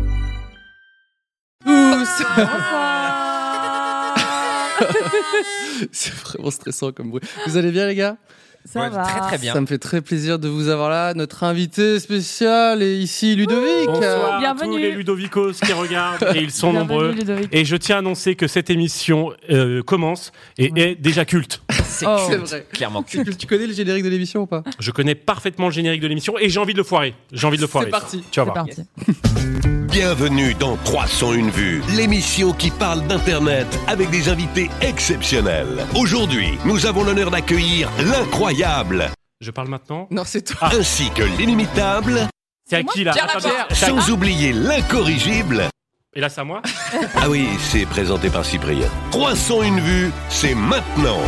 C'est vraiment stressant comme bruit. Vous allez bien les gars Ça Ouais, va. Très très bien. Ça me fait très plaisir de vous avoir là. Notre invité spécial est ici Ludovic. Euh, Bonsoir bienvenue. à tous les Ludovicos qui regardent, et ils sont Bienvenue, nombreux. Ludovic. Et je tiens à annoncer que cette émission euh, commence et est déjà culte. C'est Oh. C'est culte, vrai. clairement culte. Tu connais le générique de l'émission ou pas Je connais parfaitement le générique de l'émission et j'ai envie de le foirer. J'ai envie de le foirer. C'est parti. Tu vas C'est voir. parti. Bienvenue dans 301 vues, l'émission qui parle d'Internet avec des invités exceptionnels. Aujourd'hui, nous avons l'honneur d'accueillir l'incroyable Je parle maintenant. Non, c'est toi. ainsi que l'inimitable, C'est à moi qui là Pierre Attends, Lapierre. c'est à- sans oublier l'incorrigible. Et là, c'est à moi. Ah oui, c'est présenté par Cyprien. 301 vues, c'est maintenant.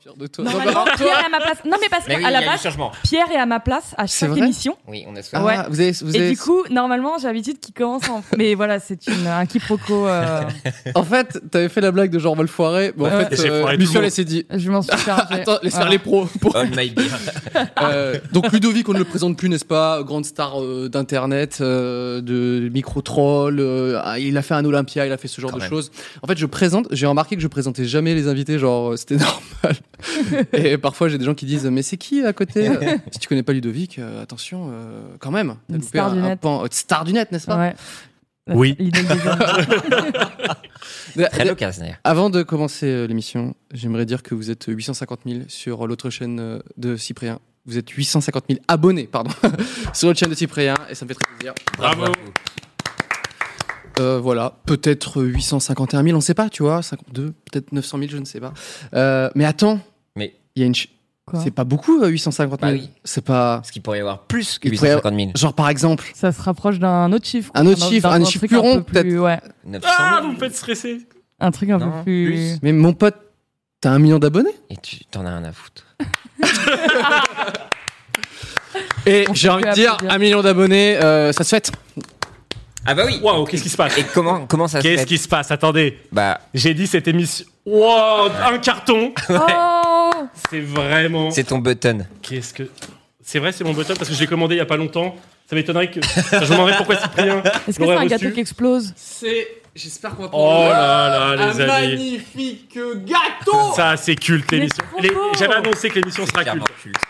Fier de toi. Normalement, Pierre est à ma place. Non, mais parce Mais oui, qu'à il y a la eu base, changement. Pierre est à ma place à C'est chaque vrai émission. Oui, on a soif. Ah, Ouais. vous avez, vous Et avez- du coup, normalement, j'ai l'habitude qu'il commence en. Mais voilà, c'est une, un quiproquo. euh, En fait, t'avais fait la blague de genre on va le foirer. Bon, en Ouais. Et fait, j'ai foiré tout le Lucien monde. elle s'est dit. Ah. Je m'en suis chargée. Attends, laisse faire Voilà. les pros. Pour- On my beer. Euh, donc Ludovic, on ne le présente plus, n'est-ce pas Grande star euh, d'internet, euh, de micro troll. il a fait un Olympia, il a fait ce genre Quand de même. choses. En fait, je présente. J'ai remarqué que je présentais jamais les invités, genre euh, c'était normal. Et parfois, j'ai des gens qui disent mais c'est qui à côté Si tu connais pas Ludovic, euh, attention, euh, quand même. T'as Une loupé star un- du un net. pan- euh, star du net, n'est-ce pas Ouais. hein. Oui. L'idole des hommes. D'a- Très d'a- l'occasion d'ailleurs. Avant de commencer euh, l'émission, j'aimerais dire que vous êtes 850 000 sur l'autre chaîne euh, de Cyprien. Vous êtes 850 000 abonnés, pardon, sur l'autre chaîne de Cyprien, et ça me fait très plaisir. Bravo. Euh, voilà, peut-être 851 000, on ne sait pas, tu vois, 52, peut-être 900 000, je ne sais pas. Euh, mais attends, Mais- il y a une. ch- Quoi C'est pas beaucoup, euh, 850 000. Bah oui. C'est pas. Parce qu'il pourrait y avoir plus que Il pourrait y 850 000. Genre par exemple, Ça se rapproche d'un autre chiffre. Un autre D'un- chiffre, d'un- un d'un chiffre truc plus un peu rond, peut-être. plus- Ouais. 900 000. Ah, vous me faites stresser. Un truc un Non, peu plus. plus. mais mon pote, t'as un million d'abonnés Et tu t'en as rien à foutre. Et On j'ai peut envie de dire, applaudir. un million d'abonnés, euh, ça se fête. Ah bah oui. Waouh, qu'est-ce qui se passe Et comment, comment ça se Qu'est-ce fait qui se passe Attendez. Bah, J'ai dit cette émission. Waouh, un carton. Oh C'est vraiment. c'est ton button. Qu'est-ce que. C'est vrai, c'est mon bottom parce que je l'ai commandé il y a pas longtemps. Ça m'étonnerait que. Je me demanderais pourquoi Cyprien. Est-ce que c'est l'aurait un gâteau reçu. qui explose C'est. J'espère qu'on va Oh Ah, là là, les amis. magnifique gâteau Ça, c'est culte l'émission. Mais Les- trop beau. J'avais annoncé que l'émission sera Clairement culte. culte.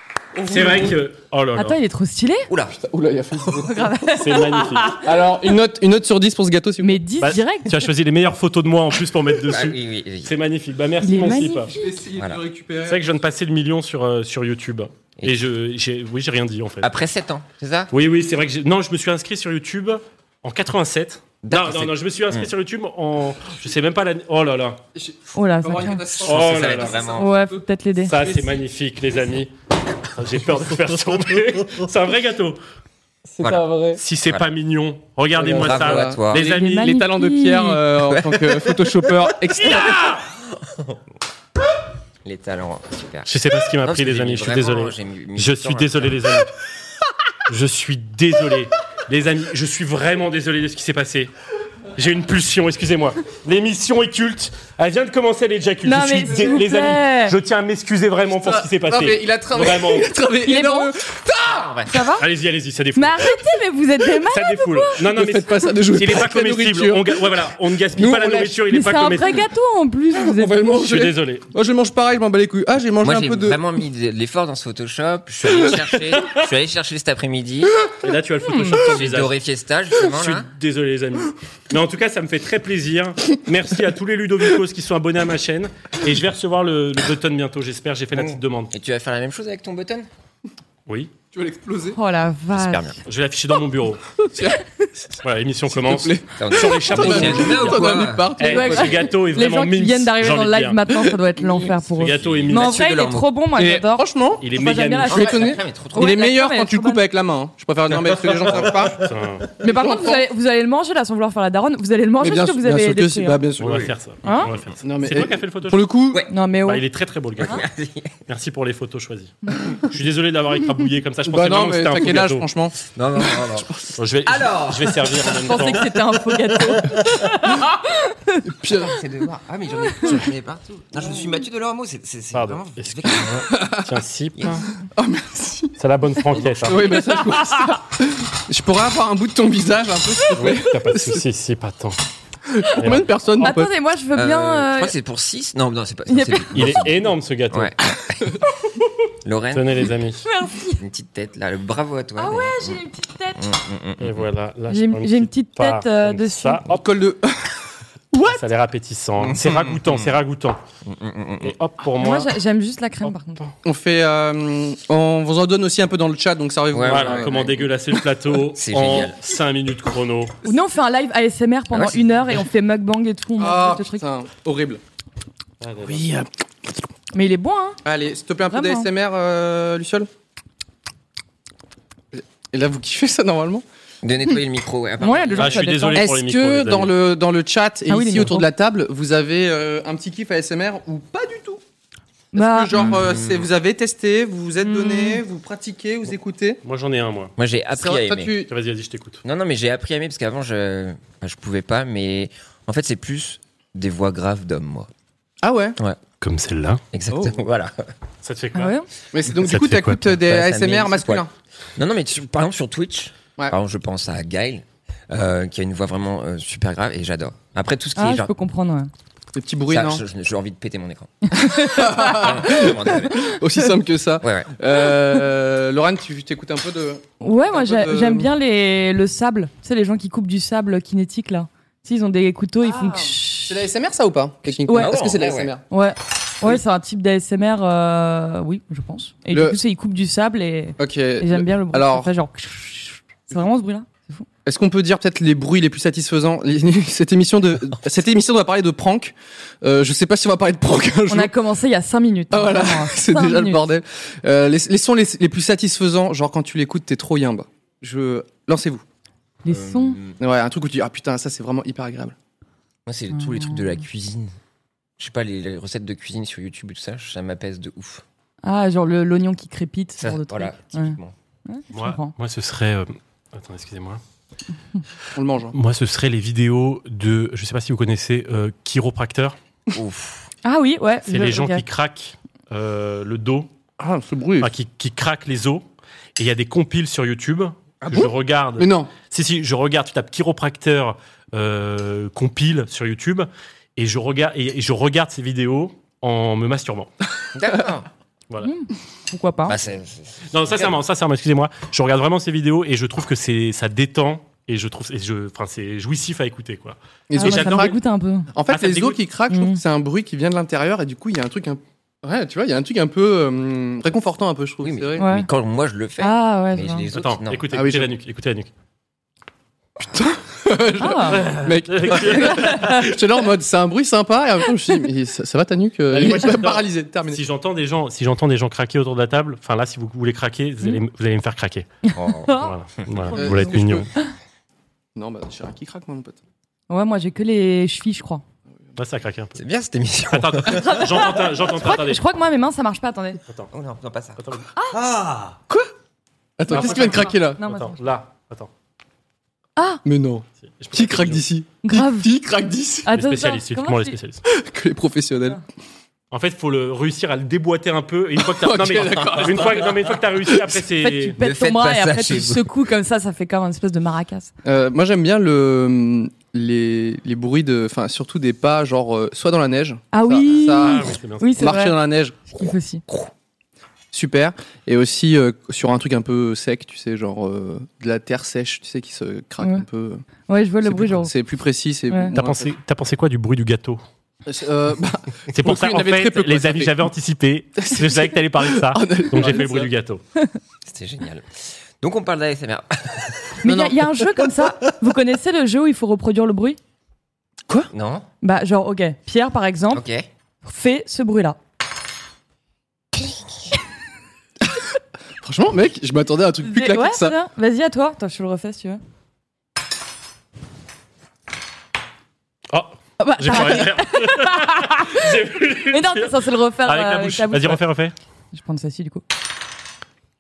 C'est vrai que. Oh là Attends, là, il est trop stylé Oula. Oula, il a fait. c'est magnifique. Ah, Alors, une note, une note sur 10 pour ce gâteau, si vous Mais 10 Bah, direct Tu as choisi les meilleures photos de moi en plus pour mettre Ah dessus. oui, oui, oui. C'est magnifique. Bah Il merci, est mon slip. magnifique. Je vais essayer de Voilà. le récupérer. C'est vrai que je viens de passer le million sur, euh, sur YouTube. Et- Et je. j'ai- Oui, j'ai rien dit en fait. Après 7 ans, c'est ça Oui, oui, c'est vrai que. j'ai- Non, je me suis inscrit sur YouTube en 87. Non, D'accord, non, c'est- non, je me suis inscrit Mm. sur YouTube en. Je sais même pas l'année. Oh là là. Oh là, ça craint. Je pense que Oh ça va là là. être vraiment. Ouais, faut peut-être l'aider. Ça, c'est magnifique, les amis. J'ai peur de vous faire tomber. C'est un vrai gâteau. C'est Voilà. pas vrai. Si c'est Voilà. pas mignon, regardez-moi Bravo ça. à toi. Les amis, magnifique. Les talents de Pierre euh, en tant que photoshopper extra. Les talents, hein. super. je sais pas ce qui m'a Non, parce pris, que les j'ai amis. mis Je suis vraiment- désolé. j'ai mis- mis Je du temps suis à désolé, le les amis. Je suis désolé. Les amis, je suis vraiment désolé de ce qui s'est passé. J'ai une pulsion, excusez-moi. L'émission est culte. Elle vient de commencer, elle est déjà culte. Non, je suis mais s'il vous les plaît. amis, je tiens à m'excuser vraiment pour ce qui s'est Non, mais passé. il a travaillé. Vraiment. Il a travaillé Il est énormément. faire, en vrai. Ça va Allez-y, allez-y, ça défoule. Mais arrêtez, mais vous êtes des malades Ça défoule. Non, non, Ne mais faites pas ça de jouer. il est pas avec la comestible. nourriture. On, ga- ouais, voilà, on ne gaspille Nous, pas la on lâche. nourriture, il Mais est c'est pas un vrai comestible. gâteau en plus, vous On êtes... va le Je suis manger. désolé. Moi, Oh, je mange pareil, je m'en bats les couilles. Ah, j'ai mangé Moi, un j'ai peu de. vraiment mis de l'effort dans ce Photoshop. Je suis allé chercher, je suis allé chercher cet après-midi. Et là, tu as Hum. le Photoshop sur le J'ai visage. doré Fiesta, justement, Je suis là. désolé, les amis. Mais en tout cas, ça me fait très plaisir. Merci à tous les Ludovicos qui sont abonnés à ma chaîne. Et Oh. je vais recevoir le, le button bientôt, j'espère. J'ai fait la petite demande. Et tu vas faire la même chose avec ton button Oui. Tu vas l'exploser. Oh la J'espère vache. bien. Je vais l'afficher dans mon bureau. voilà, l'émission commence. S'il te plaît. Putain, on est sur les chapeaux de roue. T'en as mis partout. Eh, Ouais, ce gâteau est Les vraiment gens qui mince, viennent d'arriver j'ai dans envie le de live dire. maintenant, ça doit être l'enfer pour Ce eux. gâteau est Mais en mince. Mathieu vrai, il est Delorme. trop bon, moi Et j'adore. Franchement, Il est Moi, j'aime bien méga la mince. je suis étonné. Putain, mais trop trop. Il Ouais, est meilleur d'accord, mais quand tu elle est le coupes trop avec la main. hein. Je préfère dire, mais parce que les gens ne savent pas. Putain, Mais par Je contre, vous comprends. allez, vous allez le manger là, sans vouloir faire la daronne. Vous allez le manger, Mais bien parce sûr, que vous bien avez sûr que des si. fruits, Bah, hein. bien On sûr. va oui. faire ça. Hein On va faire ça. Non, mais- C'est toi qui as fait le photo Pour le coup, Ouais. Non, mais oh. Bah, il est très très beau le gâteau. Vas-y. Merci pour les photos choisies. Je suis désolé de l'avoir écrabouillé comme ça. Je pensais bah vraiment non, que mais c'était un t'as faux quel âge, gâteau. franchement Non, non, non, non. Bon, je vais, Alors je vais servir en Je même pensais que temps. c'était un faux gâteau. Pire. C'est de voir. Ah, mais j'en ai, j'en ai partout. Non, je me suis battu de l'ormeau. C'est c'est- c'est Pardon. vraiment. Excuse-moi. Tiens, si. Yes. Oh, merci. C'est la bonne franquette. hein. Oui, bah ça, je vois ça. Je pourrais avoir un bout de ton visage un peu, s'il te plaît. T'as pas de soucis, si, pas tant. Combien de personnes mon pote Attendez, moi je veux Euh, Je bien. crois euh, que c'est pour 6. Non, non, c'est pas. Il y a c'est- Il est énorme ce gâteau. Ouais. Lorraine, Tenez les amis. une petite tête là. Bravo à toi. Ah ouais, d'ailleurs. J'ai une petite tête. Et voilà. là, je J'ai prends une j'ai une petite part tête euh, comme dessus. Ça, hop, Colle de. ça a l'air appétissant. hein. C'est ragoûtant, c'est ragoûtant. Mm, Et hop pour moi. Moi j'a- j'aime juste la crème Hop. par contre. On fait. euh, on vous en donne aussi un peu dans le chat, donc ça arrive. Ouais, Voilà ouais, comment ouais. dégueulasser le plateau C'est en génial. 5 minutes chrono. Ou non, on fait un live ASMR pendant Ah ouais, une heure et on fait mukbang et tout. on Ah, mange ce truc. putain, horrible. Oui. euh, Mais il est bon, hein. Allez, s'il te plaît, un peu Vraiment. d'ASMR, euh, Luciole. Et là, vous kiffez ça normalement De nettoyer le micro. Ouais, apparemment. Ouais, le Ah, jour je suis désolé pour les Est-ce micros. que les dans amis. le, dans le chat et Ah oui, les ici autour micros. de la table, vous avez euh, un petit kiff ASMR ou pas du tout Est-ce Bah, Hmm. que genre, Hmm. euh, Mm. c'est- vous avez testé, vous vous êtes donné, vous pratiquez, vous écoutez Moi j'en ai un, moi. Moi, j'ai C'est appris à vrai, aimer. toi, tu- Vas-y, vas-y, je t'écoute. Non, non, mais j'ai appris à aimer parce qu'avant, je... enfin, je pouvais pas, mais en fait, c'est plus des voix graves d'hommes, moi. Ah ouais Comme celle-là. Exactement, Oh. voilà. Ça te fait quoi ah ouais. Mais c'est- donc Ça du te coup, fait quoi, t'écoutes euh, des Bah, ça ASMR m'énerve, c'est masculins. Non, non, mais tu- par exemple, sur Twitch, Ouais. par exemple, je pense à Gaël, euh, qui a une voix vraiment euh, super grave et j'adore. Après, tout ce qui Ah, est je genre. peux comprendre, ouais. Des petits bruits, ça, non je- je- J'ai envie de péter mon écran. Ah, vraiment, désolé. Aussi simple que ça. ouais, ouais. Euh, Lorraine, tu t'écoutes un peu de. Ouais, Un moi peu j'a- de- j'aime bien les, le sable. Tu sais, les gens qui coupent du sable kinétique là. Si, ils ont des couteaux, ils font. que C'est chut. de l'ASMR ça ou pas techniquement Ouais. Est-ce que c'est de Ah ouais. l'ASMR Ouais, ouais c'est un type d'ASMR, euh, oui, je pense. Et Le- du coup, c'est ils coupent du sable et, Ok. et j'aime bien le bruit. Alors- Après, genre. que chut. C'est vraiment ce bruit-là C'est fou. Est-ce qu'on peut dire peut-être les bruits les plus satisfaisants Cette émission de cette émission doit parler de prank. Euh, je sais pas si on va parler de prank un jour. On a commencé il y a 5 minutes. hein, Ah, voilà. Vraiment, C'est cinq déjà le minutes. bordel. Euh, les, les sons les, les plus satisfaisants, genre quand tu l'écoutes, t'es trop yimbe. Je lancez-vous. Les Euh, sons. Ouais, un truc où tu dis ah putain ça c'est vraiment hyper agréable. Moi, c'est tous les trucs Ah. de la cuisine. Je sais pas, les, les recettes de cuisine sur YouTube et tout ça, ça m'apaise de ouf. Ah, genre le- l'oignon qui crépite, ce Ça, genre de voilà, truc. Ouais. typiquement. Ouais, je Moi, comprends. moi, ce serait. euh, Attends, excusez-moi. On le mange. hein. Moi, ce serait les vidéos de. Je sais pas si vous connaissez euh, chiropracteur. Ouf. Ah oui, ouais. C'est je- les gens ok. qui craquent euh, le dos, Ah ce bruit. enfin, qui, qui craquent les os. Et il y a des compiles sur YouTube. que je regarde. Ah Mais non. Ah, Si, si, je regarde, tu tapes chiropracteur euh, compile sur YouTube et je, regarde, et, et je regarde ces vidéos en me masturbant. D'accord. Ah. Voilà. Pourquoi pas. Bah, c'est- c'est- Non, sincèrement, sincèrement, excusez-moi. Je regarde vraiment ces vidéos et je trouve que c'est, ça détend et je trouve, et je, enfin, c'est jouissif à écouter, quoi. Les Ah, os moi, qui ça me j'adore- craquent. dégoûte un peu. En fait Ah, ça les os dégoûte. qui craquent, je trouve Mm. que c'est un bruit qui vient de l'intérieur et du coup il y a un truc un ouais tu vois il y a un truc un peu euh, réconfortant un peu je trouve. Oui, c'est vrai. Ouais. Mais quand moi, je le fais. Ah ouais, je mais vois. les autres, Attends, non. écoutez, Ah oui, écoutez je- la nuque, écoutez la nuque. Ah, Mec, j'étais là en mode c'est un bruit sympa et en même temps, je me suis dit mais ça, ça va ta nuque euh, Allez, moi, elle est j'adore. paralysée terminé. si j'entends des gens, si j'entends des gens craquer autour de la table, enfin là, si vous voulez craquer, vous allez, vous allez me faire craquer. Oh. Voilà, Voilà. Euh, vous allez est-ce être que je mignon. Non bah j'ai rien qui craque moi mon pote. ouais, moi j'ai que les chevilles, je crois. Là, ça craque un peu. C'est bien cette émission. Attends, attends, j'entends, un- j'entends, un- Je crois, que, attendez. je crois que moi mes mains ça marche pas, attendez. Attends, Oh non, non, pas ça. attends, Ah Attends Non, qu'est-ce qui vient de craquer là Non, moi, ça attends, marche. là, attends. Mais non. Si, je peux Qui pas- craque d'ici Grave. Qui craque d'ici Les Attends, spécialistes, attends, uniquement Ah, comment les tu- spécialistes. Que les professionnels. En fait, faut le réussir à le déboîter un peu. Et une fois que t'as, non, Ok, mais, une fois, non, mais une fois que t'as réussi, après En fait, tu c'est. Ne pètes ton faites bras pas et ça après chez tu vous. secoues comme ça, ça fait comme une espèce de maracas. Euh, moi j'aime bien le les, les bruits de enfin surtout des pas genre euh, soit dans la neige. Ah ça- oui ça- Ah, oui, c'est bien ça. Oui, c'est marcher vrai. dans la neige. Je kiffe aussi. Super. Et aussi euh, sur un truc un peu sec, tu sais, genre euh, de la terre sèche, tu sais, qui se craque Ouais. un peu. Ouais, je vois le C'est bruit, plus- genre. C'est plus précis, c'est. Ouais. moins- T'as pensé, t'as pensé quoi du bruit du gâteau Euh, bah, C'est pour Beaucoup, ça, il y en en avait très fait, peu, quoi, les ça avis, fait. j'avais anticipé. Je savais que t'allais parler de ça. Ah, on allait Ah, Donc j'ai parler fait le de bruit ça. du gâteau. C'était génial. Donc on parle d'ASMR. Mais il y Non, a- il y, a un jeu comme ça. Vous connaissez le jeu où il faut reproduire le bruit Non Bah, genre, ok, Pierre, par exemple, Ok. fait ce bruit-là. Franchement, mec, je m'attendais à un truc plus claqué Ouais, que ça. bien. Vas-y, à toi. Attends, je te le refais si tu veux. Oh, Ah bah, j'ai t'as- pas faire. J'ai voulu Mais non, dire. t'es censé le refaire Avec euh, la bouche. Vas-y, ouais. refais, refais. Je vais prendre celle-ci du coup.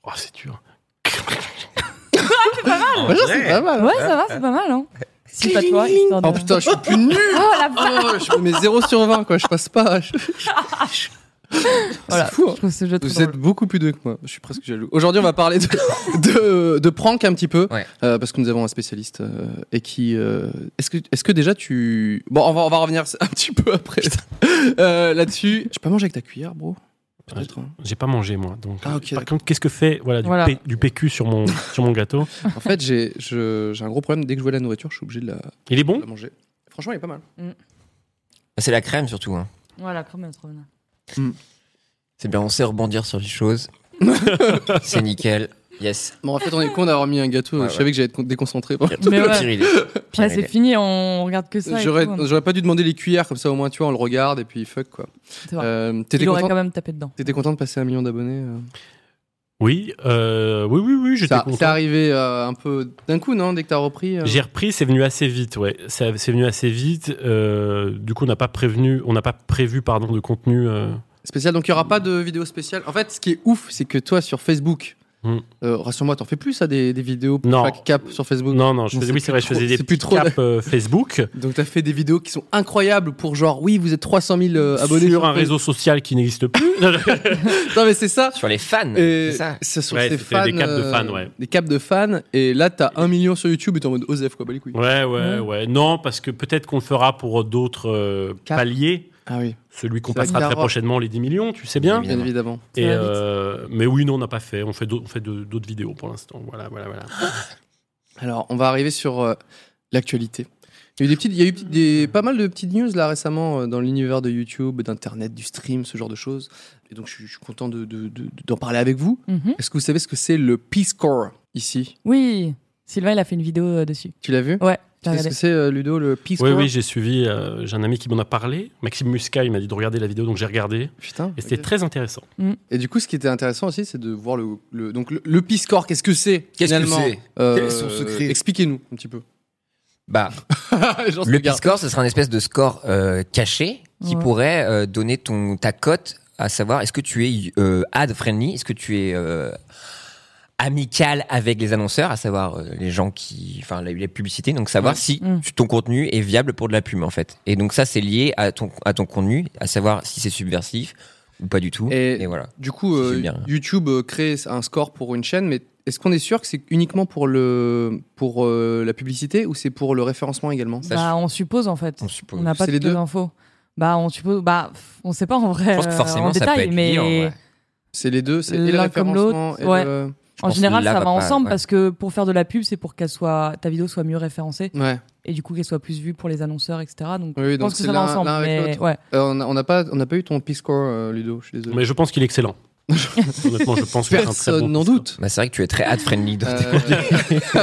Oh, c'est dur. bah Ouais, c'est pas mal. Ouais, ça va, c'est pas mal, hein. Si pas toi, histoire de... Oh putain, je suis plus nul. Oh la vache Oh, je mets 0 sur 20, quoi. Je passe pas. Je- je- Voilà, C'est fou. hein. Je trouve ce jeu trop Vous êtes drôle. beaucoup plus doués que moi. Je suis presque jaloux. Aujourd'hui, on va parler de, de, de prank un petit peu. Ouais. euh, parce que nous avons un spécialiste euh, et qui. euh, est-ce, que, est-ce que déjà tu. Bon, on va, on va revenir un petit peu après euh, là-dessus. Je peux manger avec ta cuillère, bro Peut-être, hein. J'ai pas mangé, moi. Donc, Ah, ok, Par contre, qu'est-ce que fait voilà, du, Voilà. P- du PQ sur mon, sur mon gâteau En fait, j'ai, je- j'ai un gros problème. Dès que je vois la nourriture, je suis obligé de la, de Il est bon la manger. Franchement, il est pas mal. C'est la crème surtout. hein. Voilà, quand même, trop bien. C'est bien, on sait rebondir sur les choses. c'est nickel. Yes. Bon, en fait, on est con d'avoir mis un gâteau. Ouais, je ouais. savais que j'allais être con- déconcentré. Mais ouais. Pire idée. Pire Ouais, c'est idée. fini, on regarde que ça. et J'aurais, euh, tout, hein. j'aurais pas dû demander les cuillères, comme ça au moins tu vois, on le regarde et puis fuck quoi. C'est vrai. Euh, t'étais, Il aurait content, quand même tapé dedans. t'étais content de passer un million d'abonnés euh Oui, euh, oui, oui, oui, j'étais ça, content. c'est arrivé euh, un peu d'un coup, non Dès que t'as repris euh, J'ai repris, c'est venu assez vite, ouais. Ça- C'est venu assez vite. euh, du coup, on n'a pas prévenu, on n'a pas prévu, pardon, de contenu. euh, spécial. Donc il y aura pas de vidéo spéciale. En fait, ce qui est ouf, c'est que toi sur Facebook, Hmm. euh, rassure-moi, t'en fais plus ça des, des vidéos pour Non. chaque cap sur Facebook. Non, non, je Non, faisais, c'est oui, plus c'est vrai, je trop- faisais des c'est plus petits trop, caps euh, Facebook Donc t'as fait des vidéos qui sont incroyables pour genre, oui, vous êtes 300 000 euh, abonnés sur un Facebook. réseau social qui n'existe plus. Non mais c'est ça. Sur les fans. Et C'est ça. c'est sur Ouais, tes c'était des fans, caps de euh, fans, ouais. Des caps de fans. Et là, t'as un million sur YouTube et t'es en mode Osef, quoi, bah les couilles. ouais, ouais, Mm. ouais. Non, parce que peut-être qu'on le fera pour d'autres euh, Cap. paliers. Ah oui, Celui qu'on Ça, passera c'est la très robe. prochainement, les 10 millions, tu sais bien. Bien bien évidemment. Ça Et, va vite. euh, mais oui, non, on n'a pas fait. On fait d'au- on fait de- d'autres vidéos pour l'instant. Voilà, voilà, voilà. Alors, on va arriver sur euh, l'actualité. Il y a eu, des petites, il y a eu petites- des- pas mal de petites news là récemment euh, dans l'univers de YouTube, d'Internet, du stream, ce genre de choses. Et donc, je, suis- je suis content de- de- de- d'en parler avec vous. Mhm. Est-ce que vous savez ce que c'est le Peace Corps ici Oui, Sylvain, il a fait une vidéo euh, dessus. Tu l'as vu Oh, Ouais, Tu t'as sais ce regardé. que c'est, euh, Ludo, le Peace Oui, Corps oui, j'ai suivi. euh, j'ai un ami qui m'en a parlé. Maxime Musca, il m'a dit de regarder la vidéo, donc j'ai regardé. Putain. Et c'était ok. très intéressant. Et du coup, ce qui était intéressant aussi, c'est de voir le, le- donc le, le Peace Corps. Qu'est-ce que c'est Qu'est-ce que finalement c'est Euh, Quel est son secret Expliquez-nous un petit peu. Bah, Genre, le regarde. P-score, ce sera un espèce de score euh, caché qui Ouais. pourrait euh, donner ton, ta cote à savoir est-ce que tu es euh, ad friendly, est-ce que tu es euh, amical avec les annonceurs, à savoir euh, les gens qui, enfin la, la publicité, donc savoir Ouais. si Mm. tu- ton contenu est viable pour de la pub en fait. Et donc ça c'est lié à ton à ton contenu, à savoir si c'est subversif ou pas du tout. Et- Et, voilà. Du coup, Si euh, j'ai bien. YouTube euh, crée un score pour une chaîne, mais est-ce qu'on est sûr que c'est uniquement pour, le, pour euh, la publicité ou c'est pour le référencement également Ça, Bah, on suppose en fait. On suppose. On n'a pas C'est toutes les deux les infos. Bah, on suppose. Bah, pff, on sait pas en vrai. Je pense que euh, forcément en ça détail, peut être mais lié en vrai. C'est les deux, c'est et le L'un comme l'autre, référencement et ouais. le... Je En pense que général, là ça va, pas- ensemble ouais. parce que pour faire de la pub, c'est pour qu'elle soit ta vidéo soit mieux référencée Ouais. et du coup qu'elle soit plus vue pour les annonceurs, etc. Donc, Oui, oui, je donc pense que c'est ça va l'un- ensemble. l'un avec mais l'autre. ouais. Euh, on a- on n'a pas, on n'a pas eu ton Peace Corps, euh, Ludo, je suis désolé. Mais je pense qu'il est excellent. Honnêtement, je pense que c'est un très bon. Personne n'en doute. Bah, c'est vrai que tu es très ad friendly. donc Euh,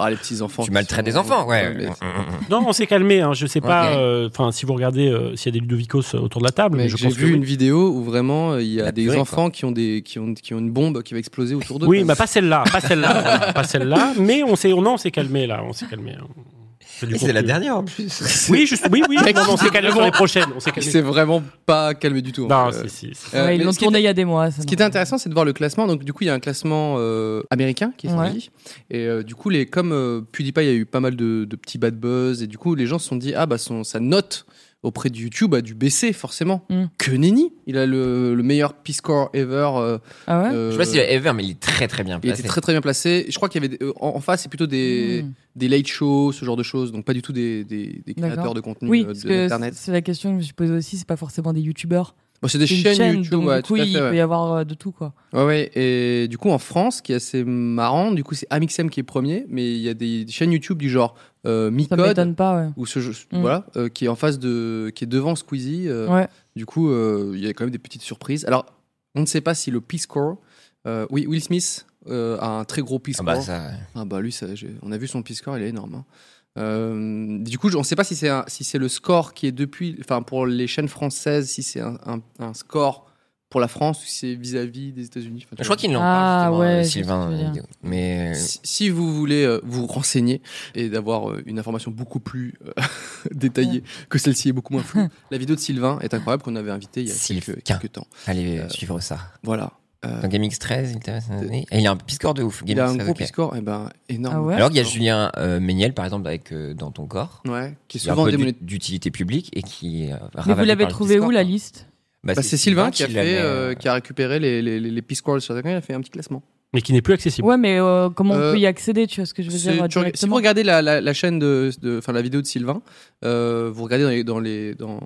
ah, les petits enfants. tu qui maltraites sont- des enfants, ouais. Mm, mais- Non, on s'est calmé. Hein. Je sais pas. Ok. euh, Enfin, si vous regardez, euh, s'il y a des Ludovicos autour de la table, mais je j'ai pense que vu une oui. vidéo où vraiment euh, il y a La des purée, quoi. enfants qui ont, des, qui, ont, qui ont une bombe qui va exploser autour d'eux. Oui, quoi. bah pas celle-là, pas celle-là, voilà, pas celle-là. Mais on s'est, on, non, on s'est calmé là, on s'est calmé. hein. C'est du C'est la contenu. dernière en plus. Oui, juste, oui, oui. non, non, on s'est calmé sur les prochaines. On s'est Il calmé. s'est vraiment pas calmé du tout. en Non, fait. si, si, si. Euh, Ouais, ils mais l'ont ce qui tourné était- il y a des mois. Ça, Ce non. qui était intéressant, c'est de voir le classement. Donc, du coup, il y a un classement euh, américain qui est Ouais. sorti. Et euh, du coup, les, comme euh, PewDiePie, il y a eu pas mal de, de petits bad buzz. Et du coup, les gens se sont dit Ah, bah, son, sa note auprès de YouTube a dû baisser, forcément. Mm. Que nenni Il a le, le meilleur Peace Corps ever. euh, Ah ouais. euh, Je sais pas s'il a ever, mais il est très très bien il placé. était très très bien placé. Je crois qu'il y avait des- euh, en, en face, c'est plutôt des, Mm. des late shows, ce genre de choses. Donc, pas du tout des, des- des D'accord. créateurs de contenu Oui, euh, parce de que l'Internet. c'est la question que je me suis posée aussi. C'est pas forcément des youtubeurs. Bon, c'est des C'est une chaînes chaîne, YouTube, donc ouais, du coup, tout à il fait, ouais. peut y avoir euh, de tout, quoi. Ouais, ouais, et du coup en France, ce qui est assez marrant, du coup c'est Amixem qui est premier, mais il y a des chaînes YouTube du genre euh, Ça Micode m'étonne pas, ouais. ou ce jeu- Mm. voilà, euh, qui est en face de, qui est devant Squeezie. euh, Ouais. Du coup, euh, il y a quand même des petites surprises. Alors, on ne sait pas si le P-score, euh, oui, Will Smith euh, a un très gros Ah P-score. bah ça. Ah bah lui, ça, j'ai- on a vu son P-score, il est énorme. hein. Euh, du coup, je- on ne sait pas si c'est un- si c'est le score qui est depuis, enfin pour les chaînes françaises, si c'est un, un- un score pour la France ou si c'est vis-à-vis des États-Unis. Enfin, tu Je vois. crois qu'il en Ah, parle, justement, ouais, euh, je sais ce que tu veux Sylvain. dire. Euh, Mais. euh, Si, si vous voulez euh, vous renseigner et d'avoir euh, une information beaucoup plus euh, détaillée que celle-ci est beaucoup moins floue, la vidéo de Sylvain est incroyable qu'on avait invité il y a Sylvain. quelques, quelques temps. Allez Euh, suivre ça. Voilà. Euh, Dans GameX13, il t'intéresse cette année Et il a un petit score de ouf. il a GameX13, un gros ok. P-score eh ben, énorme. Ah ouais Alors qu'il y a Julien euh, Méniel, par exemple, avec euh, Dans ton corps. Ouais, qui est Il a un souvent peu d'ut- démonétisé. d'utilité publique et qui. euh, Mais vous ravalé l'avez par le trouvé où Discord, la hein. liste Bah, Bah, c'est Sylvain qui a, fait, l'avait, euh, qui a récupéré les, les, les, les P-scores sur chacun, il a fait un petit classement. Mais qui n'est plus accessible. Ouais, mais euh, comment Euh, on peut y accéder, tu vois ce que je veux Si dire tu reg- si vous directement regardez la, la, la chaîne de, de- enfin la vidéo de Sylvain, euh, vous regardez dans les, dans les, dans,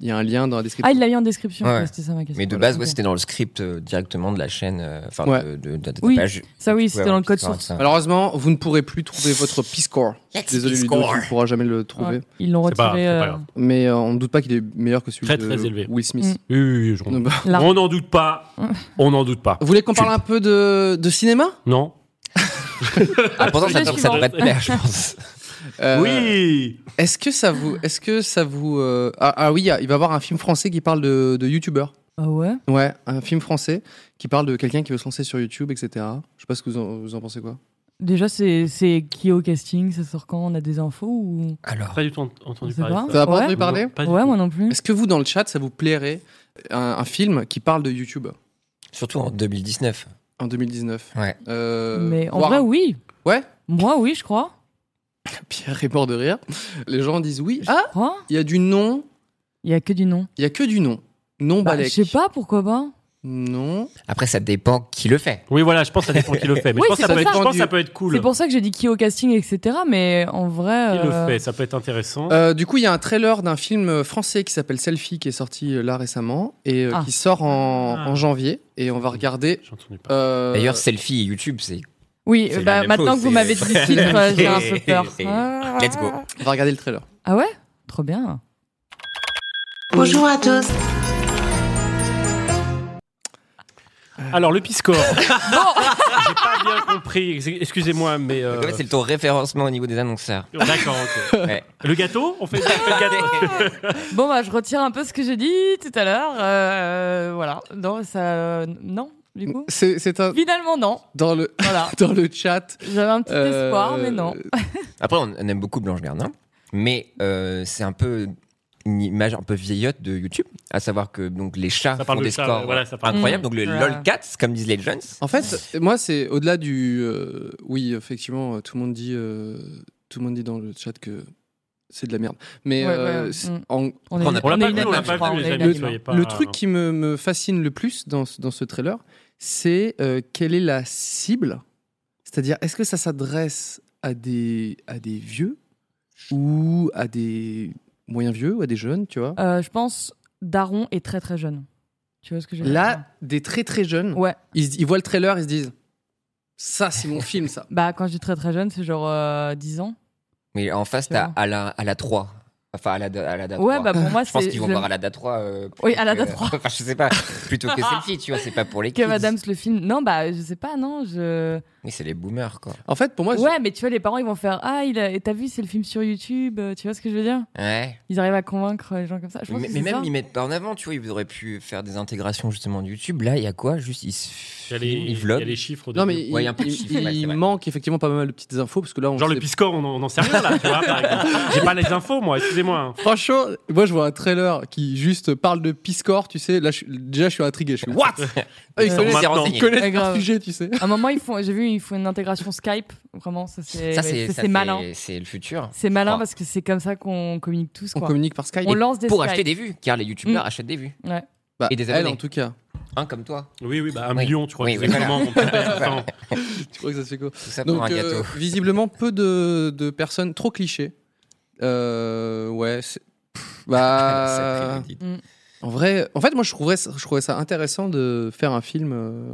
il y a un lien dans la description. Ah, il l'a mis en description, Ouais. ouais, c'était ça ma question. Mais de Voilà, base, ouais, ok. c'était dans le script euh, directement de la chaîne, euh, enfin Ouais. de, de- de- de Oui, la page. ça oui, Tu c'était pouvais dans avoir le code l'histoire de source. ça. Malheureusement, vous ne pourrez plus trouver votre P-score. Let's Désolé, Ludo, P-score. tu ne pourras jamais le trouver. Ouais. Ils l'ont C'est pas retiré. grave, c'est pas euh, grave. Mais euh, on ne doute pas qu'il est meilleur que celui Très, de très élevé. Mm. Will Smith. Oui, oui, Mm. oui, je Donc, bah, Là. On n'en doute pas. On n'en doute pas. vous voulez qu'on parle un peu de, de cinéma Non Ah, pourtant, ça, Sujet ça devrait te suivant. plaire, je pense. Euh, Oui Est-ce que ça vous, est-ce que ça vous, euh, ah, ah oui, il y a- il va y avoir un film français qui parle de, de youtubeurs. Ah ouais Ouais, un film français qui parle de quelqu'un qui veut se lancer sur YouTube, etc. Je sais pas ce que vous en, vous en pensez quoi. Mm. Déjà, c'est c'est qui au casting Ça sort quand On a des infos ou Alors, Pas du tout ent- entendu C'est parler. pas de T'as ça. pas Ouais. entendu parler Non, pas du Ouais, tout. moi non plus. Est-ce que vous, dans le chat, ça vous plairait un, un film qui parle de YouTube surtout en 2019. en 2019 Ouais. Euh, Mais en voire vrai, un- oui. Ouais. Moi, oui, je crois. Pierre est mort de rire. Les gens disent oui. Je Ah, crois. il y a du nom. Il y a que du nom. Il y a que du nom. Non Bah, Balek. je sais pas pourquoi pas. Non. Après, ça dépend qui le fait. Oui, voilà, je pense que ça dépend qui le fait. Mais Oui, je pense que c'est ça pour peut être- ça. je pense que ça peut être cool. C'est pour ça que j'ai dit qui au casting, etc. Mais en vrai. Qui le euh, fait Ça peut être intéressant. Euh, du coup, il y a un trailer d'un film français qui s'appelle Selfie qui est sorti euh, là récemment et euh, Ah. qui sort en, Ah. en janvier. Et on va regarder. J'ai entendu parler. euh, D'ailleurs, selfie et YouTube, c'est. Oui, C'est la bah, même maintenant chose, que vous c'est- m'avez dit le titre, euh, j'ai un peu peur. Ah. Let's go. on va regarder le trailer. Ah ouais Trop bien. Bonjour à tous. Alors, le Piscor. J'ai pas bien compris. Ex- Excusez-moi, mais. euh, En fait, c'est le ton référencement au niveau des annonceurs. D'accord, ok. Ouais. Le gâteau On fait on fait le gâteau Bon, bah, je retire un peu ce que j'ai dit tout à l'heure. euh, voilà. Non, ça. Non, du coup C'est c'est un Finalement, non. dans le Voilà. dans le chat. J'avais un petit euh, espoir, mais non. Après, on on aime beaucoup Blanche Gardin, mais euh, c'est un peu une image un peu vieillotte de YouTube, à savoir que donc les chats Ça parle font de des chats, scores voilà, ça parle de incroyables, chats. donc le Mm. Ouais. lolcats comme disent les jeunes. En fait, moi, c'est au-delà du. euh, oui, effectivement, euh, tout le monde dit, euh, tout le monde dit dans le chat que c'est de la merde. Mais Ouais, euh, ouais, c'est- mm. en- On On l'a pas une vu, on image, l'a je pas crois, vu, on les a une amis. image. soyez pas- le truc qui me, me fascine le plus dans ce, dans ce trailer, c'est euh, quelle est la cible. C'est-à-dire, est-ce que ça s'adresse à des à des vieux ou à des moyens vieux ou à des jeunes, tu vois Euh, je pense Daron est très très jeune. Tu vois Ah, ce que je veux dire Là, des très très jeunes, Ouais. ils, se- ils voient le trailer, ils se disent. Ça, c'est mon film, ça. Bah, quand je dis très très jeune, c'est genre euh, 10 ans. Mais en face, Tu t'as vois. à la, à la 3. Enfin, à la, à la date Ouais, 3. bah pour moi, je pense c'est. qu'ils vont je- voir à la date 3. euh, plutôt Oui, à la que- date 3. enfin, je sais pas. Plutôt que selfie, tu vois, c'est pas pour les kids. Kev Adams, le film. Non, bah, je sais pas, non. Je... Mais c'est les boomers, quoi. En fait, pour moi, je- ouais, mais tu vois, les parents, ils vont faire Ah, il a... et t'as vu, c'est le film sur YouTube. euh, Tu vois ce que je veux dire Ouais. Ils arrivent à convaincre les gens comme ça. Je pense Mais, que mais c'est même, ça. ils mettent pas en avant, tu vois, ils auraient pu faire des intégrations justement de YouTube. Là, il y a quoi Juste, ils se Il y a filment, les, ils il y a vloguent. les chiffres. De Non, mais Ouais, il y a un peu il, de il- chiffres, ouais, il c'est vrai. manque effectivement pas mal de petites infos parce que là, on Genre le sait- Piscor, on en- on n'en sait rien là, tu vois. par exemple. J'ai pas les infos, moi, excusez-moi. hein. Franchement, moi je vois un trailer qui juste parle de Piscor, tu sais. Là, je suis- déjà, je suis intrigué. Je suis what Ah, Ils Ouais. connaissent On s'est Maintenant. renseigné. ils connaissent Euh, Ouais, leur grave. sujet, tu sais. À un moment, ils font... j'ai vu, ils font une intégration Skype. Vraiment, ça, c'est, Ça, ouais, c'est ça, ça, c'est malin. c'est- C'est le futur. C'est malin crois. parce que c'est comme ça qu'on communique tous. On Quoi. communique par Skype. On lance des pour Skype. acheter des vues, car les youtubeurs Mm. achètent des vues. Bah, et des elle, abonnés. en tout cas. Un comme toi. Oui, oui, bah un Oui. million, tu crois. Oui, que oui, c'est voilà. comment, mon père, attends. Tu crois que ça se fait quoi Tout ça pour Donc, un euh, gâteau. visiblement, peu de, de personnes trop clichés. Euh, ouais. c'est- Pff, C'est Bah. très maudit. En vrai, en fait, moi, je trouverais, ça- je trouverais ça intéressant de faire un film euh,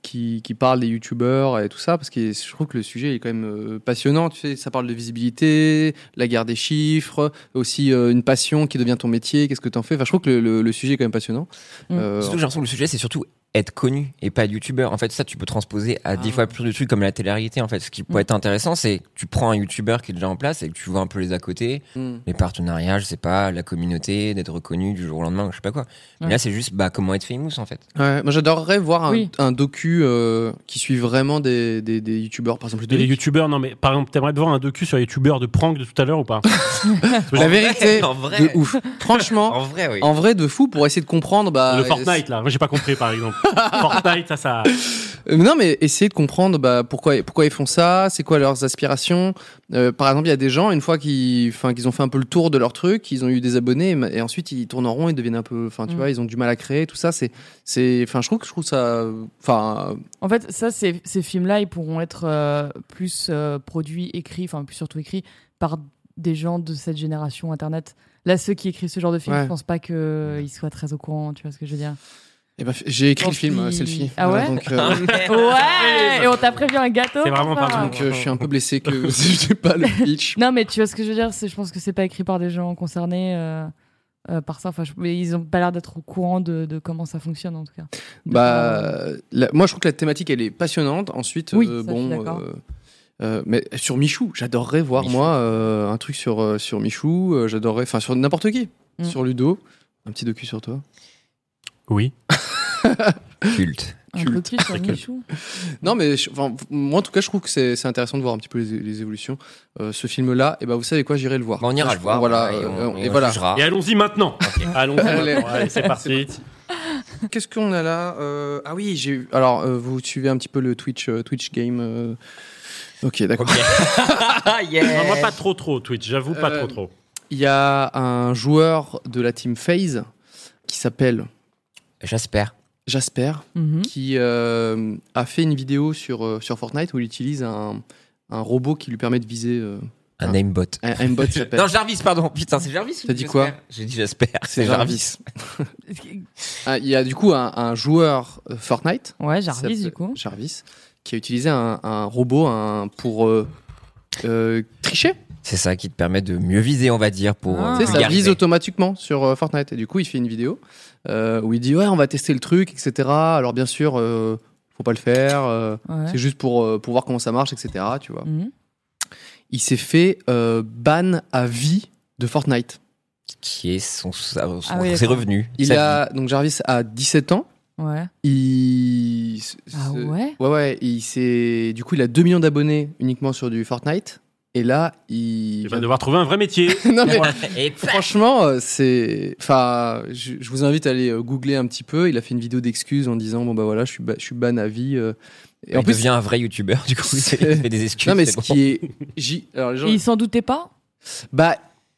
qui, qui parle des youtubeurs et tout ça, parce que je trouve que le sujet est quand même euh, passionnant. Tu sais, ça parle de visibilité, la guerre des chiffres, aussi euh, une passion qui devient ton métier, qu'est-ce que t'en fais. Enfin, je trouve que le, le- le sujet est quand même passionnant. Mm. Euh, Surtout que j'ai l'impression que le sujet, c'est surtout être connu et pas youtubeur. En fait, ça, tu peux transposer à dix Ah. fois plus de trucs comme la télé-réalité. En fait, ce qui peut Mm. être intéressant, c'est que tu prends un youtubeur qui est déjà en place et que tu vois un peu les à côté, mm. les partenariats, je sais pas, la communauté, d'être reconnu du jour au lendemain, je sais pas quoi. Mais Ouais. là, c'est juste, bah, comment être famous, en fait. Ouais, moi, j'adorerais voir un, Oui. un docu euh, qui suit vraiment des, des, des youtubeurs, par exemple. Mais le les Derrick. youtubeurs, non mais par exemple, t'aimerais te voir un docu sur les youtubeurs de prank de tout à l'heure ou pas La vérité, En vrai. de ouf. Franchement, En vrai, oui. en vrai, de fou, pour essayer de comprendre. Bah, Le Fortnite là, moi j'ai pas compris par exemple. Fortnite, ça, ça. Euh, non, mais essayer de comprendre bah, pourquoi, pourquoi ils font ça, c'est quoi leurs aspirations. Euh, par exemple, il y a des gens, une fois qu'ils enfin, qu'ils ont fait un peu le tour de leur truc, ils ont eu des abonnés, et ma- et ensuite ils tournent en rond, ils deviennent un peu. Enfin, tu Mm. vois, ils ont du mal à créer, tout ça. C'est. c'est- Enfin, je trouve que je trouve ça. Enfin, euh, En fait, ça, ces, ces films-là, ils pourront être euh, plus euh, produits, écrits, enfin plus surtout écrits par des gens de cette génération Internet. Là, ceux qui écrivent ce genre de films, Ouais. je pense pas qu'ils soient très au courant, tu vois ce que je veux dire. eh ben, j'ai écrit Tant le film, euh, pis. selfie. Ah ouais donc, euh, Ouais Et on t'a prévu un gâteau C'est vraiment pour ça. pas bon. donc, euh, je suis un peu blessé que j'ai pas le pitch. Non, mais tu vois ce que je veux dire c'est- Je pense que c'est pas écrit par des gens concernés euh, euh, par ça. Enfin, je- mais ils ont pas l'air d'être au courant de, de comment ça fonctionne, en tout cas. De- Bah, la- moi, je trouve que la thématique, elle est passionnante. Ensuite, Oui, euh, ça, je bon. suis d'accord. euh, euh, mais sur Michou, j'adorerais voir Michou. moi euh, un truc sur euh, sur Michou. euh, j'adorerais, enfin sur n'importe qui, Mm. sur Ludo, un petit docu sur toi. Oui. Culte. un culte. docu sur Michou. Non, mais je- enfin, moi en tout cas, je trouve que c'est c'est intéressant de voir un petit peu les, les évolutions. Euh, ce film-là, et ben vous savez quoi, j'irai le voir. Bah, on ira Je- le voir. Voilà, et on, euh, et et on voilà. jugera. Et allons-y maintenant. Allons-y. Allez. maintenant. Allez, c'est parti. Qu'est-ce qu'on a là Euh, Ah oui, j'ai. eu- Alors, euh, vous suivez un petit peu le Twitch euh, Twitch game. euh, Ok, d'accord. Ok. Ah, Non, yes. moi pas trop trop Twitch, j'avoue pas Euh, trop trop. Il y a un joueur de la team FaZe qui s'appelle J'espère. Jasper Mhm. qui euh, a fait une vidéo sur, euh, sur Fortnite où il utilise un, un robot qui lui permet de viser euh, Un aimbot. un, un bot qui s'appelle Non, Jarvis, pardon. Putain, c'est Jarvis. ou T'as dit Jasper quoi J'ai dit j'espère. C'est Jarvis. Jarvis. Ah, Il y a du coup un, un joueur euh, Fortnite Ouais, qui Jarvis, s'appelle du coup. Jarvis qui a utilisé un, un robot un, pour euh, euh, tricher. C'est ça qui te permet de mieux viser, on va dire, pour. Ah. euh, Tu sais, ça vulgariser. vise automatiquement sur euh, Fortnite. Et du coup, il fait une vidéo euh, où il dit ouais, on va tester le truc, etc. Alors bien sûr, euh, faut pas le faire. euh, Ouais. C'est juste pour, euh, pour voir comment ça marche, etc. Tu vois. Mhm. Il s'est fait euh, ban à vie de Fortnite. Qui est son, sa- son- Ah oui, ses d'accord. revenus. Il sa a donc Jarvis a 17 ans. Ouais. Il s- Ah se- ouais ouais ouais. Il s'est du coup il a 2 millions d'abonnés uniquement sur du Fortnite. Et là il. Il va devoir trouver un vrai métier. non vie. mais Et ça- franchement euh, c'est. Enfin je, je vous invite à aller euh, googler un petit peu. Il a fait une vidéo d'excuses en disant bon bah voilà je suis ba- je suis ban à vie. euh. Et il devient un vrai youtubeur, du coup, il C'est- fait des excuses. non mais c'est ce bon. qui est. J... Alors les gens Et ils s'en doutaient pas Bah,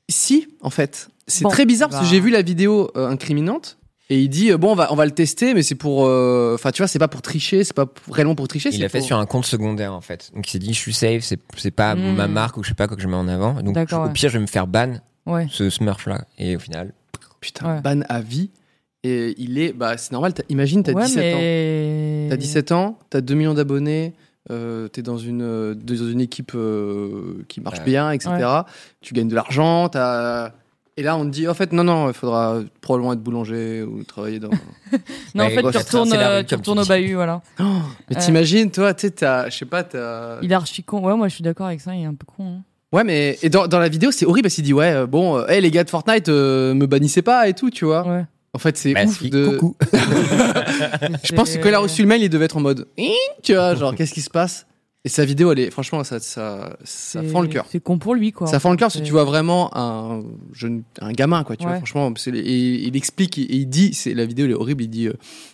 si, en fait. C'est Bon. très bizarre parce que Bah. j'ai vu la vidéo euh, incriminante et il dit euh, bon on va on va le tester mais c'est pour euh, enfin tu vois c'est pas pour tricher c'est pas pour- réellement pour tricher Il c'est l'a fait pour- sur un compte secondaire en fait. Donc il s'est dit je suis safe, c'est c'est pas Hmm. ma marque ou je sais pas quoi que je mets en avant. Donc D'accord, je- ouais. au pire je vais me faire ban Ouais. ce smurf là. Et au final, putain Ouais. ban à vie et il est bah c'est normal t'as- imagine t'as ouais, 17 ans mais... t'as 17 ans t'as 2 millions d'abonnés euh, t'es dans une euh, dans une équipe euh, qui marche Ouais. bien etc tu gagnes de l'argent t'as et là on te dit en fait non non il faudra probablement être boulanger ou travailler dans Non, en Ouais, fait, gauche, tu à retournes, traverser la euh, rue, tu comme retournes tu au dis. bahut, voilà. mais Euh. t'imagines toi tu sais t'as je sais pas t'as Il est archi con. Ouais, moi, je suis d'accord avec ça, il est un peu con. hein. Ouais, mais et dans, dans la vidéo, c'est horrible parce qu'il dit Ouais, euh, bon, euh, hey, les gars de Fortnite, euh, me bannissez pas et tout, tu vois. Ouais. En fait, c'est ouf merci, de. bah, coucou. Je pense que quand il Euh. a reçu le mail, il devait être en mode Hein Tu vois, genre, qu'est-ce qui se passe Et sa vidéo, elle est. Franchement, ça, ça, ça C'est- fend le cœur. C'est con pour lui, quoi. Ça fend le cœur parce que C'est- tu vois vraiment un, jeune, un gamin, quoi. Tu vois, Ouais. franchement, c'est- et il explique et il dit, c'est la vidéo, elle est horrible. Il dit, euh,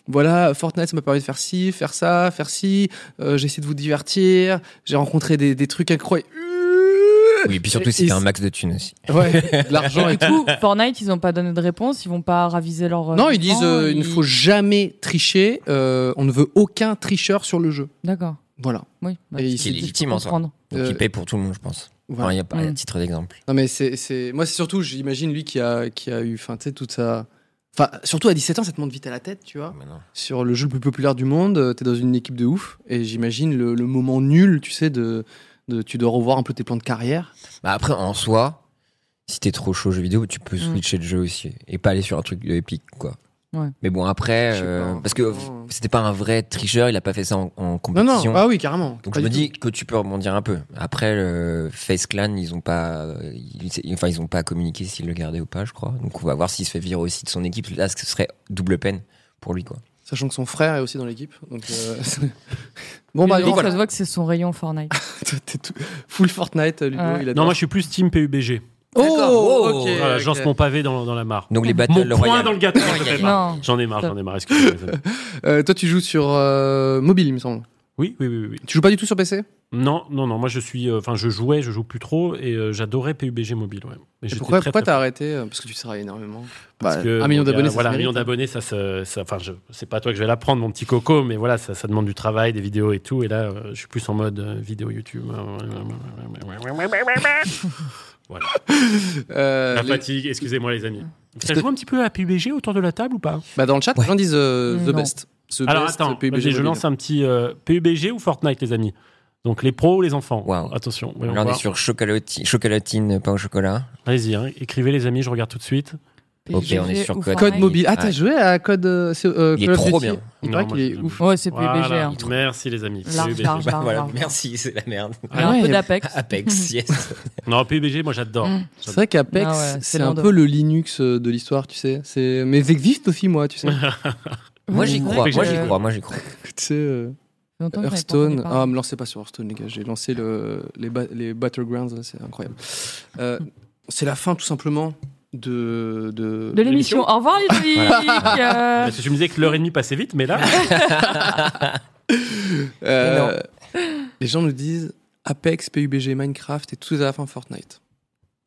voilà, Fortnite, ça m'a permis de faire ci, faire ça, faire ci. euh, j'ai essayé de vous divertir. J'ai rencontré des, des trucs incroyables. Oui, et puis surtout Et- c'était et- un max de thunes aussi. Ouais, de l'argent et Du coup, Fortnite, ils ont pas donné de réponse, ils vont pas raviser leur. euh, Non, ils disent écran, euh, il ne ils- faut jamais tricher. euh, on ne veut aucun tricheur sur le jeu. D'accord. Voilà. Oui. bah, Et il s'est c'est- c'est- je peux légitime en soi. comprendre. Donc Euh, il paye pour tout le monde, je pense. Enfin, Voilà. il y a pas Hmm. à titre d'exemple. Non mais c'est c'est moi c'est surtout j'imagine lui qui a qui a eu enfin tu sais toute sa Enfin, surtout à 17 ans, ça te monte vite à la tête, tu vois. Mais non. Sur le jeu le plus populaire du monde, euh, t'es dans une équipe de ouf. Et j'imagine le, le moment nul, tu sais, de, de. Tu dois revoir un peu tes plans de carrière. Bah après, en soi, si t'es trop chaud jeu vidéo, tu peux switcher de jeu aussi et pas aller sur un truc de Epic, quoi. Ouais. Mais bon, après, Je sais euh, pas, hein. parce que franchement. c'était pas un vrai tricheur, il a pas fait ça en, en Non, compétition. non, ah oui, carrément. Donc Pas je me du dis que tu peux rebondir un peu. Après, le Face Clan, ils ont pas, ils- enfin ils ont pas communiqué s'ils le gardaient ou pas, je crois. Donc on va voir s'il se fait virer aussi de son équipe. Là, ce serait double peine pour lui, quoi. tout. Sachant que son frère est aussi dans l'équipe. Donc. euh, bon, bah, Ludo, voilà. ça se voit que c'est son rayon Fortnite. Toi, t'es tout- Full Fortnite, Ludo, Ah. Ouais. il a. Non, moi je suis plus Team PUBG. Oh, D'accord. ok. Et, Voilà, ok. je lance euh, mon pavé dans, dans la mare. Donc les Mon battles point royales. dans le gâteau. je sais pas. non. J'en ai marre, j'en ai marre. Excusez-moi. Euh, toi, tu joues sur euh, mobile, il me semble. Oui, oui, oui, oui, oui. Tu joues pas du tout sur PC Non, non, non. Moi, je suis. euh, Enfin, je jouais, je joue plus trop, et euh, j'adorais PUBG mobile. Ouais. Mais Et j'étais Pourquoi très, pourquoi très t'as arrêté euh, Parce que tu travailles énormément. Parce Bah, que, un million bon, il y a- d'abonnés, ça voilà, se un million mérite, hein. d'abonnés, ça, se- ça- enfin, je, c'est pas toi que je vais la prendre, mon petit coco, mais voilà, ça, ça demande du travail, des vidéos et tout, et là, euh, je suis plus en mode euh, vidéo YouTube. voilà. Euh, La les- fatigue, excusez-moi les amis. Est-ce Ça que- joue un petit peu à PUBG autour de la table ou pas bah, dans le chat, les gens disent euh, The Non. Best. The Alors Best, attends, PUBG vas-y, je mobile. lance un petit euh, PUBG ou Fortnite les amis Donc les pros ou les enfants Waouh. Attention, voyons Là, on est voir. sur chocolatine, chocolatine, pas au chocolat. Allez-y, hein, écrivez les amis, je regarde tout de suite. Ok, on est PUBG sur ou code Code Fortnite. mobile. Ah, t'as Ouais. joué à Code. euh, c'est, euh, Il est Call of trop Duty bien. Il Non, paraît moi, qu'il est je- ouf. Ouais, c'est PUBG. Voilà. hein. Merci les amis. Large, PUBG. large, Bah, large, voilà, large. merci, c'est la merde. Il y a Ah un ouais. peu d'Apex. Apex, yes. Non, PUBG, moi j'adore. Mm. C'est vrai qu'Apex, Ah ouais, c'est c'est un Lando. peu le Linux euh, de l'histoire, tu sais. C'est... Mais existe aussi, moi, tu sais. tu moi j'y Ouais, crois, Mmh. Euh, moi PUBG. j'y crois, moi j'y crois. sais euh, Ça fait longtemps que j'en ai pas entendu Hearthstone. parler. Ah, me lancez pas sur Hearthstone, les gars. J'ai lancé le, les, ba- les Battlegrounds, là, c'est incroyable. Euh, c'est la fin, tout simplement, de. De, de l'émission. Au revoir Ludovic. Euh, Parce que tu me disais que l'heure et demie passait vite, mais là, Euh, les gens nous disent Apex, PUBG, Minecraft et tout à la fin Fortnite.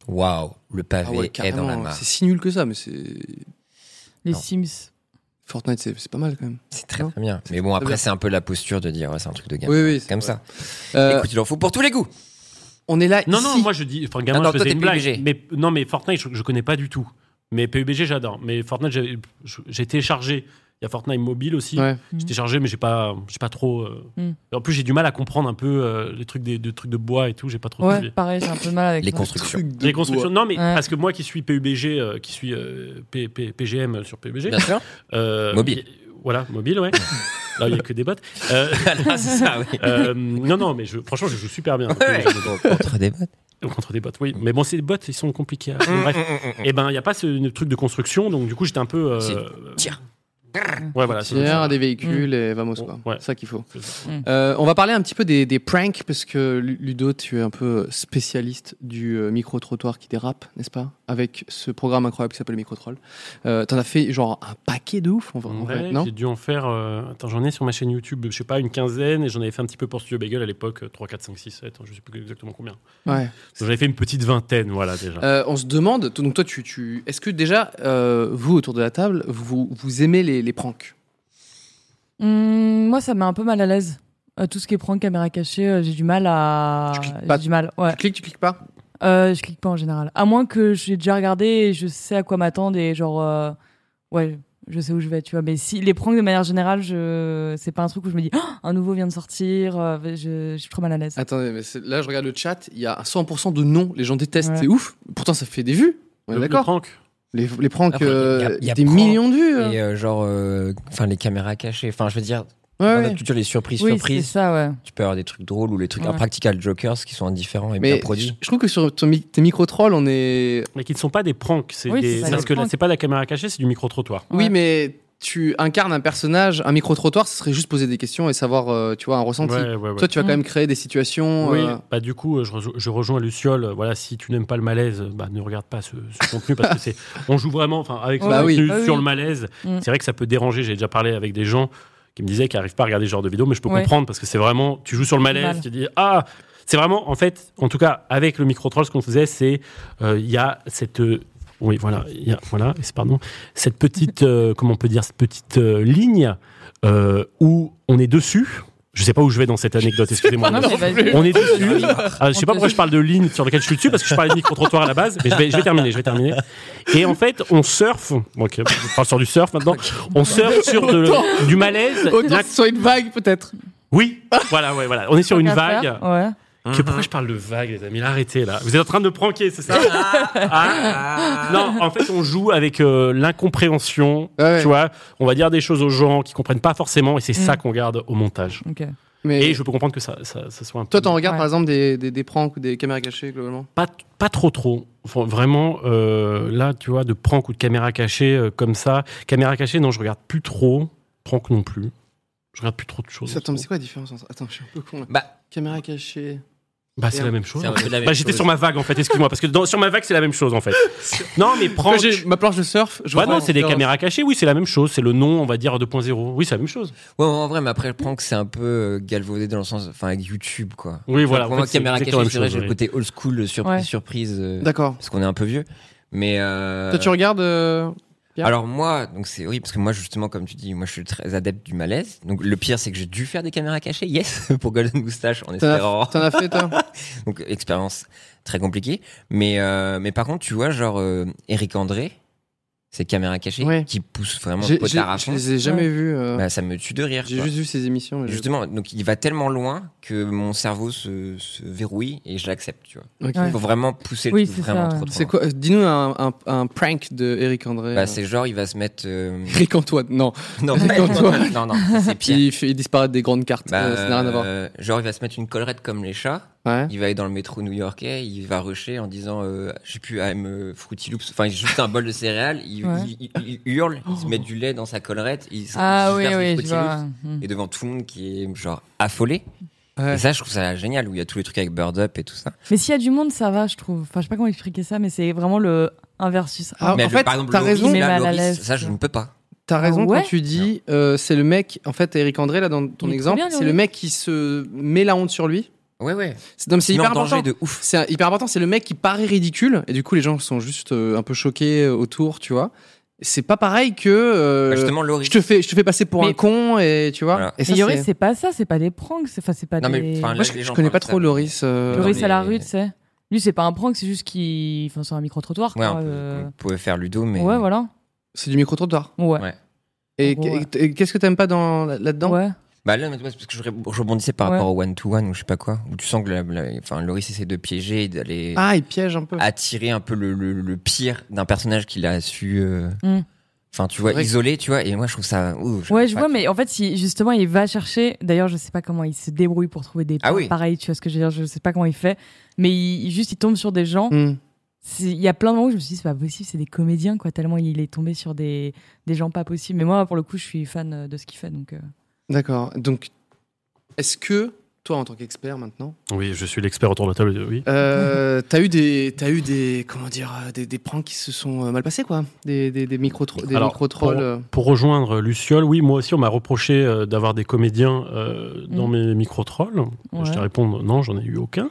Ah Waouh, le pavé est dans la carrément. mare. C'est si nul que ça, mais c'est. Les Non. Sims. Fortnite, c'est c'est pas mal quand même. C'est très très bien. Mais bon, bien. après, c'est un peu la posture de dire, ouais, c'est un truc de gamin. Oui, oui, c'est Comme vrai. ça. Euh, Écoute, il en faut pour tous les goûts. on est là. Non, ici. non, moi je dis. Enfin, gamin, Ah non, je toi, faisais t'es une blague. PUBG. Mais, non, mais Fortnite, je, je connais pas du tout. Mais PUBG, j'adore. Mais Fortnite, j'avais- je- j'ai téléchargé. Il y a Fortnite mobile aussi. Ouais. J'ai téléchargé, mais j'ai pas, j'ai pas trop. euh, Mm. En plus, j'ai du mal à comprendre un peu euh, les trucs des, des trucs de bois et tout. J'ai pas trop. Ouais, suivi. pareil, j'ai un peu de mal avec Les ça. constructions. Truc de Les constructions. bois. Non, mais Ouais. parce que moi qui suis PUBG, euh, qui suis euh, P- P- PGM sur PUBG. Bien sûr. euh, Mobile. y- Voilà, mobile, ouais. Là, il y a que des bots. Euh, Voilà, c'est ça, oui. euh, non, non, mais je, franchement, je joue super bien. Ouais. Contre des bottes. Contre des bots, oui. Mais bon, ces bots, ils sont compliqués. à- Bref. Et ben, il n'y a pas ce truc de construction, donc du coup, j'étais un peu. euh, C'est- euh, Tire. Ouais, voilà. c'est- Oh, Tiens, des véhicules Mm. et vamos quoi. Ouais. C'est ça qu'il faut. c'est- c'est- Euh, on va parler un petit peu des, des pranks parce que Lu- Ludo, tu es un peu spécialiste du euh, micro-trottoir qui dérape, n'est-ce pas Avec ce programme incroyable qui s'appelle Microtroll. Euh, T'en as fait genre un paquet de ouf en vrai, en vrai, Ouais, non J'ai dû en faire. euh, Attends, j'en ai sur ma chaîne YouTube, je sais pas, une quinzaine, et j'en avais fait un petit peu pour Studio Bagel à l'époque, euh, 3, 4, 5, 6, 7, je sais plus exactement combien. Donc, Ouais. J'en avais fait une petite vingtaine, voilà, déjà. Euh, on se demande, t- donc toi, tu, tu, est-ce que déjà, euh, vous autour de la table, vous, vous aimez les, les pranks Hum, moi, ça me met un peu mal à l'aise. Euh, tout ce qui est prendre caméra cachée, euh, j'ai du mal à. Tu cliques pas. J'ai du mal, ouais. Tu cliques, tu cliques pas Euh, je clique pas en général. À moins que j'ai déjà regardé et je sais à quoi m'attendre et genre. euh, ouais, je sais où je vais, tu vois. Mais si les pranks de manière générale, je... c'est pas un truc où je me dis Oh, un nouveau vient de sortir, euh, je... je suis trop mal à l'aise. Attendez, mais c'est- là, je regarde le chat, il y a 100% de non, les gens détestent, Ouais. c'est ouf. Pourtant, ça fait des vues, on est Le- le d'accord prank. les, les pranks, Après, il y a- euh, il y a des prank millions de vues. hein. Et euh, genre, euh, enfin, les caméras cachées. Enfin, je veux dire, Ouais, dans ouais. notre culture, les surprises, oui, c'est surprises. ça, ouais. Tu peux avoir des trucs drôles ou les trucs Ouais. impractical jokers qui sont indifférents et bien Mais je, produits. je trouve que sur ton mi- tes micro-trolls, on est. Mais qui ne sont pas des pranks. C'est Oui, des... c'est ça, Parce des que là, pranks. c'est pas la caméra cachée, c'est du micro-trottoir. Ouais. Oui, mais tu incarnes un personnage, un micro-trottoir, ce serait juste poser des questions et savoir, euh, tu vois, un ressenti. Ouais, ouais, ouais. Toi, tu vas quand Mm. même créer des situations. Oui, euh, bah du coup, euh, je, rejo- je rejoins Luciole. euh, Voilà, si tu n'aimes pas le malaise, euh, bah, ne regarde pas ce, ce contenu parce que c'est, on joue vraiment, enfin, avec ce Bah oui. contenu Ah oui. sur le malaise. Mm. C'est vrai que ça peut déranger. J'ai déjà parlé avec des gens qui me disaient qu'ils n'arrivent pas à regarder ce genre de vidéo, mais je peux Ouais. comprendre parce que c'est vraiment, tu joues sur le malaise, Mal. tu dis ah. C'est vraiment, en fait, en tout cas, avec le micro troll, ce qu'on faisait, c'est euh, il y a cette euh, oui, voilà, il y a- voilà, et c'est- pardon, cette petite, euh, comment on peut dire, cette petite euh, ligne euh, où on est dessus. Je sais pas où je vais dans cette anecdote, excusez-moi. Ah, Non, mais vas-y. On est dessus. Ah, je On sais pas pourquoi te- je parle de ligne sur laquelle je suis dessus parce que je parlais de micro-trottoir à la base, mais je vais, je vais terminer, je vais terminer. Et en fait, on surfe. bon, Ok, on parle sur du surf maintenant. On surfe sur de- du malaise. Autant la- que ce soit une vague, peut-être. Oui, voilà, ouais, voilà. On est sur une Tant qu'à vague. Mhm. faire, Ouais. Que pourquoi je parle de vague, les amis Là, Arrêtez là. Vous êtes en train de me pranker, c'est ça Ah. Non, en fait, on joue avec euh, l'incompréhension. Ah Ouais. Tu vois, on va dire des choses aux gens qui comprennent pas forcément, et c'est ça qu'on garde au montage. Ok. Mais Et je peux comprendre que ça, ça, ça soit un peu. toi, t'en regardes Ouais. par exemple des, des, des pranks ou des caméras cachées globalement pas, pas trop trop. Enfin, vraiment, euh, là, tu vois, de prank ou de caméra cachée euh, comme ça. Caméra cachée, non, je regarde plus trop. Prank non plus. Je regarde plus trop de choses. Ça tombe, c'est quoi la différence entre- Attends, je suis un peu con là. Bah, Caméra cachée. Bah, c'est la même chose. C'est un peu la même Bah, j'étais chose. sur ma vague en fait, excuse-moi, parce que dans- sur ma vague, c'est la même chose en fait. non, mais prank. Moi, j'ai ma planche de surf, je Ouais, vois non, c'est des différence. caméras cachées, oui, c'est la même chose. C'est le nom, on va dire, 2.0. Oui, c'est la même chose. ouais, ouais, en vrai, mais après, je prends que c'est un peu euh, galvaudé dans le sens, enfin, avec YouTube, quoi. Oui, voilà, Pour en moi, fait, c'est caméra cachée, exactement la c'est vrai, même j'ai le chose, côté old school, euh, surprise, Ouais. surprise, euh, D'accord. parce qu'on est un peu vieux. Mais. euh, Toi, tu regardes. euh, Pierre Alors moi, donc c'est horrible parce que moi justement, comme tu dis, moi je suis très adepte du malaise. Donc le pire, c'est que j'ai dû faire des caméras cachées, yes, pour Golden Moustache en T'en espérant. as, t'en as fait, toi Donc expérience très compliquée. Mais euh, mais par contre, tu vois, genre euh, Eric André, ces caméras cachées Ouais. qui poussent vraiment le J'ai- j'ai- potard à Je fond. les ai jamais vus. euh, Bah, ça me tue de rire. J'ai quoi. juste vu ces émissions. mais je- Justement, donc il va tellement loin que mon cerveau se, se verrouille et je l'accepte. Tu vois. Ok. Ouais. Il faut vraiment pousser Oui, le truc c'est vraiment ça, trop, ouais. trop C'est loin. quoi euh, Dis-nous un, un, un prank de Eric André. euh, Bah, c'est genre il va se mettre. euh, Eric Antoine, non. Non, Eric non, Antoine. non, non, ça, c'est pire. Il, fait- il disparaît des grandes cartes. Bah, euh, ça n'a rien à voir. euh, genre, il va se mettre une collerette comme les chats. Ouais. Il va aller dans le métro new-yorkais. Il va rusher en disant, euh, je sais plus, I'm euh, Fruity Loops. Enfin, il juste un bol de céréales. Il, Ouais. il- il- il hurle. Il se met du lait dans sa collerette. Il, se- Ah il oui, verse des oui, je Fruity vois. Loops. Mm. Et devant tout le monde qui est genre affolé. Ouais. Et ça, je trouve ça génial où il y a tous les trucs avec Bird Up et tout ça. Mais s'il y a du monde, ça va, je trouve. Enfin, je sais pas comment expliquer ça, mais c'est vraiment le 1 versus 1. Ah, Mais en le- fait, par exemple, t'as Loris, raison. Mais là, mal à Loris, l'aise, ça, je quoi. ne peux pas. T'as Ah raison ouais quand tu dis euh, c'est le mec. En fait, Eric André là dans ton Il est exemple, trop bien, c'est le lui. mec qui se met la honte sur lui. Ouais, ouais. C'est- Non, mais c'est Il est hyper en important. danger de ouf. C'est un- hyper important. C'est le mec qui paraît ridicule et du coup les gens sont juste euh, un peu choqués euh, autour, tu vois. C'est pas pareil que euh, Bah, justement, Loris. je te fais je te fais passer pour Mais- un con et tu vois. Voilà. Et ça, Mais Yoris, c'est- c'est pas ça, c'est pas des pranks, c'est enfin, c'est pas Non, mais, des. enfin, moi là, les je, je gens connais pas parlent de trop ça. Loris. euh, Loris, Loris à la mais- rue, tu sais. Lui, c'est pas un prank, c'est juste qu'il. Enfin, sur un micro-trottoir, Ouais, quoi. on peut- euh. on pouvait faire Ludo, mais. Ouais, voilà. C'est du micro trottoir. Ouais. Ouais. Et, En gros, ouais. et qu'est-ce que t'aimes pas dans là- là-dedans Ouais. Bah là, mais ouais, c'est parce que je ré- je rebondissais par Ouais. rapport au one-to-one ou je sais pas quoi, où tu sens que la- la- enfin, Loris essaie de piéger et d'aller Ah, il piège un peu. attirer un peu le, le- le pire d'un personnage qu'il a su. euh, Mm. Enfin, tu vois, Vrai que- isolé, tu vois, et moi je trouve ça. ouh, j'aime Ouais, je pas, vois, tu mais en fait, si, justement, il va chercher. D'ailleurs, je sais pas comment il se débrouille pour trouver des Ah gens oui. pareils, tu vois ce que je veux dire, je sais pas comment il fait. Mais il, juste, il tombe sur des gens. Mm. Hmm. C'est- Il y a plein de moments où je me suis dit, c'est pas possible, c'est des comédiens, quoi, tellement il est tombé sur des, des gens pas possibles. Mais moi, pour le coup, je suis fan euh, de ce qu'il fait, donc. euh, D'accord. Donc, est-ce que toi, en tant qu'expert maintenant, Oui, je suis l'expert autour de la table, oui. euh, t'as eu des, t'as eu des, comment dire, euh, des, des pranks qui se sont euh, mal passés, quoi Des, des, des micro, des euh, Alors, micro trolls. pour- Pour rejoindre Luciole, oui, moi aussi, on m'a reproché euh, d'avoir des comédiens euh, dans Mm. mes micro-trolls. Ouais. Je te réponds, non, j'en ai eu aucun.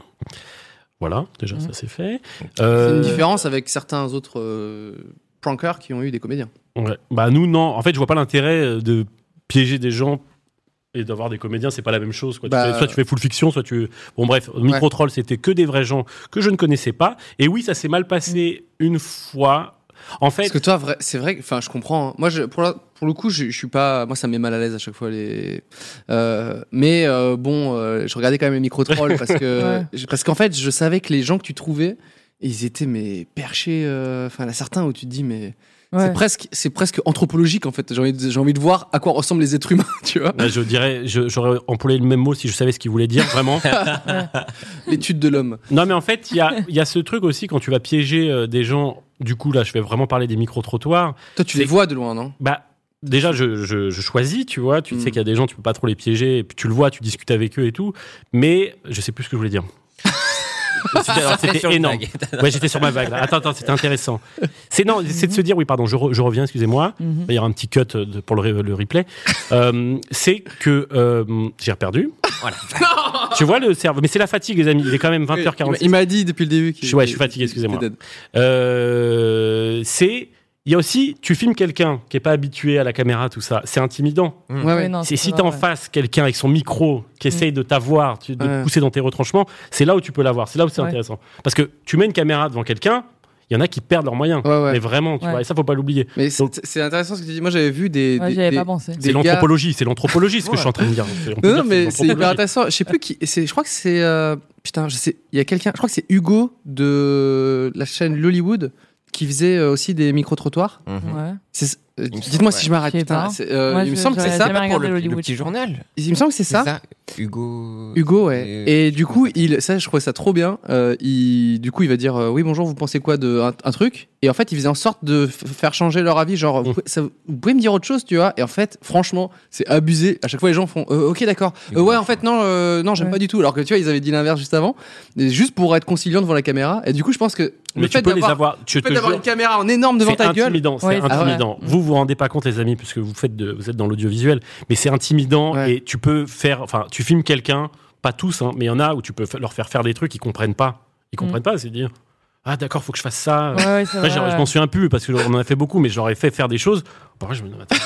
Voilà, déjà, Mm. ça c'est fait. C'est une Euh, différence avec certains autres euh, prankers qui ont eu des comédiens. ouais. Bah, nous, non. En fait, je vois pas l'intérêt euh, de piéger des gens et d'avoir des comédiens, c'est pas la même chose. Quoi. Tu Bah, fais- soit tu fais full fiction, soit tu. Bon, bref, micro-troll, c'était que des vrais gens que je ne connaissais pas. Et oui, ça s'est mal passé une fois. En fait, Mm. Parce que toi, vrai- c'est vrai. que- Enfin, je comprends. hein. Moi, je, pour, la- pour le coup, je, je suis pas. Moi, ça me met mal à l'aise à chaque fois les. euh, mais euh, bon, euh, je regardais quand même les micro trolls parce que Ouais. je- parce qu'en fait, je savais que les gens que tu trouvais, ils étaient mais perchés. euh, Enfin, il y en a certains où tu te dis mais ouais. c'est presque c'est presque anthropologique en fait. J'ai envie de, j'ai envie de voir à quoi ressemblent les êtres humains, tu vois. Bah, je dirais, je- j'aurais employé le même mot si je savais ce qu'il voulait dire, vraiment. L'étude de l'homme. non, mais en fait, il y a, il y a ce truc aussi quand tu vas piéger euh, des gens. Du coup, là, je vais vraiment parler des micro-trottoirs. Toi, tu C'est- les vois de loin, non Bah, déjà, je, je- je choisis, tu vois. Tu Mm. sais qu'il y a des gens, tu peux pas trop les piéger. Et puis tu le vois, tu discutes avec eux et tout. Mais je sais plus ce que je voulais dire. C'était- alors, C'était sur C'était le énorme. tag. Ouais, j'étais sur ma vague. là. Attends, attends, c'était intéressant. C'est non, c'est de se dire, oui, pardon, je, re- je reviens, excusez-moi. Mhm. Il y aura un petit cut euh, de- pour le, re- le replay. Euh, c'est que euh, j'ai perdu. Voilà. Tu vois le cerveau, mais c'est la fatigue, les amis. Il est quand même 20h46. Il m'a dit depuis le début. qu'il Je- ouais, je était- suis fatigué, qu'il était excusez-moi. dead. Euh, c'est Il y a aussi, tu filmes quelqu'un qui est pas habitué à la caméra, tout ça. C'est intimidant. Ouais, ouais. Oui, non, C'est ça si va, t'es en ouais. face quelqu'un avec son micro qui essaye de t'avoir, tu- de te Ouais. pousser dans tes retranchements, c'est là où tu peux l'avoir, c'est là où c'est Ouais. intéressant. Parce que tu mets une caméra devant quelqu'un, il y en a qui perdent leurs moyens. Ouais, ouais. Mais vraiment, tu Ouais. vois, et ça faut pas l'oublier. Mais c'est- Donc- c'est intéressant ce que tu dis. Moi, j'avais vu des. Ouais, des- j'y avais des- pas pensé. des C'est gars- l'anthropologie, c'est l'anthropologie ce que je suis en train de dire. C'est- on peut Non, dire non, que mais c'est hyper l'anthropologie. intéressant. Je sais plus qui. c'est- Je crois que c'est. euh, putain, je sais. Il y a quelqu'un. Je crois que c'est Hugo de la chaîne Lollywood qui faisait euh, aussi des micro-trottoirs. Mhm. Ouais. C'est- euh, me semble, Dites-moi ouais. si je m'arrête. Je sais putain. pas. C'est, euh, Moi, il me je- semble que c'est j'aurais ça. jamais- Pour le, regardé le Hollywood, petit je crois. journal. Il me semble que c'est ça. Hugo. Hugo, ouais. euh, Et- Et du coup, il, ça, je trouvais ça trop bien. Euh, il, du coup, il va dire euh, Oui, bonjour, vous pensez quoi de un, un truc Et en fait, il faisait en sorte de f- faire changer leur avis. Genre, vous, pouvez- ça- vous pouvez me dire autre chose, tu vois Et en fait, franchement, c'est abusé. À chaque fois, les gens font Euh, Ok, d'accord. Euh, ouais, en fait, non, euh, non, j'aime Ouais. pas du tout. Alors que tu vois, ils avaient dit l'inverse juste avant. Et juste pour être conciliant devant la caméra. Et du coup, je pense que Mais le tu fait peux les d'avoir avoir, je le te fait d'avoir jure, une caméra en énorme devant c'est ta gueule. Ah intimidant, c'est Ouais, c'est intimidant. Mm. vrai. Vous vous rendez pas compte, les amis, puisque vous faites de, vous êtes dans l'audiovisuel, mais c'est intimidant Ouais. et tu peux faire, enfin, tu filmes quelqu'un, pas tous, hein, mais il y en a où tu peux fa- leur faire faire des trucs ils comprennent pas, Mm. ils comprennent pas, c'est dire ah d'accord, faut que je fasse ça. Ouais, ouais, c'est Moi, j'ai- vrai, je ouais. m'en souviens plus parce qu'on en a fait beaucoup, mais je leur ai fait faire des choses. Bon, je me dis, attends,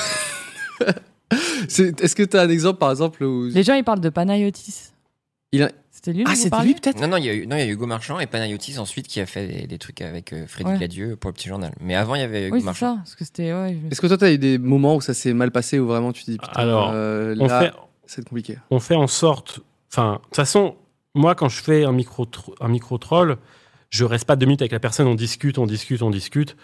C'est- Est-ce que tu as un exemple, par exemple, où. Les gens, ils parlent de Panayotis. Il a- C'était lui dont Ah, vous c'était parliez lui, peut-être Non, non, il y, a eu- non, il y a eu Hugo Marchand et Panayotis ensuite qui a fait des, des trucs avec euh, Freddy Ouais. Gladieux pour le petit journal. Mais avant, il y avait Hugo Oui, c'est Marchand. ça. Parce que c'était. Ouais, je- Est-ce que toi, tu as eu des moments où ça s'est mal passé, où vraiment tu te dis Putain, Alors, euh, on là, fait, c'est compliqué on fait en sorte. Enfin, de toute façon, moi, quand je fais un micro, un micro troll, je reste pas deux minutes avec la personne. On discute, on discute, on discute.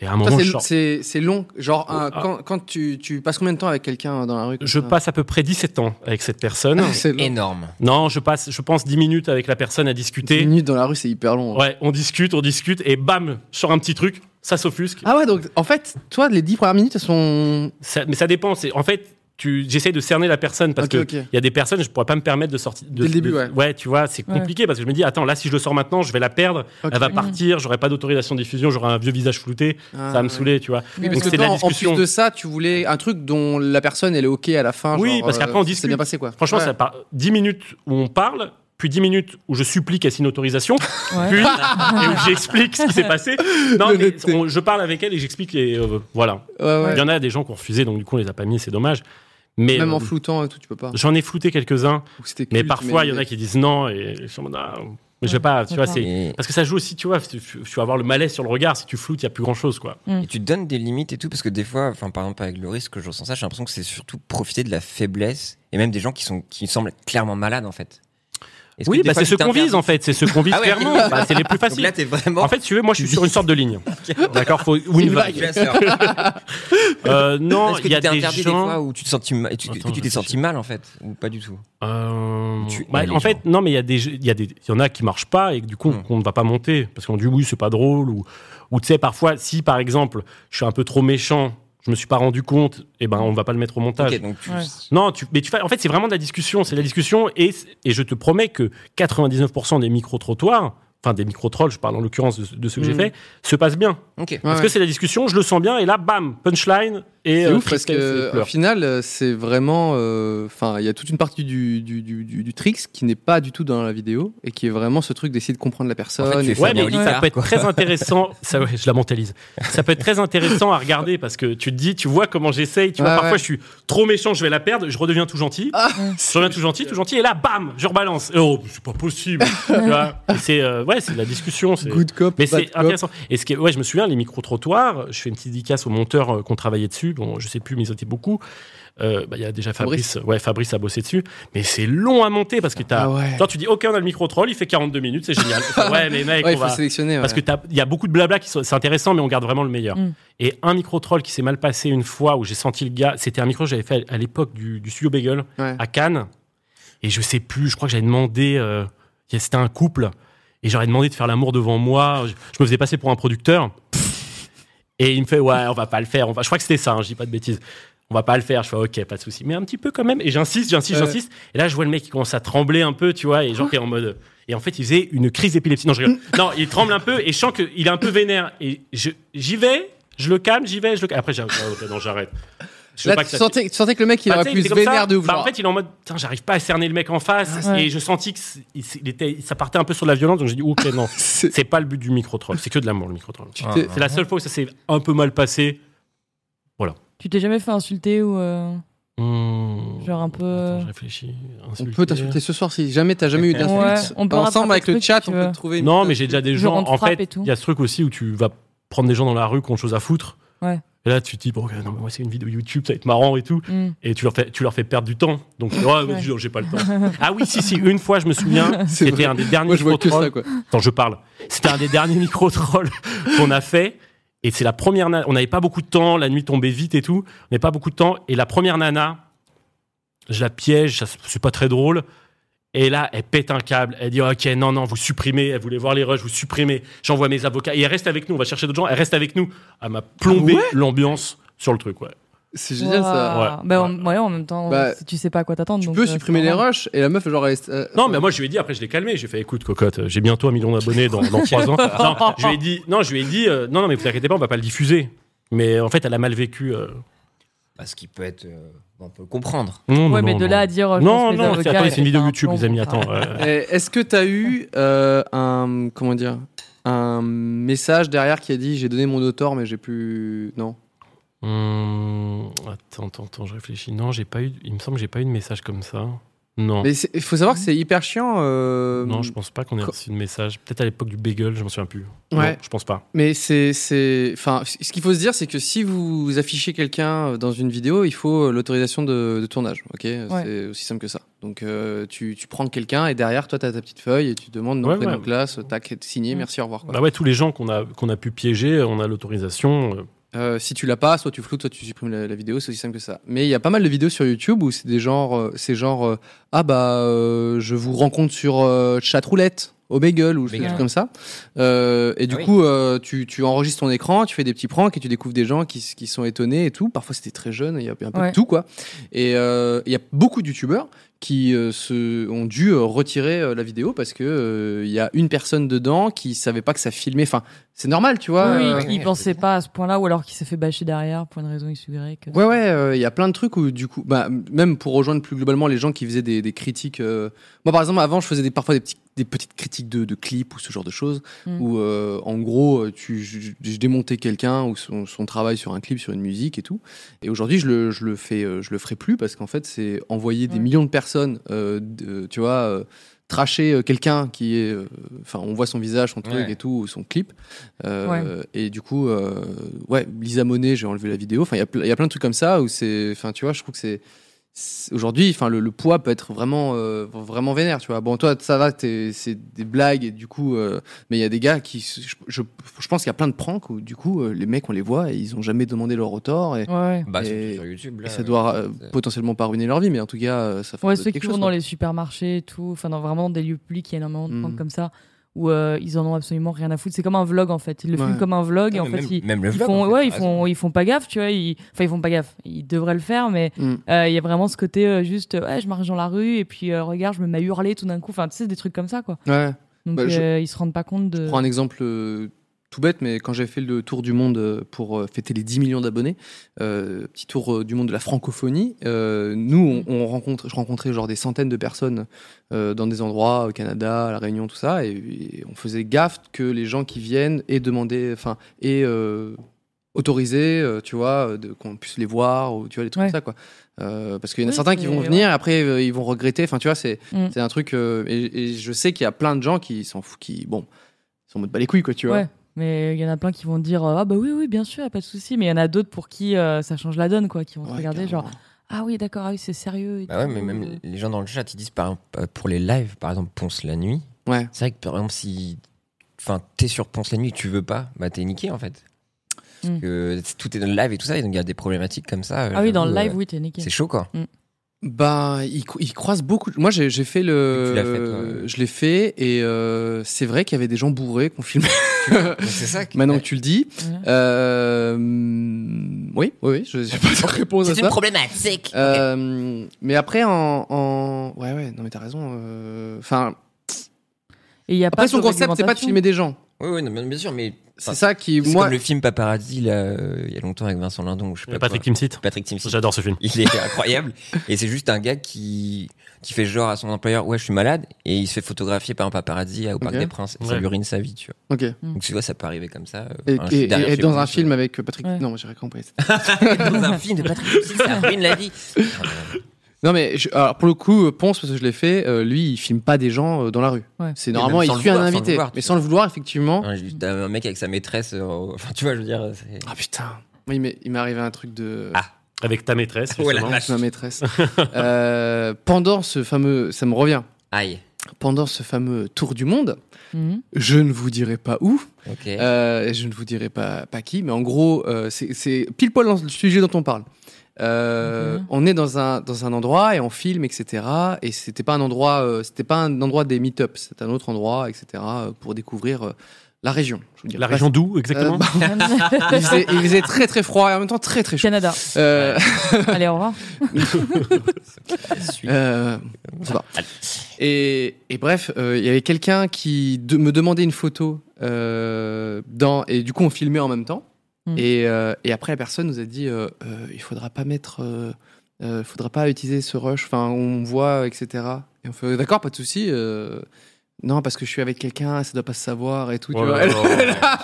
Et à un Ça, moment, c'est- je sors. c'est c'est long. Genre, un- Ah. quand, quand tu, tu passes combien de temps avec quelqu'un dans la rue comme Je ça passe à peu près 17 ans avec cette personne. C'est long. Énorme. non, je passe, je pense 10 minutes avec la personne à Dix discuter. minutes dans la rue, c'est hyper long. Ouais, on discute, on discute, et bam, je sors un petit truc, ça s'offusque. Ah ouais, donc en fait, toi, les dix premières minutes, elles sont. Ça- mais ça dépend. c'est- En fait, tu, j'essaie de cerner la personne parce Ok, que ok. il y a des personnes, je pourrais pas me permettre de sortir. De, Dès le début, de- ouais. tu vois, c'est Ouais. compliqué parce que je me dis, attends, là, si je le sors maintenant, je vais la perdre. Ok. Mm. Elle va Mhm. partir, j'aurai pas d'autorisation de diffusion, j'aurai un vieux visage flouté, Ah, ça va ouais. me saouler, tu vois. Oui, parce Donc, que c'est de toi, la en- en discussion. plus de ça, tu voulais un truc dont la personne, elle est OK à la fin. Oui, genre, parce euh, qu'après, on C'est discute. bien passé, quoi. Franchement, Ouais. ça part 10 minutes où on parle, puis 10 minutes où je supplie qu'elle signe autorisation, Ouais. puis et où j'explique ce qui s'est passé. Non, mais Ah. L'honnêteté. on- je parle avec elle et j'explique, et euh, voilà. Ouais, ouais. Il y en a des gens qui ont refusé, donc du coup, on les a pas mis, c'est dommage. Mais Même en euh, floutant et tout, tu peux pas. j'en ai flouté quelques-uns. Ou c'était Mais culte, parfois, il y en a qui disent non et ils sont en mode, ah, mais je vais pas, tu vois, d'accord. c'est. Et, Parce que ça joue aussi, tu vois, tu, tu- tu vas avoir le malaise sur le regard, si tu floutes, il n'y a plus grand chose, quoi. et tu te donnes des limites et tout, parce que des fois, enfin, par exemple, avec le risque que je ressens ça, j'ai l'impression que c'est surtout profiter de la faiblesse et même des gens qui, sont, qui semblent clairement malades en fait. Est-ce Oui, que des bah, fois, c'est tu ceux qu'on t'interdis- vise, en fait, c'est ceux qu'on vise Ah ouais. clairement, Bah, c'est les plus Donc faciles. là, t'es vraiment. En fait, si tu veux, moi, je suis sur une sorte de ligne. D'accord faut... Ou une vague. Euh, non, Est-ce que il y a tu t'es des interdit des fois gens. où tu te sentis ma- tu- que Attends, tu t'es réfléchis. senti mal en fait ou pas du tout Euh, Tu bah, aimes les en fait, non, mais il y a des, il y a des, il y en a qui marchent pas et que, du coup, Hmm. on ne va pas monter parce qu'on dit oui, c'est pas drôle ou, ou tu sais, parfois, si par exemple, je suis un peu trop méchant, je me suis pas rendu compte, et ben, on va pas le mettre au montage. Ok, donc tu- Ouais. Non, tu, mais tu fais- en fait, c'est vraiment de la discussion. C'est de la discussion et, et je te promets que 99% des micro-trottoirs, enfin des micro-trolls, je parle en l'occurrence de, de ceux que j'ai Mm. fait, se passent bien. Ok. Ouais, Parce ouais. que c'est la discussion, je le sens bien et là, bam, punchline C'est et euh, ouf parce tristesse et que au pleurs. final, euh, c'est vraiment. euh, Enfin, il y a toute une partie du, du, du, du, du tricks qui n'est pas du tout dans la vidéo et qui est vraiment ce truc d'essayer de comprendre la personne. En fait, tu et fais Ouais, Fabien mais ça Olicard, peut être quoi. très intéressant. Ça, ouais, je la mentalise. Ça peut être très intéressant à regarder parce que tu te dis, tu vois comment j'essaye. Tu vois, Ouais, parfois ouais. Ah. je suis trop méchant, je vais la perdre, je redeviens tout gentil. je redeviens tout gentil, tout gentil, et là, bam, je rebalance. Et oh, c'est pas possible. Tu vois, et c'est euh, ouais, c'est de la discussion. c'est- Good cop, Mais bad c'est cop. intéressant. Et ce qui est- ouais, je me souviens, les micro-trottoirs, je fais une petite dédicace aux monteurs euh, qu'on travaillait dessus. Bon, je sais plus, mais ils étaient beaucoup. Euh, bah, Il y a déjà Fabrice. Ouais, Fabrice a bossé dessus. Mais c'est long à monter parce que t'as. Ah ouais. Genre, tu dis, OK, on a le micro-troll, il fait 42 minutes, c'est génial. Enfin, ouais, mais mec, Ouais, on il faut va. sélectionner. Parce que t'as- il y a beaucoup de blabla qui sont, c'est intéressant, mais on garde vraiment le meilleur. Mm. Et un micro-troll qui s'est mal passé une fois où j'ai senti le gars, c'était un micro que j'avais fait à l'époque du, du studio Bagel Ouais. à Cannes. Et je sais plus, je crois que j'avais demandé, euh, c'était un couple, et j'aurais demandé de faire l'amour devant moi. Je, je me faisais passer pour un producteur. Et il me fait, ouais, on va pas le faire. On va... Je crois que c'était ça, hein, je dis pas de bêtises. On va pas le faire. Je fais, ok, pas de souci. Mais un petit peu quand même. Et j'insiste, j'insiste, Ouais. j'insiste. Et là, je vois le mec qui commence à trembler un peu, tu vois, et genre qui est en mode. Et en fait, il faisait une crise d'épilepsie. Non, je rigole. Mm. Non, il tremble un peu et je sens qu'il est un peu vénère. Et je- j'y vais, je le calme, j'y vais, je le calme. Après, j'ai- ah, ok, oh, non, j'arrête. Je veux Là, pas tu, que ça- sentais, tu sentais que le mec, il Bah, aurait tu pu sais, il se était comme ça. vénère de vous. Bah, genre, Ah, en fait, il est en mode, putain, j'arrive pas à cerner le mec en face. Ouais. Et je sentis que c'est- il s- il était, il s'appartait un peu sur la violence. Donc j'ai dit, ok, non, c'est- c'est pas le but du micro-troll. C'est que de l'amour, le micro-troll. tu Ah, t'es- C'est la seule fois où ça s'est un peu mal passé. Tu t'es jamais fait insulter ou. euh, Hmm. Genre euh, un peu- Attends, je réfléchis. On Insulter. peut t'insulter ce soir si jamais t'as jamais eu d'insulte. Ouais, on peut rattraper Ensemble avec ce le truc, chat, tu on peut veux. trouver. une- Non, mais j'ai déjà des Genre, gens. on te En frappe fait, et tout. il y a ce truc aussi où tu vas prendre des gens dans la rue qui ont chose à foutre. Ouais. Et là, tu te dis, bon, euh, non, mais moi, c'est une vidéo YouTube, ça va être marrant et tout. hmm. Et tu leur fais, tu leur fais perdre du temps. Donc, tu dis, oh, mais Ouais. j'ai pas le temps. ah oui, si, si, une fois, je me souviens, C'est vrai. c'était un des derniers Moi, je vois que micro-trolls. ça, quoi. Attends, je parle. C'était un des derniers micro-trolls qu'on a fait. Et c'est la première nana. On n'avait pas beaucoup de temps, la nuit tombait vite et tout. On n'avait pas beaucoup de temps. Et la première nana, je la piège, ça, c'est pas très drôle. Et là, elle pète un câble. Elle dit Ok, non, non, vous supprimez. Elle voulait voir les rushs, vous supprimez. J'envoie mes avocats. Et elle reste avec nous. On va chercher d'autres gens. Elle reste avec nous. Elle m'a plombé l'ambiance sur le truc. Ouais. C'est génial ça. Ouah. Ouais. Bah, en, ouais, en même temps, Bah, tu sais pas à quoi t'attendre. Tu donc, peux euh, c'est supprimer les normal. rushs et la meuf, genre, elle est. euh, Non, mais moi je lui ai dit, après je l'ai calmé, j'ai fait écoute cocotte, euh, j'ai bientôt un million d'abonnés dans, dans trois ans. Non, je lui ai dit, non, je lui ai dit, euh, non, non, mais vous inquiétez pas, on va pas le diffuser. Mais en fait, elle a mal vécu. euh. Parce qu'il peut être. euh, on peut comprendre. Non, non, Ouais, mais non, de non. là à dire. euh, je Non, pense que les non, avocats, attendez, c'est une vidéo un YouTube, plan, les amis, bon, attends. enfin, euh, Et Eh, Est-ce que t'as eu euh, un. Comment dire Un message derrière qui a dit j'ai donné mon auteur, mais j'ai plus. Non. hum, attends, attends, attends, je réfléchis. Non, j'ai pas eu, il me semble que j'ai pas eu de message comme ça. Non. Mais c'est- il faut savoir que c'est hyper chiant. euh, Non, je pense pas qu'on ait reçu de message. Peut-être à l'époque du bagel, je m'en souviens plus. Ouais. Non, je pense pas. Mais c'est, c'est, enfin, ce qu'il faut se dire, c'est que si vous affichez quelqu'un euh, dans une vidéo, il faut euh, l'autorisation de, de tournage, ok C'est aussi simple que ça. Donc euh, tu, tu prends quelqu'un et derrière, toi, t'as ta petite feuille et tu demandes nom, Ouais, prénom, ouais. classe, tac, signé, merci, au revoir. quoi. Bah ouais, tous les gens qu'on a, qu'on a pu piéger, on a l'autorisation. euh, Euh, si tu l'as pas, soit tu floues, soit tu supprimes la, la vidéo, c'est aussi simple que ça. Mais il y a pas mal de vidéos sur YouTube où c'est des genres, euh, c'est genre, euh, ah bah, euh, je vous rencontre sur euh, chat roulette au bagel ou des Bagel. trucs comme ça. Euh, et du Ah oui. coup, euh, tu, tu enregistres ton écran, tu fais des petits pranks et tu découvres des gens qui, s- qui sont étonnés et tout. Parfois c'était très jeune, il y a un peu Ouais. de tout quoi. Et euh, il y a beaucoup de youtubeurs qui euh, se, ont dû euh, retirer euh, la vidéo parce que euh, il y a une personne dedans qui savait pas que ça filmait. Enfin, c'est normal, tu vois. Oui, euh, il pensait pas à ce point-là, ou alors qu'il s'est fait bâcher derrière pour une raison X, Y. euh. Ouais, ouais, il y a plein de trucs où, du coup, bah, même pour rejoindre plus globalement les gens qui faisaient des, des critiques. euh, Moi, par exemple, avant, je faisais des, parfois des, petits- des petites critiques de, de clips ou ce genre de choses, Mm. où, euh, en gros, euh, tu, je, je- je démontais quelqu'un ou son, son travail sur un clip, sur une musique et tout. Et aujourd'hui, je le, je le fais, euh, je le ferai plus parce qu'en fait, c'est envoyer des Ouais. millions de personnes, euh, de- tu vois, euh, tracher euh, quelqu'un qui est, euh, enfin, on voit son visage, son truc Ouais. et tout, ou son clip. Euh, Et du coup, euh, ouais, Lisa Monet, j'ai enlevé la vidéo. Enfin, il y a ple- il y a plein de trucs comme ça où c'est, enfin, tu vois, je trouve que c'est c'est- aujourd'hui, enfin, le, le poids peut être vraiment, euh, vraiment vénère, tu vois. Bon, toi, ça va, t'es- c'est des blagues et du coup, euh, mais il y a des gars qui, se- je, je, je pense qu'il y a plein de pranks où du coup, euh, les mecs, on les voit et ils ont jamais demandé leur retort et, Ouais, ouais. Bah, Et- surtout sur YouTube. Là, et ça doit euh, c'est- potentiellement pas ruiner leur vie, mais en tout cas, euh, ça fait Ouais, peut-être ceux qui quelque vont chose, dans quoi. les supermarchés et tout, enfin dans vraiment des lieux publics, il y a énormément de Mm. pranks comme ça où euh, ils en ont absolument rien à foutre. C'est comme un vlog en fait. Ils le Ouais. filment comme un vlog et Ah, en mais fait même- ils, même le ils vlog, font, en fait, ouais, t'as ils font, ils font pas gaffe, tu vois. Ils, enfin, ils font pas gaffe. Ils devraient le faire, mais Mm. euh, il y a vraiment ce côté euh, juste, euh, ouais, je marche dans la rue et puis euh, regarde, je me mets à hurler tout d'un coup. Enfin, tu sais, des trucs comme ça quoi. Ouais. Donc Bah, je- euh, ils se rendent pas compte de. Je prends un exemple euh, tout bête, mais quand j'ai fait le tour du monde euh, pour euh, fêter les 10 millions d'abonnés, euh, petit tour euh, du monde de la francophonie, euh, nous, on, on rencontre, je rencontrais genre des centaines de personnes euh, dans des endroits, au Canada, à La Réunion, tout ça, et, et on faisait gaffe que les gens qui viennent aient demandé, enfin, et euh, autorisé, euh, tu vois, euh, de- qu'on puisse les voir, ou tu vois, des trucs Ouais. comme ça, quoi. Euh, parce qu'il y en a Oui, certains qui c'est- vont venir, après euh, ils vont regretter, enfin, tu vois, c'est Mm. c'est un truc, euh, et, et je sais qu'il y a plein de gens qui s'en foutent, qui, bon, sont en mode bas les couilles, quoi, tu vois. Ouais, mais il y en a plein qui vont dire euh, ah bah oui oui bien sûr, y a pas de souci. Mais il y en a d'autres pour qui euh, ça change la donne quoi, qui vont te Ouais, regarder carrément. genre ah oui d'accord, ah oui c'est sérieux. et Bah ouais, tout. mais même les gens dans le chat, ils disent par exemple, euh, pour les lives, par exemple, Ponce la nuit. Ouais. C'est vrai que par exemple, si enfin, t'es sur Ponce la nuit, tu veux pas, bah t'es niqué en fait. Parce Mm. que tout est dans le live et tout ça, et donc il y a des problématiques comme ça. euh, Ah oui dans le j'avoue, live euh, oui t'es niqué. C'est chaud quoi. Bah, ils, cro- ils croisent beaucoup. de- Moi, j'ai j'ai fait le. Tu l'as fait, toi, ouais. Je l'ai fait, et euh, c'est vrai qu'il y avait des gens bourrés qu'on filmait. Mais C'est ça. que- Maintenant que tu le dis. Ouais. Euh, oui, oui, oui, je j'ai pas de réponse à ça. problématique. Euh, mais après, en, en- Ouais, ouais, non, mais t'as raison. euh, Enfin, Et il y a après, pas son de concept, c'est pas de réglementation. filmer des gens. Oui, oui, non, bien bien sûr, mais C'est Enfin, ça qui, c'est moi, comme le film Paparazzi, là, euh, il y a longtemps avec Vincent Lindon, ou je sais pas Patrick quoi. Timsit. Patrick Timsit. J'adore ce film. Il est incroyable. Et c'est juste un gars qui, qui fait genre à son employeur, ouais, je suis malade. Et il se fait photographier par un paparazzi à- au Parc Ok. des Princes. Ça Ouais. lui ruine sa vie, tu vois. ok. Et, Donc tu vois, ça peut arriver comme ça. euh, un- et- derrière et chez dans vous, un tu film vois. avec Patrick. Ouais. Non, moi, j'aurais compris. dans un film de Patrick Timsit, ça ruine la vie. Non, mais je- alors, pour le coup, euh, Ponce, parce que je l'ai fait, euh, lui, il filme pas des gens euh, dans la rue. Ouais. C'est Et normalement, même il sans le suit un vouloir, sans le invité. vouloir, tu mais vois. sans le vouloir, effectivement. Ouais, juste un mec avec sa maîtresse. euh, Enfin, tu vois, je veux dire. c'est- Ah putain. Oui, mais il m'est arrivé un truc de. Ah, Avec ta maîtresse. Oh la justement. vache. ma maîtresse. Euh, pendant ce fameux. Ça me revient. Aïe. Pendant ce fameux tour du monde, Mhm. je ne vous dirai pas où, Ok. euh, je ne vous dirai pas, pas qui, mais en gros, euh, c'est- c'est pile poil dans le sujet dont on parle. Euh, Mhm. On est dans un, dans un endroit et on filme, etc. Et c'était pas un endroit, euh, c'était pas un endroit des meet-ups, c'est un autre endroit, etc. euh, Pour découvrir euh, la région. Je vous dirais La pas- région d'où exactement Euh, bah, il, faisait, il faisait très très froid et en même temps très très chaud. Canada. Euh, Allez, au revoir. Suite. euh, ça va. Et, et bref, euh, il y avait quelqu'un qui de- me demandait une photo euh, dans et du coup on filmait en même temps. Mm. Et, euh, et après la personne nous a dit euh, Euh, il faudra pas mettre, euh, euh, faudra pas utiliser ce rush. Enfin on voit etc. Et on fait d'accord pas de souci. euh, non parce que je suis avec quelqu'un ça doit pas se savoir et tout. tu Oh vois. là là.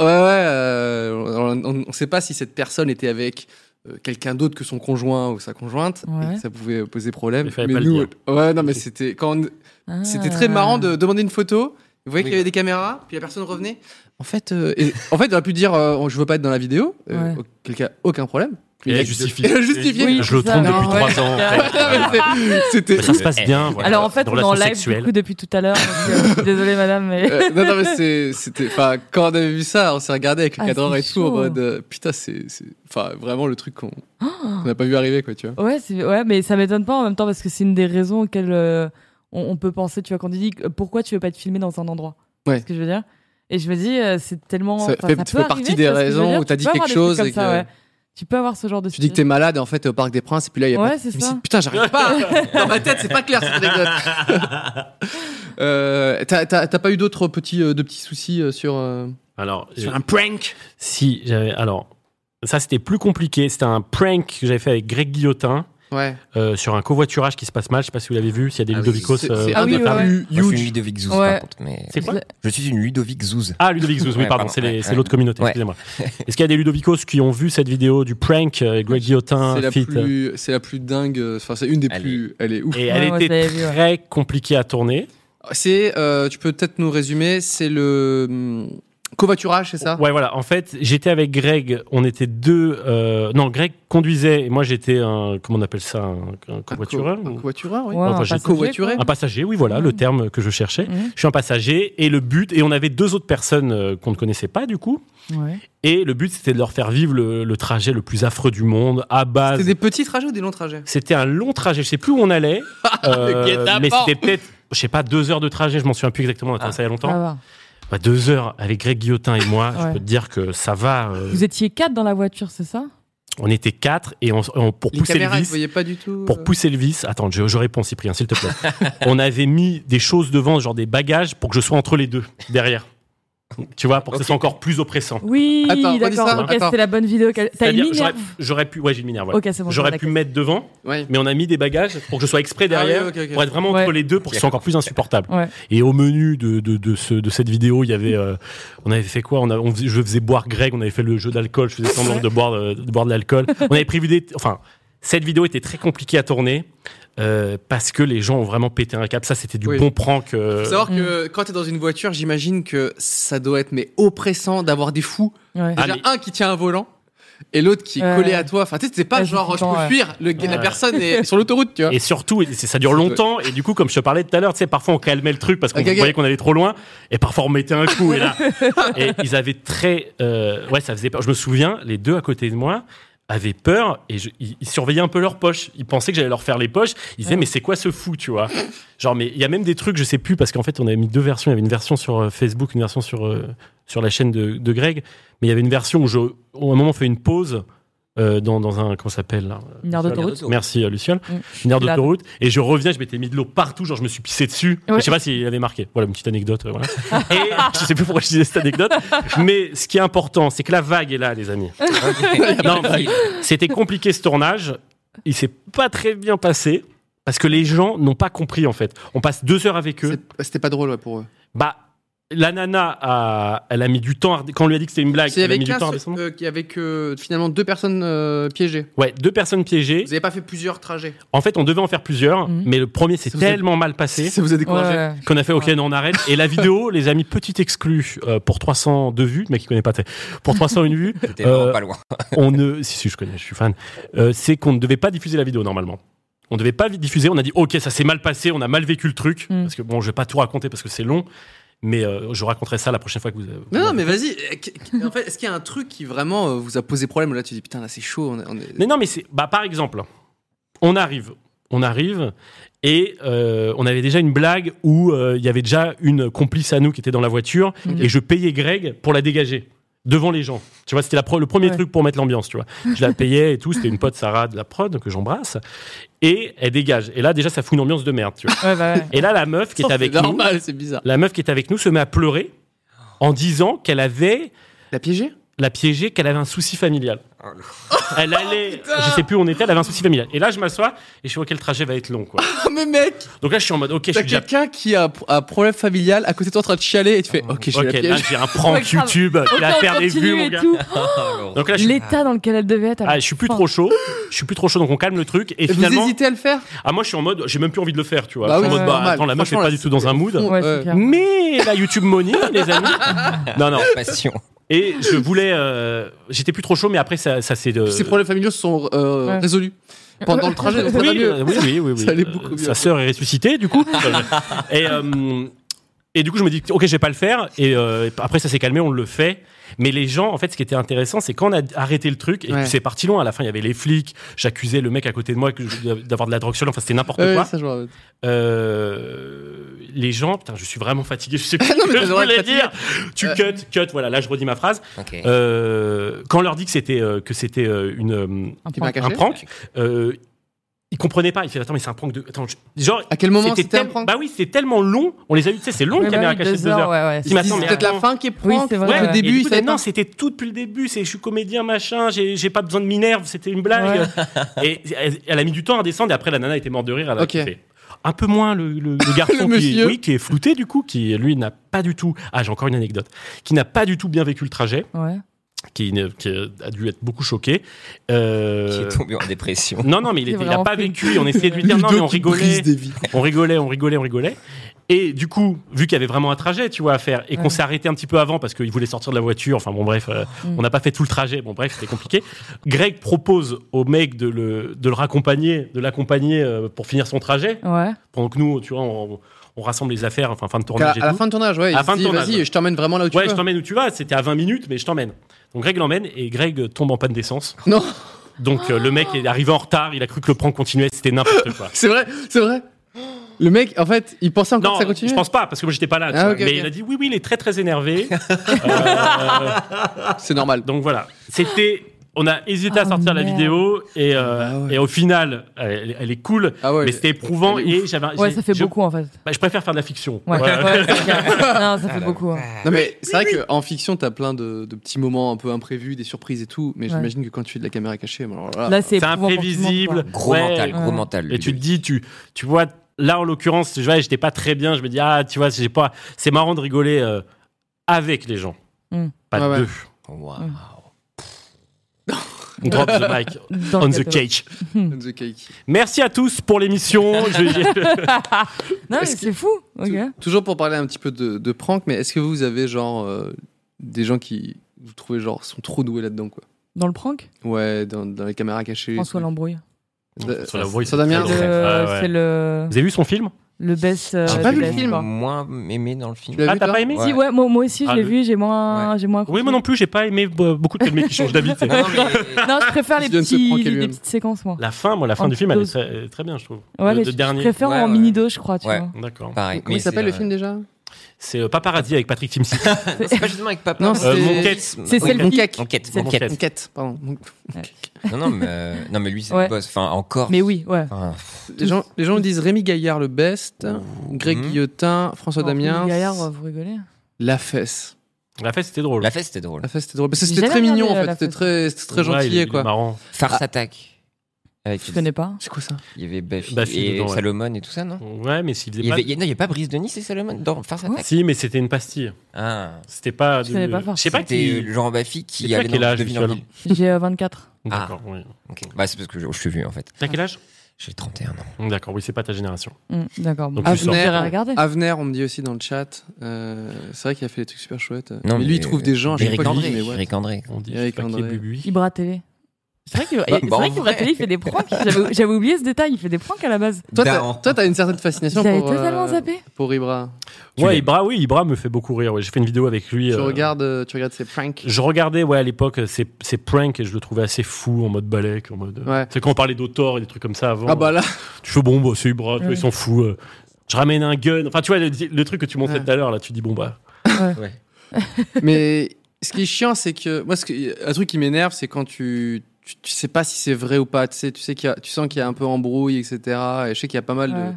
Ouais, ouais. euh, on ne sait pas si cette personne était avec euh, quelqu'un d'autre que son conjoint ou sa conjointe. Ouais. et que ça pouvait poser problème. Il fallait pas le dire. ouais, non, mais c'était quand on- Ah. c'était très marrant de demander une photo. Vous voyez Oui. qu'il y avait des caméras, puis la personne revenait. En fait, euh, et- en fait, on aurait pu dire euh, je veux pas être dans la vidéo. euh, Ouais. auquel cas, aucun problème. Et elle il a- justifie. il a justifié. Oui, Je le c'est ça. trompe Non, depuis ouais. trois ans. Mais c'est- C'était. Mais ça se passe Eh. bien. voilà. Alors en fait, Une on est relation en live sexuelle. du coup, depuis tout à l'heure. donc, euh, Désolée madame, mais Euh, non, non, mais c'est- c'était. Enfin, quand on avait vu ça, on s'est regardé avec le Ah, cadreur c'est et tout en chaud. Oh. mode euh, putain, c'est. c'est- Enfin, vraiment le truc qu'on qu'on n'a pas vu arriver, quoi, tu vois. ouais, c'est- ouais, mais ça m'étonne pas en même temps parce que c'est une des raisons auxquelles euh, on, on peut penser. Tu vois, quand tu dis euh, pourquoi tu veux pas être filmé dans un endroit, Ouais. c'est ce que je veux dire. Et je me dis, euh, c'est tellement. Ça enfin, fait- ça ça peut fait partie arriver, des tu vois ce que je veux raisons dire où t'as Tu dit peux avoir quelque des trucs chose comme et ça, que- ouais. Tu peux avoir ce genre de. Tu dis que t'es malade, et en fait, au Parc des Princes, et puis là, il y a Ouais, pas- c'est Mais ça. Putain, j'arrive pas Dans ma tête, c'est pas clair, cette anecdote euh, T'as t'as- t'as pas eu d'autres petits, euh, de petits soucis euh, sur... euh, Alors, Sur un prank Si, j'avais. Alors, ça c'était plus compliqué. C'était un prank que j'avais fait avec Greg Guillotin Ouais. euh, sur un covoiturage qui se passe mal. Je sais pas si vous l'avez vu, s'il y a des Ah oui, Ludovicos. C'est euh, c'est Ah un oui, des ouais, pas- ouais. Moi, je huge. suis une Ludovic Zouz, Ouais. par contre. Mais... C'est quoi Je suis une Ludovic Zouz. Ah, Ludovicos, oui, Ouais, pardon, pardon, c'est ouais, les- c'est ouais. l'autre communauté, Ouais. excusez-moi. Est-ce qu'il y a des Ludovicos qui ont vu cette vidéo du prank euh, Greg Guillotin C'est la, fit, euh, plus- c'est la plus dingue, euh, enfin c'est une des Elle plus... Elle est ouf. Et elle Ouais, ouais, je était l'avais vu, ouais. très compliquée à tourner. C'est, euh, tu peux peut-être nous résumer, c'est le hum, covoiturage, c'est ça Ouais, voilà. En fait, j'étais avec Greg. On était deux. euh, Non, Greg conduisait et moi j'étais un. Comment on appelle ça Un, Un un co- covoitureur Un ou- covoitureur, oui. Ouais, Enfin, un j'ai passager, covoituré. quoi. Un passager, oui, voilà Mm. le terme que je cherchais. Mhm. Je suis un passager et le but, et on avait deux autres personnes euh, qu'on ne connaissait pas du coup, Ouais. et le but c'était de leur faire vivre le, le trajet le plus affreux du monde à base. C'était des petits trajets ou des longs trajets C'était un long trajet, je sais plus où on allait, Ah, euh, guet-apens. mais c'était peut-être, je sais pas, deux heures de trajet, je m'en souviens plus exactement, attends, Ah. ça il y a Ça longtemps. va. Bah, deux heures avec Greg Guillotin et moi, je Ouais. peux te dire que ça va. euh, Vous étiez quatre dans la voiture, c'est ça on était quatre et on, on- pour Les pousser caméras, le ne vice. voyaient pas du tout Pour euh, pousser le vice, attends, je, je réponds Cyprien, s'il te plaît. on avait mis des choses devant, genre des bagages, pour que je sois entre les deux, derrière. Tu vois, pour que ce Ok. soit encore plus oppressant. Oui, Attends, redis ça, d'accord. Ok, attends. c'était la bonne vidéo. qu'a- T'as une C'est-à-dire, mini j'aurais- J'aurais pu, ouais, j'ai une minerve. ouais. Ok, c'est bon. J'aurais d'accord. pu mettre devant, Ouais. mais on a mis des bagages pour que je sois exprès derrière, Ah oui, ok, ok. pour être vraiment entre Ouais. les deux, pour que ce soit encore plus insupportable. Ouais. Et au menu de, de, de ce- de cette vidéo, il y avait, euh, on avait fait quoi on a- on faisait- Je faisais boire Greg, on avait fait le jeu d'alcool, je faisais semblant de boire euh, de, boire de l'alcool. on avait prévu des, enfin, cette vidéo était très compliquée à tourner euh, parce que les gens ont vraiment pété un cap. Ça, c'était du Oui. bon prank. euh, Faut Mm. savoir que quand t'es dans une voiture, j'imagine que ça doit être mais oppressant d'avoir des fous. Ouais. Ah, Déjà mais- un qui tient un volant et l'autre qui est Ouais. collé à toi. Enfin, tu sais, c'est pas Ouais, c'est genre je flippant, peux ouais. fuir, le- la Ouais. personne est sur l'autoroute, tu vois. Et surtout, et c'est- ça dure longtemps. Et du coup, comme je te parlais tout à l'heure, tu sais, parfois on calmait le truc parce qu'on Ok, ok. voyait qu'on allait trop loin. Et parfois on mettait un coup. et là, et ils avaient très, euh, ouais, ça faisait peur. Je me souviens, les deux à côté de moi avaient peur et je- ils, ils surveillaient un peu leurs poches. Ils pensaient que j'allais leur faire les poches. Ils disaient, mais c'est quoi ce fou, tu vois Genre, mais il y a même des trucs, je sais plus, parce qu'en fait, on avait mis deux versions. Il y avait une version sur euh, Facebook, une version sur euh, sur la chaîne de, de Greg. Mais il y avait une version où je, où à un moment, on fait une pause euh, dans, dans un. Comment ça s'appelle là Une aire d'autoroute. Merci euh, Luciole. Mm. Une aire Là. d'autoroute. Et je reviens, je m'étais mis de l'eau partout, genre je me suis pissé dessus. Ouais. Je sais pas s'il avait marqué. Voilà une petite anecdote. euh, voilà. et je sais plus pourquoi je disais cette anecdote. Mais ce qui est important, c'est que la vague est là, les amis. Non, C'était compliqué ce tournage. Il s'est pas très bien passé parce que les gens n'ont pas compris en fait. On passe deux heures avec eux. C'est- C'était pas drôle ouais, pour eux. Bah, la nana, a, elle a mis du temps. à- Quand on lui a dit que c'était une blague, C'est elle a avec, mis du qu'un temps à seul- descendre. euh, qui- avec euh, finalement deux personnes euh, piégées. Ouais, deux personnes piégées. Vous avez pas fait plusieurs trajets. En fait, on devait en faire plusieurs, Mhm. mais le premier s'est Ça vous a- tellement mal passé. Ça vous a découragé Ouais. qu'on a fait ok non on arrête et la vidéo les amis petit exclu euh, pour 302 vues mais qui connaît pas t'es- pour 301 vues T'es vraiment Euh, pas loin. on ne si si je connais je suis fan Euh, c'est qu'on ne devait pas diffuser la vidéo normalement on devait pas vi- diffuser on a dit ok ça s'est mal passé on a mal vécu le truc Mm. parce que bon je vais pas tout raconter parce que c'est long mais euh, je raconterai ça la prochaine fois que vous, vous Non, non, mais vas-y. euh, qu- qu- En fait, est-ce qu'il y a un truc qui vraiment euh, vous a posé problème Là, tu dis putain, là, c'est chaud. on est- on est- Mais non, mais c'est. Bah, par exemple, on arrive. On arrive. Et euh, on avait déjà une blague où euh, il y avait déjà une complice à nous qui était dans la voiture. Ok. Et je payais Greg pour la dégager devant les gens. Tu vois, c'était la pro- le premier Ouais. truc pour mettre l'ambiance, tu vois. Je la payais et tout. C'était une pote, Sarah, de la prod, que j'embrasse. Et elle dégage. Et là, déjà, ça fout une ambiance de merde, tu vois. Ouais, bah ouais. Et là, la meuf qui est Putain, avec c'est nous, normal, c'est bizarre. la meuf qui est avec nous se met à pleurer en disant qu'elle avait La piégée la piégée, qu'elle avait un souci familial. Oh non. Elle Oh, allait, je sais plus où on était, elle avait un souci familial. Et là, je m'assois et je vois quel trajet va être long. Quoi. Ah, mais mec, Donc là, je suis en mode, ok, je t'as suis déjà. quelqu'un qui a pr- un problème familial à côté de toi en train de chialer et tu fais ok, j'ai la Ah Ok, là, piège. j'ai un prank Ouais, grave. YouTube qui va Autant faire des continuer vues, mon et gars. tout. Donc là, je suis. L'état dans lequel elle devait être. à la Ah, je suis plus fin. trop chaud, je suis plus trop chaud, donc on calme le truc. Et Vous finalement, hésitez à le faire ah, moi je suis en mode, j'ai même plus envie de le faire, tu vois. Bah je oui, suis en mode, c'est bah normal. attends, la meuf est Franchement, pas là, du tout dans un mood. Ouais, Euh, c'est clair. Mais la YouTube Money, les amis. Non, non. Passion. Et je voulais, euh, j'étais plus trop chaud, mais après ça, ça c'est. euh, Ces problèmes familiaux se sont euh, Ouais. résolus pendant le trajet. donc ça va oui, mieux. euh, oui, oui, oui, oui. Ça allait Euh, beaucoup mieux. Sa sœur est ressuscitée, du coup. et, euh, et du coup, je me dis, ok, je vais pas le faire. Et euh, après, ça s'est calmé, on le fait. Mais les gens, en fait, ce qui était intéressant, c'est quand on a arrêté le truc, et Ouais. puis c'est parti loin. À la fin, il y avait les flics. J'accusais le mec à côté de moi que je- d'avoir de la drogue sur lui. Enfin, c'était n'importe Ouais, quoi. ça, je me rappelle. Euh, les gens, putain, je suis vraiment fatigué. Je sais plus Non, ce mais t'as que le je droit voulais d'être dire. Tu Euh. cut, cut. Voilà, là, je redis ma phrase. Ok. Euh, quand on leur dit que c'était euh, que c'était euh, une euh, Un Tu point. m'as caché un prank. Euh, il comprenait pas. Il fait attends mais c'est un prank de attends je- genre À quel moment c'était un tel- prank Bah oui c'était tellement long. On les a eu tu sais c'est long Ouais, une bah caméra oui, cachée de deux deux heures. ouais, ouais. Ils Ils m'attendent, disent mais peut-être la attends. fin qui est Oui, prank. c'est vrai. Ouais, Au et ouais. du début, coup, ils savaient non, pas. c'était tout depuis le début. C'est je suis comédien, machin. J'ai j'ai pas besoin de minerve. C'était une blague. Et elle, elle a mis du temps à descendre. Et après, la nana était morte de rire. Elle a Ok. kiffé. Un peu moins le, le- le Le garçon qui, monsieur. oui, qui est flouté du coup, qui lui n'a pas du tout. Ah, j'ai encore une anecdote. Qui n'a pas du tout bien vécu le trajet, Ouais. qui, ne- qui a dû être beaucoup choqué. Euh, Qui est tombé en dépression. Non, non, mais il C'est était- il a vraiment pas fou. vécu. et On essayait de lui dire non, Ludo mais on qui brise rigolait, des vies. on rigolait, on rigolait, on rigolait. Et du coup, vu qu'il y avait vraiment un trajet, tu vois, à faire, et qu'on Ouais. s'est arrêté un petit peu avant parce qu'il voulait sortir de la voiture. Enfin bon, bref, euh, Mm. on n'a pas fait tout le trajet. Bon, bref, c'était compliqué. Greg propose au mec de le, de le raccompagner, de l'accompagner euh, pour finir son trajet. Ouais. Pendant que nous, tu vois, on, on rassemble les affaires, enfin fin de Donc, À, tournage. à et la tout. fin de tournage, ouais. À la il fin se de dit, tournage, Vas-y, ouais. je t'emmène vraiment là où tu Ouais, je veux. t'emmène où tu vas. C'était à 20 minutes, mais je t'emmène. Donc Greg l'emmène et Greg tombe en panne d'essence. Non, Donc euh, le mec est arrivé en retard. Il a cru que le prank continuait. C'était n'importe quoi. c'est vrai, c'est vrai. Le mec, en fait, il pensait encore Non, que ça continuait. je pense pas, parce que moi j'étais pas là. tu Ah, vois. ok, mais ok. il a dit oui, oui, il est très très énervé. Euh, C'est normal. donc voilà. C'était. On a hésité à Oh, sortir la merde. vidéo et, euh, Ah ouais. et au final, elle, elle est cool, Ah ouais. mais c'était éprouvant elle est et j'avais. Ouais, j'ai- ça fait je, beaucoup en fait. bah, je préfère faire de la fiction. Ouais, Voilà. ouais, c'est clair. Non, ça fait beaucoup. hein. Non mais c'est vrai qu'en fiction t'as plein de, de petits moments un peu imprévus, des surprises et tout, mais Ouais. j'imagine que quand tu fais de la caméra cachée, bon, alors là, Là, c'est C'est éprouvant pour tout le monde, imprévisible. quoi. Gros Ouais. mental, gros Ouais. mental. Et tu te dis, tu, tu vois, là en l'occurrence, je vois, j'étais pas très bien. Je me dis, ah, tu vois, j'ai pas. C'est marrant de rigoler euh, avec les gens, Mm. pas Hmm. Ouais, ouais. deux. Waouh. Mm. Drop the mic Dans le on the catalogue. cake. on the cake. Merci à tous pour l'émission. Je- Non, mais Est-ce c'est fou. Ok. Tou- Toujours pour parler un petit peu de, de prank, mais est-ce que vous avez genre euh, des gens qui vous trouvez genre sont trop doués là-dedans quoi Dans le prank, Ouais, dans, dans les caméras cachées. François Lambrouille. Euh, Sur la voix, il Sur fait Damien très Le- drôle. Ouais, ouais. C'est le, Vous avez vu son film le best. euh, J'ai pas du vu le best, film. quoi. Moins aimé dans le Tu film. l'as Ah, vu, t'as toi pas aimé Si, ouais, moi, moi aussi, je Ah, l'ai le- vu, j'ai moins, j'ai moins. Oui, moi non plus, j'ai pas aimé euh, beaucoup de films qui changent d'avis. tu sais. Ah Non, mais- Non, je préfère les, Je viens de se petits, pranker les lui-même. petites séquences, moi. La fin, moi, la fin du film, elle est très, très bien, je trouve. Ouais, le mais le je- je dernier. préfère Ouais, en ouais. mini-dose, je crois, tu Ouais. vois. D'accord. Pareil. Comment il mais euh, s'appelle c'est- le film déjà C'est euh, Paparazzi avec Patrick Timsit. Ah, C'est pas justement avec papa. Non, Euh, C'est- Monquette. C'est Monquette. Selfie. Monquette. Enquête, C'est- enquête. Enquête, pardon. Monquette. Non, non, mais, euh, non, mais lui, c'est Ouais. le boss. Enfin, encore. Mais oui, ouais. Enfin, Les gens, les gens disent Rémi Gaillard le best, Mmh. Greg Mhm. Guillotin, François Alors, Damien, Rémi Gaillard, euh, vous rigolez. La Fesse. La fête, c'était drôle. la fête, c'était drôle. La Fesse, c'était drôle. Parce que J'ai c'était très jamais regardé, mignon en euh, fait, La c'était Fesse. très, c'était très Ouais, il est- gentillet il est quoi. marrant. Farce Attack. Avec, Je connais pas. C'est quoi ça Ah. Il y avait Buffy, Buffy et Bah, dedans, ouais. Salomon et tout ça, non Ouais, mais s'il faisait il y, pas- avait, il y a- non, il y a pas Brice Denis et Salomon dans Farce Quoi Attack. Si, mais c'était une pastille. Ah. C'était pas. Je de- connais pas forcément. Je sais pas C'était qui. le Laurent Baffy qui C'est toi avait quel dans- âge, de Villeneuve. Michel J'ai euh, 24. D'accord, oui. Ok. Bah, c'est parce que je, je suis vu en fait. T'as quel âge J'ai 31 ans. D'accord, oui, c'est pas ta génération. Hmm, D'accord. Donc, bon. tu sors. J'irai Avenir. regarder. Avener, on me dit aussi dans le chat. euh, c'est vrai qu'il a fait des trucs super chouettes. Non, mais lui, il trouve des gens à chaque Eric fois qu'il dit, André. mais ouais. Eric André. On dit, Eric je sais pas qui est André. Bubu. Ibra TV. C'est vrai que- c'est bah, en vrai qu'Ibra vrai. TV, il fait des pranks. J'avais- J'avais oublié ce détail, il fait des pranks à la base. Toi, t'as- Daron. toi, t'as une certaine fascination J'avais pour, euh, totalement zappé. pour Ibra. Tu Ouais, l'aimes. Ibra, oui, Ibra me fait beaucoup rire. ouais. J'ai fait une vidéo avec lui. Tu euh, regardes, euh, tu regardes ses pranks. Je regardais, ouais, à l'époque, euh, ses, ses pranks et je le trouvais assez fou en mode balèque. En mode... Ouais. C'est quand on parlait d'auteur et des trucs comme ça avant. Ah bah Mm. là, Tu fais bon, bah, c'est Ibra, tu vois, Ouais. ils s'en fout. euh, Je ramène un gun. Enfin, tu vois, le, le truc que tu montrais Ouais. tout à l'heure, là, tu dis bon, bah. Mais ce qui est chiant, c'est que moi, ce que- un truc qui m'énerve, c'est quand tu, tu tu sais pas si c'est vrai ou pas. Tu sais, tu sais qu'il y a, tu sens qu'il y a un peu embrouille, etc. Et je sais qu'il y a pas mal Ouais.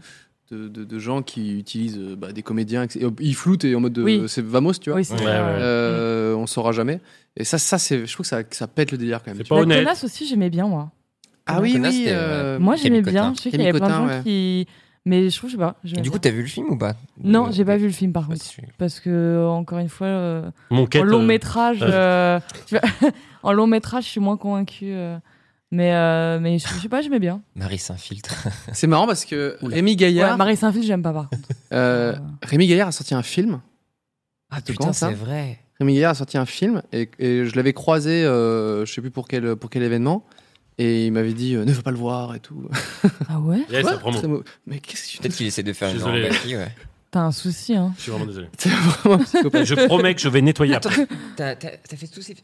de, de, de- de gens qui utilisent euh, bah, des comédiens, etc. ils floutent et en mode de, Oui. c'est Vamos, tu vois. Oui, c'est Mm. Ouais, ça, ouais, ouais. Euh, On saura jamais. Et ça, ça c'est, je trouve que ça, que ça pète le délire quand même. C'est tu pas vois. La honnête. connasse bah, aussi, j'aimais bien, moi. ah oui, Connasse, oui. c'était, euh, Moi, j'aimais Camille bien. Cotin. Je sais qu'il y Camille avait plein de Cotin, gens ouais. qui. Mais je trouve, je sais pas. Et j'aimais du coup, bien. t'as vu le film ou pas non, Euh, j'ai pas vu le film par bah, contre. si. Parce que, encore une fois, euh, en Monquette. long euh, métrage, euh. euh, tu vois, en long métrage, je suis moins convaincue. euh, mais, euh, mais je, je sais pas, j'aimais bien. Marie s'infiltre. C'est marrant parce que Oula. Rémi Ouais, Gaillard, Marie Saint-Phil, j'aime pas par contre. euh, Rémi Gaillard a sorti un film. Ah putain, comment ça c'est vrai. Rémi Gaillard a sorti un film et, et je l'avais croisé, euh, je sais plus pour quel, pour quel événement, et il m'avait dit euh, ne faut pas le voir et tout. Ah ouais yeah, Quoi ça Eh, promo. Très mauvais. Mais qu'est-ce que tu Peut-être qu'il essaie de faire une Désolé. Laurent Baffy, ouais. T'as un souci, hein. Je suis vraiment désolé. T'es vraiment un psychopathe. Je promets que je vais nettoyer après. T'as fait tous ces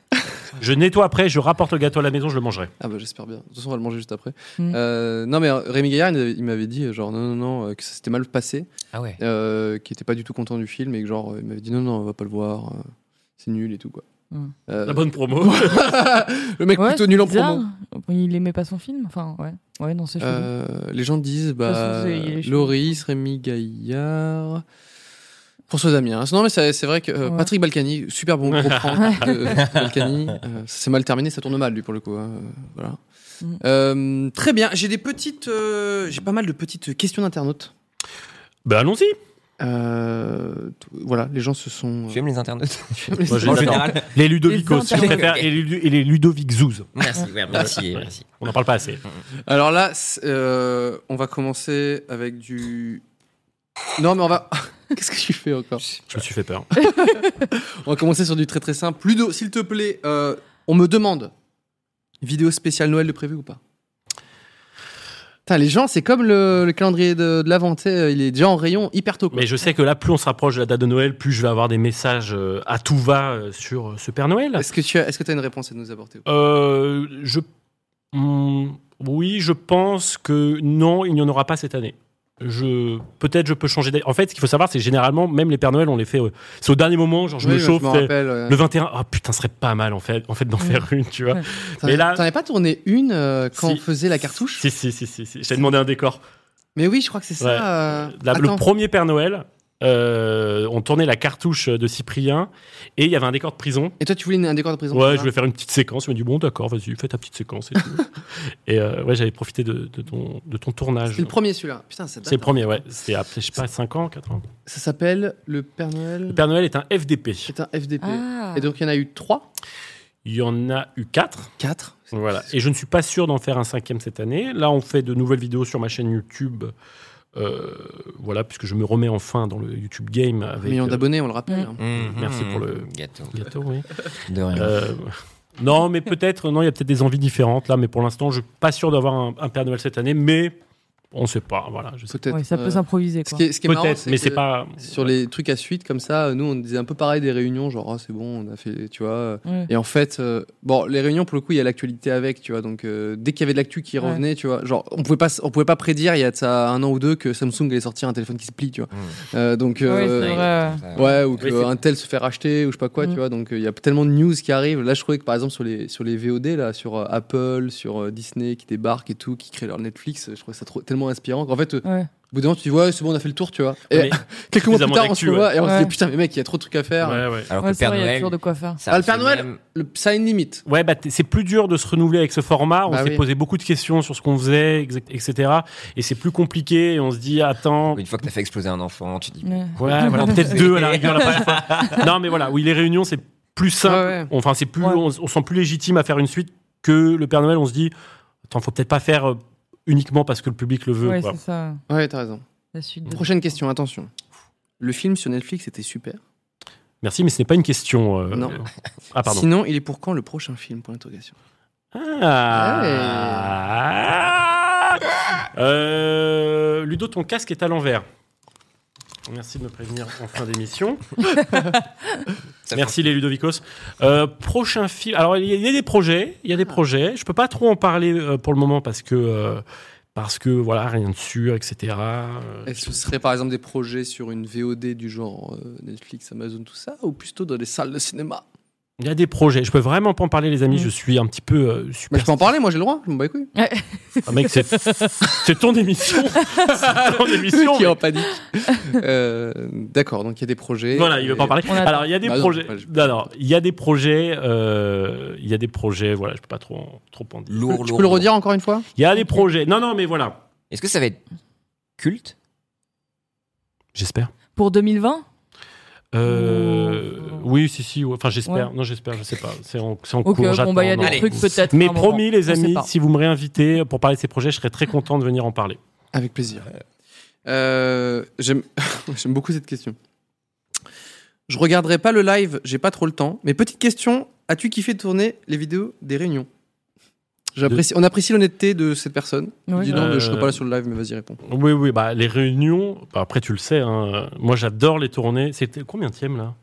Je nettoie après, je rapporte le gâteau à la maison, je le mangerai. Ah bah j'espère bien. De toute façon, on va le manger juste après. Mm. Euh, non mais Rémi Gaillard, il il m'avait dit euh, genre non non non euh, que ça s'était mal passé, Ah ouais. euh, qu'il était pas du tout content du film et que genre euh, il m'avait dit non non on va pas le voir, euh, c'est nul et tout quoi. Mm. Euh, La bonne promo. le mec Ouais, plutôt nul en bizarre. promo. Il aimait pas son film Enfin, ouais. Ouais, non, c'est chelou. Euh, les gens disent bah, façon, c'est- il est chelou. Loris, Rémi Gaillard, François Damien. Non, mais c'est c'est vrai que euh, Ouais. Patrick Balkany, super bon gros prank de Patrick Balkany. Euh, c'est mal terminé, ça tourne mal, lui, pour le coup. hein. Euh, Voilà. Mm. Euh, très bien, j'ai des petites. euh, j'ai pas mal de petites questions d'internautes. bah, allons-y. Euh, t- voilà, les gens se sont. euh, Tu aimes les internautes Moi, je En les adore. général. Les Ludovico, Les si je préfère. Et les, Lu- et les Ludovic Zouz. Merci, ouais, merci, merci. On n'en parle pas assez. Alors là, c'est, euh, on va commencer avec du. Non, mais on va. Qu'est-ce que tu fais encore Je me suis fait peur. On va commencer sur du très très simple. Ludo, s'il te plaît, euh, on me demande vidéo spéciale Noël de prévu ou pas Putain, les gens, c'est comme le, le calendrier de, de l'avant, tu sais, euh, il est déjà en rayon hyper tôt. quoi. Mais je sais que là, plus on se rapproche de la date de Noël, plus je vais avoir des messages euh, à tout va euh, sur euh, ce Père Noël. Est-ce que tu as, est-ce que t'as une réponse à nous apporter ou pas Euh, je. Hmm, oui, je pense que non, il n'y en aura pas cette année. Je peut-être je peux changer. d'avis. En fait, ce qu'il faut savoir, c'est généralement même les Pères Noël, on les fait. euh, c'est au dernier moment, genre je Oui, me oui, chauffe. m'en c'est- rappelle, euh, ouais. le 21, ah putain, ce serait pas mal en fait, en fait d'en Ouais. faire une, tu vois. Ouais. T'en, mais là- t'en avais pas tourné une euh, quand Si. on faisait la cartouche Si, si, si, si, si. J'avais demandé un décor. Mais oui, je crois que c'est ça. Ouais. euh, La- le attends. premier Père Noël, euh, on tournait la cartouche de Cyprien et il y avait un décor de prison. Et toi, tu voulais une- un décor de prison Ouais, c'est je ça voulais faire une petite séquence. Il m'a dit, bon, d'accord, vas-y, fais ta petite séquence et tout. et euh, ouais, j'avais profité de, de ton, de ton tournage. C'est le premier celui-là. Putain, ça date, C'est le hein. premier, ouais. C'est, à, je sais pas, 5 ans, 4 ans. Ça s'appelle Le Père Noël. Le Père Noël est un FDP. C'est un FDP. Ah. Et donc, il y en a eu 3 Il y en a eu 4. 4 Voilà. Et je ne suis pas sûr d'en faire un cinquième cette année. Là, on fait de nouvelles vidéos sur ma chaîne YouTube. Euh, voilà, puisque je me remets enfin dans le YouTube game avec. millions euh, d'abonnés, on le rappelle. Mm. hein. Merci pour le- gâteau. gâteau, oui. Mmh, De rien. Euh, non, mais peut-être, non, il y a peut-être des envies différentes là, mais pour l'instant, je suis pas sûr d'avoir un, un Père Noël cette année, mais On sait pas, voilà. Je sais. Peut-être. Ouais, ça peut euh, s'improviser. ce Quoi. qui est, ce qui est marrant, Peut-être, mais c'est que pas. Sur les trucs à suite comme ça, nous on disait un peu pareil des réunions, genre Ah, c'est bon, on a fait, tu vois. euh, Ouais. Et en fait, euh, bon, les réunions pour le coup, il y a l'actualité avec, tu vois. Donc euh, dès qu'il y avait de l'actu qui Ouais. revenait, tu vois, genre on pouvait pas, s- on pouvait pas prédire il y a de ça un an ou deux que Samsung allait sortir un téléphone qui se plie, tu vois. Mm. Euh, donc Ouais, euh, c'est vrai. Ouais, ou Oui, Euh, c'est- qu'un tel se fait racheter, ou je sais pas quoi, Mm. tu vois. Donc, euh, il y a tellement de news qui arrivent. Là, je trouvais que par exemple, sur les, sur les VOD, là, sur euh, Apple, sur euh, Disney qui débarquent et tout, qui créent leur Netflix, euh, je trouvais ça trop- tellement inspirant qu'en fait, euh, Ouais. au bout d'un moment, tu dis, ouais, c'est bon, on a fait le tour, tu vois. Et Ah, Mais- quelques mois plus suffisamment tard, on se d'actu, revoit et on se dit, Ouais. putain, mais mec, il y a trop de trucs à faire. Ouais, ouais. Alors que Ouais, le c'est Père vrai, il y a Noël. toujours de quoi faire. ça Ah, le Père reste Noël même- Le, ça a une limite. Ouais, bah, t- c'est plus dur de se renouveler avec ce format. On Bah s'est oui. posé beaucoup de questions sur ce qu'on faisait, exact- etc. Et c'est plus compliqué. Et on se dit, attends. Une fois que t'as fait exploser un enfant, tu dis. Ouais. Ouais, voilà, peut-être deux à la rigueur la première fois. Non, mais voilà, oui, les réunions, c'est plus simple. Ouais, ouais. Enfin, c'est plus, Ouais. on, on se sent plus légitime à faire une suite que le Père Noël. On se dit, attends, faut peut-être pas faire euh, uniquement parce que le public le veut. Ouais, quoi. c'est ça. Ouais, t'as raison. La suite. de- Prochaine question, attention. Le film sur Netflix était super. Merci, mais ce n'est pas une question. euh, Non. Ah, pardon. Sinon, il est pour quand le prochain film Point d'interrogation. Ah. Euh, Ludo, ton casque est à l'envers. Merci de me prévenir en fin d'émission. Ça Merci les Ludovicos. Euh, prochain film. Alors il y, a- il y a des projets, il y a Ah. des projets. Je peux pas trop en parler euh, pour le moment parce que euh, parce que voilà rien de sûr, etc. Euh, Est-ce que ce serait par exemple des projets sur une VOD du genre euh, Netflix, Amazon, tout ça, ou plutôt dans des salles de cinéma Il y a des projets. Je peux vraiment pas en parler les amis. Mm. Je suis un petit peu euh, Mais super. Bah, je peux en parler, moi j'ai le droit, je m'en bats les couilles. Ah, mec, c'est c'est ton émission. c'est ton émission. Qui est mais- en panique. Euh, D'accord, donc il y a des projets. Voilà, il veut pas en parler. On attend. Alors, il y a des Bah non, projets. ouais, je- Non, non, il y a des projets. euh, Il y a des projets. Voilà, je peux pas trop en, trop en dire. Tu Lourd, peux- lourd. tu peux le lourd. redire encore une fois Il y a des projets. Non, non, mais voilà. Est-ce que ça va être culte J'espère. Pour 2020 Euh, Ouh. oui, si, si. ouais. Enfin, j'espère. Ouais. Non, j'espère. Je sais pas. C'est en, c'est en Ok, cours. bon, j'attends, bah, il y a non. des Allez. trucs peut-être. à Mais un moment. promis, les On sait amis, pas. si vous me réinvitez pour parler de ces projets, je serais très content de venir en parler. Avec plaisir. Euh, J'aime j'aime beaucoup cette question. Je regarderai pas le live, j'ai pas trop le temps. Mais petite question, as-tu kiffé de tourner les vidéos des réunions J'apprécie- On apprécie l'honnêteté de cette personne. Ouais. Dis non, mais je Euh, serai pas là sur le live, mais vas-y, réponds. Oui, oui. Bah, les réunions. bah, après, tu le sais. hein, moi, j'adore les tournées. C'était combien de là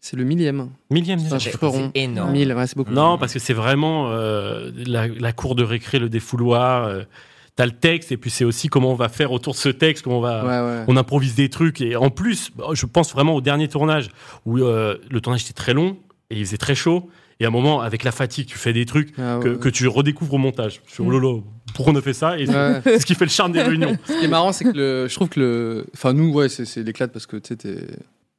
C'est le millième. Millième. Putain, déjà je C'est suis trop rond. c'est énorme. Mille, ouais, c'est beaucoup. Non, parce que c'est vraiment euh, la, la cour de récré, le défouloir. euh, T'as le texte, et puis c'est aussi comment on va faire autour de ce texte, comment on va. Ouais, ouais. On improvise des trucs. Et en plus, bah, je pense vraiment au dernier tournage, où euh, le tournage était très long, et il faisait très chaud. Et à un moment, avec la fatigue, tu fais des trucs Ah, que, ouais. que tu redécouvres au montage. Je fais, oh Mm. lolo, pourquoi on a fait ça Et c'est- Ouais. c'est ce qui fait le charme des réunions. Ce qui est marrant, c'est que le- je trouve que le. Enfin, nous, ouais, c'est, c'est l'éclate parce que tu sais, t'es-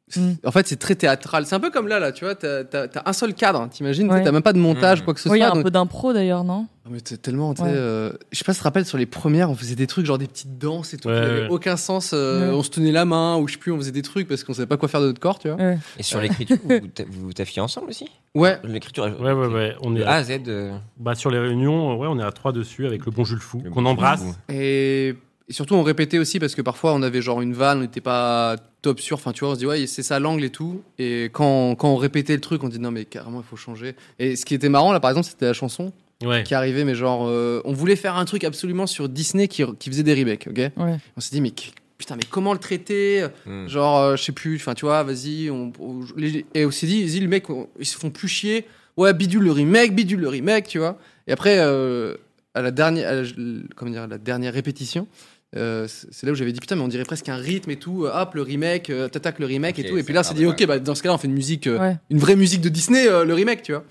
c'est- Mm. En fait, c'est très théâtral. C'est un peu comme là, là, tu vois, t'as, t'as- t'as un seul cadre, hein, t'imagines, tu sais, Ouais. t'as même pas de montage, Mm. quoi que ce Oui, il y soit. a un donc- peu d'impro d'ailleurs, non Ah, Mais t'es tellement, tu sais, Ouais. euh, je sais pas si tu te rappelles, sur les premières, on faisait des trucs genre des petites danses et tout, Ouais, qui n'avaient ouais. aucun sens. euh, Ouais. On se tenait la main ou je sais plus, on faisait des trucs parce qu'on savait pas quoi faire de notre corps, tu vois. Ouais. Et sur l'écriture, vous ta- vous taffiez ensemble aussi Ouais. L'écriture. Ouais, ouais, ouais. On est Ah. De A à Z. euh, bah, sur les réunions, euh, ouais, on est à trois dessus avec le bon Jules Fou, le- qu'on embrasse. Et, et surtout, on répétait aussi parce que parfois, on avait genre une vanne, on n'était pas top sûr. Enfin, tu vois, on se dit, ouais, c'est ça l'angle et tout. Et quand, quand on répétait le truc, on dit, non, mais carrément, il faut changer. Et ce qui était marrant, là, par exemple, c'était la chanson Ouais. qui arrivait, mais genre, euh, on voulait faire un truc absolument sur Disney qui, qui faisait des remakes, ok Ouais. On s'est dit, mais qu- putain, mais comment le traiter Mm. Genre, euh, je sais plus, enfin, tu vois, vas-y. On, on- les- et on s'est dit, vas-y, le mec, on- ils se font plus chier. Ouais, bidule le remake, bidule le remake, tu vois. Et après, euh, à la dernière, à la, comment dire, à la dernière répétition, euh, c'est c'est là où j'avais dit, putain, mais on dirait presque un rythme et tout. euh, Hop, le remake, euh, t'attaques le remake Ok, et tout. Et ça puis là, on part s'est de dit, là. ok, bah, dans ce cas-là, on fait une musique, euh, Ouais. une vraie musique de Disney, euh, le remake, tu vois.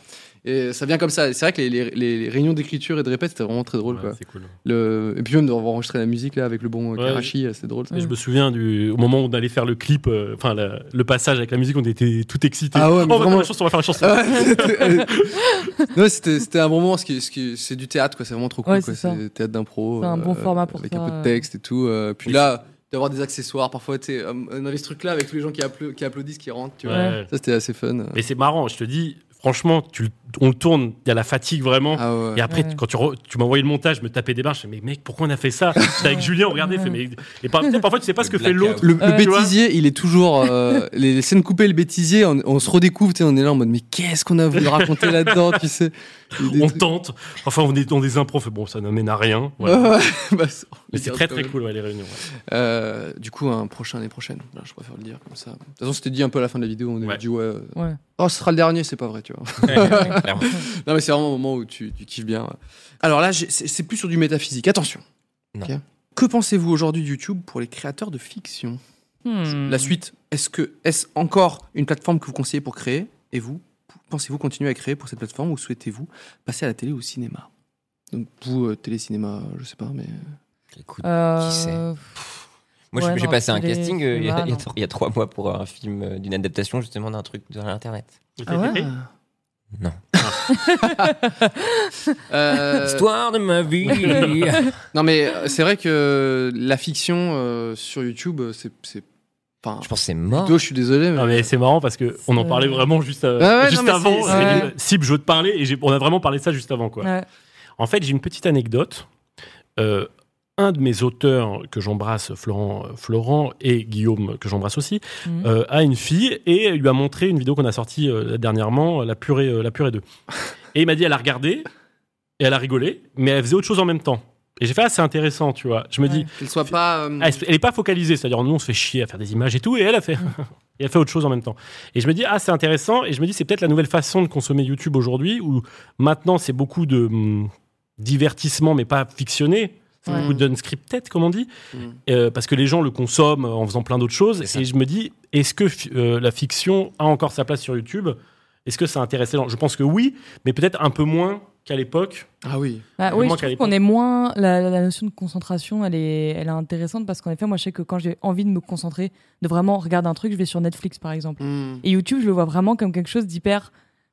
Et ça vient comme ça. Et C'est vrai que les, les- les réunions d'écriture et de répète, c'était vraiment très drôle, Ouais, quoi. c'est cool. Le, et puis même d'avoir enregistré la musique, là, avec le bon euh, Ouais. Karachi, euh, c'était drôle. ça. Et je Mm. me souviens du au moment où on allait faire le clip, euh, enfin la- le passage avec la musique, on était tout excités. Ah ouais, mais Oh, on va faire vraiment. la chanson, on va faire la chanson. Ah ouais, non, c'était c'était un bon moment, ce qui, ce qui- c'est du théâtre, quoi. C'est vraiment trop cool, Ouais, quoi. c'est ça. C'est théâtre d'impro. C'est un bon format pour Avec ça, un peu de euh. texte et tout. euh, puis Oui. là, d'avoir des accessoires, parfois, tu sais, euh, on avait ce truc-là Ah avec tous les gens qui, applau- qui applaudissent, qui rentrent, tu vois. Ouais. Ça, c'était assez fun. Mais c'est marrant, je te dis, franchement, tu, le- on le tourne, il y a la fatigue vraiment. Ah ouais. Et après, Ouais. quand tu, re- tu m'as envoyé le montage, je me tapais des barres, je me mais mec, pourquoi on a fait ça J'étais avec Julien, regardez, fait, mais... et par- parfois tu sais pas ce que Le fait l'autre. Le, le Ouais. bêtisier, il est toujours. euh, les, les scènes coupées, le bêtisier, on, on se redécouvre, tu sais, on est là en mode, mais qu'est-ce qu'on a voulu raconter là-dedans, tu sais Il y a des On trucs- tente. Enfin, on est dans des impros, fait, bon, ça n'amène à rien. Voilà. Ouais, bah, ça, on le Mais c'est garde très quand très même. cool, ouais, les réunions. ouais. Euh, du coup, un prochain l'année prochaine. Voilà, je préfère le dire comme ça. De toute façon, c'était dit un peu à la fin de la vidéo. On avait Ouais. dit, ouais. euh, Ouais. Oh, ce sera le dernier, c'est pas vrai, tu vois. Clairement. Non, mais c'est vraiment un moment où tu, tu kiffes bien. ouais. Alors là, j'ai- c'est c'est plus sur du métaphysique. Attention. Non. Ok. Que pensez-vous aujourd'hui de YouTube pour les créateurs de fiction Hmm. La suite, est-ce que est-ce encore une plateforme que vous conseillez pour créer Et vous, p- pensez-vous continuer à créer pour cette plateforme ou souhaitez-vous passer à la télé ou au cinéma Donc vous, euh, télé-cinéma, je sais pas, mais Écoute, Euh, Qui sait moi ouais, j'ai- j'ai non, passé un télé, casting euh, il y a- cinéma, il y, a non. tro- il y a trois mois pour un film euh, d'une adaptation justement d'un truc de l'internet. Ah ouais Non. Euh, Histoire de ma vie. non mais euh, c'est vrai que la fiction euh, sur YouTube, euh, c'est c'est enfin. je pense que c'est mort. Ludo, je suis désolé. Mais... Ah. Non, mais c'est marrant parce que on en C'est- parlait vraiment juste, euh, Ah ouais, juste non, mais avant. c'est- Et, ouais. euh, Sib, je veux te parler et j'ai- on a vraiment parlé de ça juste avant quoi. Ouais. En fait, j'ai une petite anecdote. Euh, un de mes auteurs que j'embrasse, Florent, euh, Florent et Guillaume que j'embrasse aussi, Mhm. euh, a une fille et lui a montré une vidéo qu'on a sortie euh, dernièrement, la purée, euh, la purée 2. Et il m'a dit, elle a regardé et elle a rigolé, mais elle faisait autre chose en même temps. Et j'ai fait, ah, c'est intéressant, tu vois. Je me dis, Qu'elle soit pas. euh, ah, Elle n'est pas focalisée, c'est-à-dire nous on se fait chier à faire des images et tout, et elle a fait, et elle fait autre chose en même temps. Et je me dis ah c'est intéressant, et je me dis c'est peut-être la nouvelle façon de consommer YouTube aujourd'hui où maintenant c'est beaucoup de hum, divertissement mais pas fictionné, c'est Ouais. beaucoup d'unscripted comme on dit, Mm. euh, parce que les gens le consomment en faisant plein d'autres choses. C'est ça. Et je me dis est-ce que fi- euh, la fiction a encore sa place sur YouTube Est-ce que ça intéresse les gens Je pense que oui, mais peut-être un peu moins qu'à l'époque. Ah oui. Bah, Le oui, je moins trouve qu'elle qu'on est- est moins. La, la- la notion de concentration, elle est, elle est intéressante parce qu'en effet, moi, je sais que quand j'ai envie de me concentrer, de vraiment regarder un truc, je vais sur Netflix, par exemple. Mm. Et YouTube, je le vois vraiment comme quelque chose d'hyper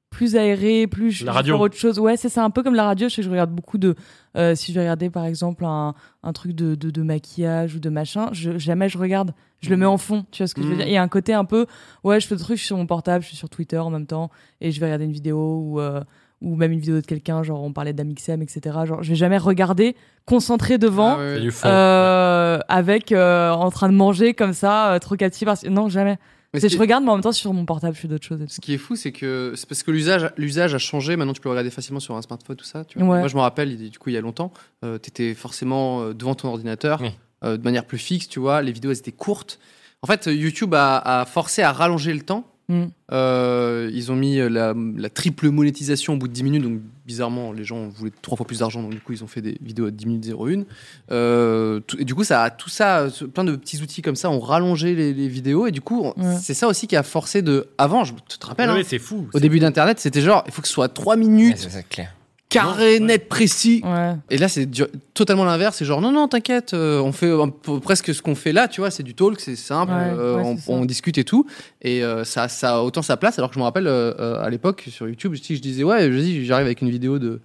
plus aéré, plus je La je radio. fais autre chose. Ouais, c'est ça, un peu comme la radio. Je sais que je regarde beaucoup de. euh, si je vais regarder, par exemple, un, un truc de, de, de maquillage ou de machin, je, jamais je regarde. Je le mets en fond, tu vois ce que je veux Mm. dire. Et il y a un côté un peu. Ouais, je fais des trucs, je suis sur mon portable, je suis sur Twitter en même temps et je vais regarder une vidéo ou. euh, ou même une vidéo de quelqu'un, genre on parlait d'Amixem, etc. Genre, je vais jamais regarder concentré devant, Ah ouais, C'est ouais. du fond. euh, avec euh, en train de manger comme ça, euh, trop catchy parce non jamais. Mais C'est ce qui- je regarde, mais en même temps je suis sur mon portable, je fais d'autres choses. et tout. Ce qui est fou, c'est que c'est parce que l'usage, l'usage a changé. Maintenant, tu peux le regarder facilement sur un smartphone, tout ça. tu vois. Ouais. Moi, je me rappelle, il- du coup, il y a longtemps, tu étais forcément euh, devant ton ordinateur Oui. euh, de manière plus fixe, tu vois. Les vidéos, elles étaient courtes. En fait, euh, YouTube a, a forcé à rallonger le temps. Mm. Euh, ils ont mis euh, la, la triple monétisation au bout de 10 minutes. Donc, bizarrement, les gens voulaient trois fois plus d'argent. Donc, du coup, ils ont fait des vidéos à 10 minutes 01. Euh, tout- et du coup, ça a tout ça, euh, ce- plein de petits outils comme ça ont rallongé les, les vidéos. Et du coup, on- Ouais. c'est ça aussi qui a forcé de. Avant, je tu te bah rappelle, Ouais, hein, ouais, c'est fou. au début d'Internet, c'était genre, il faut que ce soit 3 Ouais, minutes, ça, c'est clair. carré, net, précis. Ouais. Et là, c'est du- totalement l'inverse. C'est genre, non, non, t'inquiète, euh, on fait un peu- presque ce qu'on fait là, tu vois, c'est du talk, c'est simple, Ouais, euh, ouais, on, c'est ça. on discute et tout. Et euh, ça, ça a autant sa place. Alors que je me rappelle, euh, euh, à l'époque, sur YouTube, si je disais, ouais, je dis, j'arrive avec une vidéo de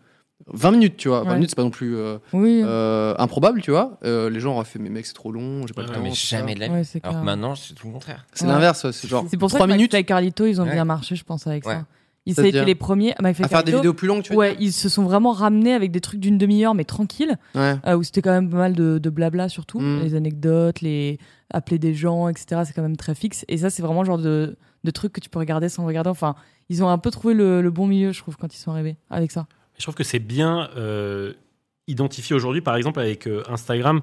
20 minutes, tu vois. 20 Ouais. minutes, c'est pas non plus euh, Oui. euh, improbable, tu vois. Euh, les gens auraient fait, mais mec, c'est trop long, j'ai pas le Ouais, temps. mais tout jamais ça. de la vie. Ouais, c'est Alors que clair. maintenant c'est tout le contraire. C'est Ouais. l'inverse, ouais, c'est genre C'est pour ça 3 que minutes minutes... Carlito, ils ont Ouais. bien marché, je pense, avec Ouais. ça. Ils Ça veut étaient dire- les premiers Mike à faire des Carlito, vidéos plus longues, tu vois. Ouais, ils se sont vraiment ramenés avec des trucs d'une demi-heure, mais tranquille, Ouais. euh, où c'était quand même pas mal de, de blabla surtout, Mm. les anecdotes, les appeler des gens, etc. C'est quand même très fixe. Et ça, c'est vraiment le genre de, de truc que tu peux regarder sans regarder. Enfin, ils ont un peu trouvé le, le bon milieu, je trouve, quand ils sont arrivés avec ça. Je trouve que c'est bien euh, identifié aujourd'hui, par exemple, avec euh, Instagram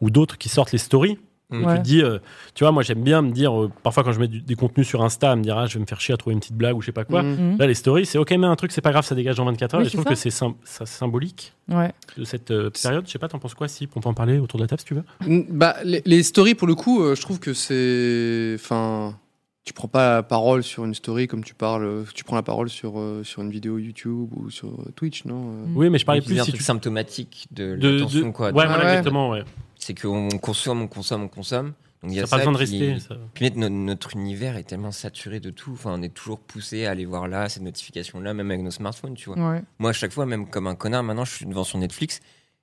ou d'autres qui sortent les stories. Mm. Tu te dis, euh, tu vois, moi j'aime bien me dire, euh, parfois quand je mets du- des contenus sur Insta, à me dire, ah, je vais me faire chier à trouver une petite blague ou je sais pas quoi. Mm. Mhm. Là, les stories, c'est ok, mais un truc, c'est pas grave, ça dégage en 24 heures. Oui, et je c'est trouve ça. que c'est sym- ça symbolique Ouais. de cette euh, période. Je sais pas, t'en penses quoi, si on peut en parler autour de la table si tu veux Mm-hmm. Mm, Bah, les, les stories, pour le coup, euh, je trouve que c'est. Enfin. Tu prends pas la parole sur une story comme tu parles. euh, Tu prends la parole sur, euh, sur une vidéo YouTube ou sur euh, Twitch, non Mm. euh, Oui, mais je parlais C'est plus un si truc tu. symptomatique de, de- l'attention de- quoi. Ah Ouais, Donc, voilà, ouais. exactement, ouais. C'est qu'on consomme, on consomme, on consomme. Donc il y a T'as ça pas besoin de qui- rester. ça. Puis notre, notre univers est tellement saturé de tout. Enfin, on est toujours poussé à aller voir là, cette notification-là, même avec nos smartphones, tu vois. Mm. Ouais. Moi, à chaque fois, même comme un connard, maintenant, je suis devant sur Netflix.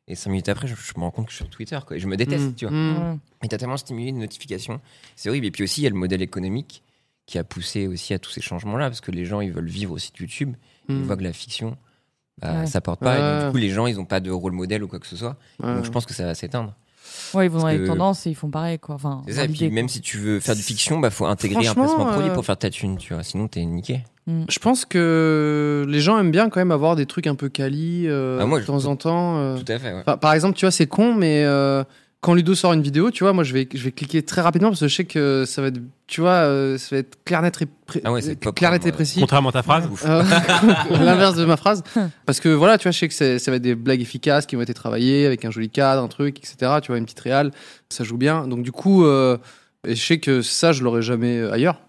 Et cinq minutes après, je, je me rends compte que je suis sur Twitter, quoi. Et je me déteste, Mm, tu vois. mm. Ouais. Et t'as tellement stimulé de notifications. C'est horrible. Et puis aussi, il y a le modèle économique qui a poussé aussi à tous ces changements-là, parce que les gens, ils veulent vivre aussi de YouTube. Ils Hmm. voient que la fiction, bah, Ouais. ça porte pas. Et donc, Ouais. du coup, les gens, ils n'ont pas de rôle modèle ou quoi que ce soit. Donc, je pense que ça va s'éteindre. Ouais, ils vont dans Parce les que- tendances et ils font pareil, quoi. Enfin, C'est ça. Et dans puis, l'idée, même si tu veux faire du fiction, bah, faut intégrer un Franchement, placement produit euh, pour faire ta thune, tu vois. Sinon, t'es niqué. Je pense que les gens aiment bien quand même avoir des trucs un peu quali euh, Ah, moi, de je- temps en temps. euh. Tout à fait, ouais. Par, par exemple, tu vois, c'est con, mais euh, quand Ludo sort une vidéo, tu vois, moi je vais, je vais cliquer très rapidement parce que je sais que ça va être, tu vois, euh, ça va être clair, net, et pré- Ah ouais, c'est pop, clair, net et ouais. précis. Contrairement à ta phrase, Ouf. Euh, L'inverse de ma phrase. Parce que voilà, tu vois, je sais que c'est- ça va être des blagues efficaces qui ont été travaillées avec un joli cadre, un truc, etc. Tu vois, une petite réal, ça joue bien. Donc du coup, euh, et je sais que ça, je l'aurais jamais euh, ailleurs.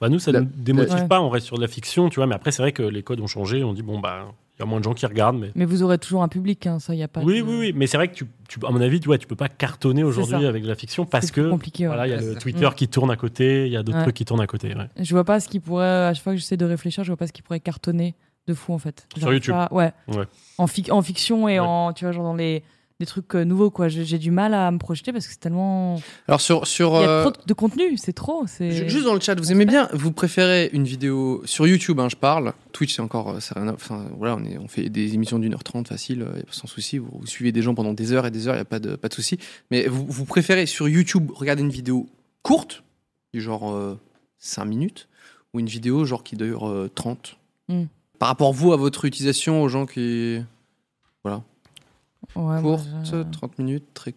bah, nous, ça ne La- nous démotive Ouais. pas, on reste sur de la fiction, tu vois. Mais après, c'est vrai que les codes ont changé, on dit, bon, bah, il y a moins de gens qui regardent, mais. Mais vous aurez toujours un public, hein, ça, il n'y a pas. Oui, de- oui, oui, mais c'est vrai que tu, tu- à mon avis, tu vois, tu peux pas cartonner aujourd'hui ça. avec de la fiction C'est parce plus que compliqué. ouais. voilà, il y a Ouais, le c'est ça. Twitter Mm. qui tourne à côté, il y a d'autres Ouais. trucs qui tournent à côté. ouais. Je vois pas ce qui pourrait, à chaque fois que j'essaie de réfléchir, je vois pas ce qui pourrait cartonner de fou en fait. Sur J'arrive YouTube. pas- ouais. Ouais. En, fic- en fiction et Ouais. en, tu vois, genre dans les, des trucs euh, nouveaux quoi. J'ai j'ai du mal à me projeter parce que c'est tellement. Alors sur sur Il y a euh, trop de- de contenu, c'est trop. C'est. Ju- Juste dans le chat, vous aimez bien, vous préférez une vidéo sur YouTube, hein, je parle. Twitch, c'est encore. euh, ça a rien à- enfin, voilà, on, est, on fait des émissions d'une heure trente facile, euh, y a pas- sans souci. Vous, vous suivez des gens pendant des heures et des heures, il n'y a pas de, pas de souci. Mais vous, vous préférez sur YouTube regarder une vidéo courte, du genre 5 minutes, ou une vidéo genre qui dure euh, 30 Hmm. Par rapport, vous, à votre utilisation, aux gens qui. Ouais, moi, courte, je- 30 minutes, très.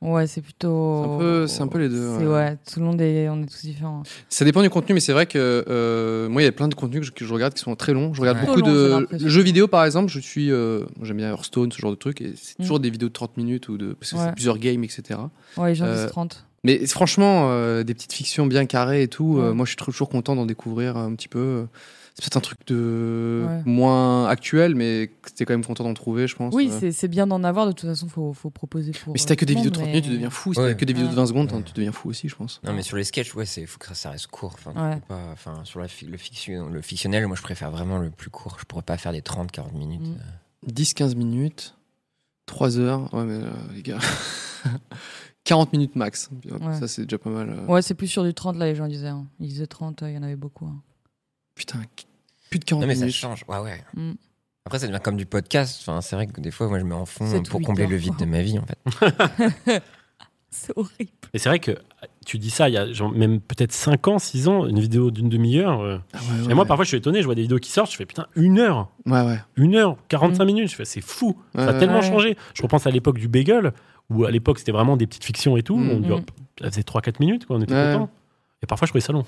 Ouais, c'est plutôt. C'est un peu- c'est un peu les deux, C'est ouais. ouais, tout le monde est, on est tous différents. Ça dépend du contenu, mais c'est vrai que euh, moi, il y a plein de contenus que je, que je regarde qui sont très longs. Je regarde Ouais. beaucoup Trop longs, j'ai de l'impression. jeux vidéo, par exemple. Je suis, euh, moi, j'aime bien Hearthstone, ce genre de truc, et c'est Mm. toujours des vidéos de 30 minutes ou de parce que Ouais. c'est plusieurs games, etc. Ouais, les gens de Euh, 30. Mais franchement, euh, des petites fictions bien carrées et tout. euh, Ouais. moi, je suis toujours content d'en découvrir un petit peu. C'est peut-être un truc de Ouais. moins actuel, mais t'es quand même content d'en trouver, je pense. Oui, Euh, c'est- c'est bien d'en avoir. De toute façon, faut, faut proposer pour. euh, Mais si t'as que tout des le vidéos de monde, 30 mais- minutes, tu deviens fou. Si Ouais. t'as que des vidéos de Ouais. 20 secondes, hein, tu deviens fou aussi, je pense. Non, mais sur les sketchs, ouais, c'est faut que ça, ça reste court. Enfin, tu Ouais. peux pas- enfin, sur la fi- le, fiction, le fictionnel, moi, je préfère vraiment le plus court. Je pourrais pas faire des 30, 40 minutes. Mm. 10-15 minutes, 3 heures, ouais, mais euh, les gars, 40 minutes max. Puis, hop, Ouais. Ça, c'est déjà pas mal. euh. Ouais, c'est plus sur du 30 là, les gens disaient. hein. Ils disaient 30, euh, il y en avait beaucoup. hein. Putain, qu- plus de 40 Non, mais ça minutes. change. Ouais, ouais. Mm. Après, ça devient comme du podcast. Enfin, c'est vrai que des fois, moi, je mets en fond Sept ou pour huit combler heures, le vide quoi. de ma vie, en fait. C'est horrible. Mais c'est vrai que tu dis ça, il y a genre même peut-être 5 ans, 6 ans, une vidéo d'une demi-heure. euh, Ah ouais, ouais, Et moi, ouais. parfois, je suis étonné, je vois des vidéos qui sortent, je fais putain, une heure, Ouais, ouais. une heure, 45 Mm. minutes, je fais c'est fou, ça a Ouais, tellement ouais. changé. Je repense à l'époque du bagel, où à l'époque, c'était vraiment des petites fictions et tout, Mm. on dit, Mm. hop, ça faisait 3-4 minutes, quoi, on était Ouais. content. Et parfois, je trouvais ça long.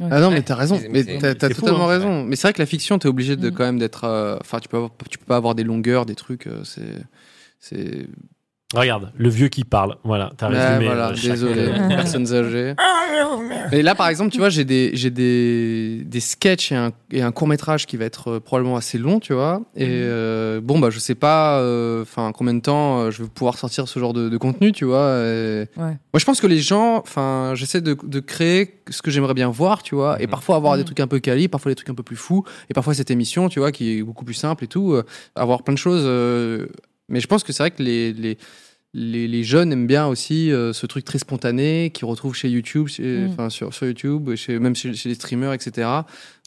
Ah non, mais Ouais. t'as raison. Mais Mais c'est- t'as c'est t'as fou, totalement hein. raison. Mais c'est vrai que la fiction, t'es obligé de Mm. quand même d'être. euh, Enfin, tu peux avoir- tu peux pas avoir des longueurs, des trucs. euh, c'est c'est. Regarde, le vieux qui parle, voilà, t'as Ouais, résumé. voilà, euh, chaque- désolé, euh, personnes âgées. Mais là, par exemple, tu vois, j'ai des, j'ai des, des sketchs et un, et un court-métrage qui va être euh, probablement assez long, tu vois. Et euh, bon, bah, je sais pas euh, 'fin, combien de temps euh, je vais pouvoir sortir ce genre de, de contenu, tu vois. et- Ouais. Moi, je pense que les gens, enfin, j'essaie de, de créer ce que j'aimerais bien voir, tu vois. Et Mhm. parfois avoir des Mhm. trucs un peu quali, parfois des trucs un peu plus fous. Et parfois cette émission, tu vois, qui est beaucoup plus simple et tout. euh, avoir plein de choses. euh, mais je pense que c'est vrai que les, les, les, les jeunes aiment bien aussi euh, ce truc très spontané qu'ils retrouvent chez YouTube, chez- Mm. enfin sur, sur YouTube, chez, même chez, chez les streamers, etc.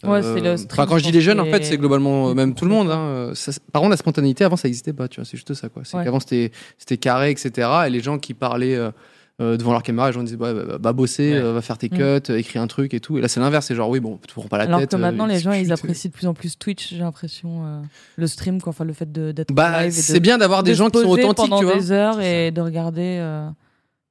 Ouais, c'est le enfin, stream, quand je je dis pense, les jeunes, en qui fait, est- c'est globalement euh, qui même est tout le monde. hein, euh, ça- par contre, la spontanéité, avant, ça n'existait pas, tu vois, c'est juste ça, quoi. C'est Ouais. qu'avant, c'était c'était carré, etc. Et les gens qui parlaient. euh, euh, devant leur caméra, les gens disaient bah, bah, bah, bah, bosser, Ouais. euh, va faire tes Mm. cuts, euh, écris un truc et tout. Et là, c'est l'inverse, c'est genre oui, bon, tu prends pas la Alors tête. que maintenant, euh, les gens, ils discute. apprécient de plus en plus Twitch, j'ai l'impression. euh, le stream, quoi. Enfin, le fait de- d'être Bah, live. et de- c'est bien d'avoir des de se gens qui sont poser authentiques, pendant tu vois. des heures et de regarder, euh,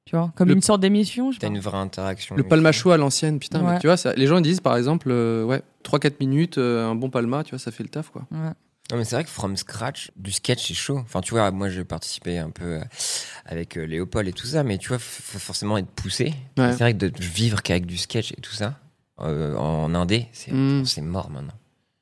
tu vois, comme Le- une sorte d'émission, je sais T'as pas. une vraie interaction. Le palmacho à l'ancienne, putain, mais Ouais. tu vois, ça- les gens ils disent par exemple, euh, ouais, 3-4 minutes, euh, un bon palma, tu vois, ça fait le taf, quoi. Ouais. Non, mais c'est vrai que from scratch, du sketch, c'est chaud. Enfin, tu vois, moi, j'ai participé un peu euh, avec euh, Léopold et tout ça, mais tu vois, faut forcément être poussé. Ouais. C'est vrai que de vivre qu'avec du sketch et tout ça, euh, en indé, c'est Mm. c'est mort maintenant.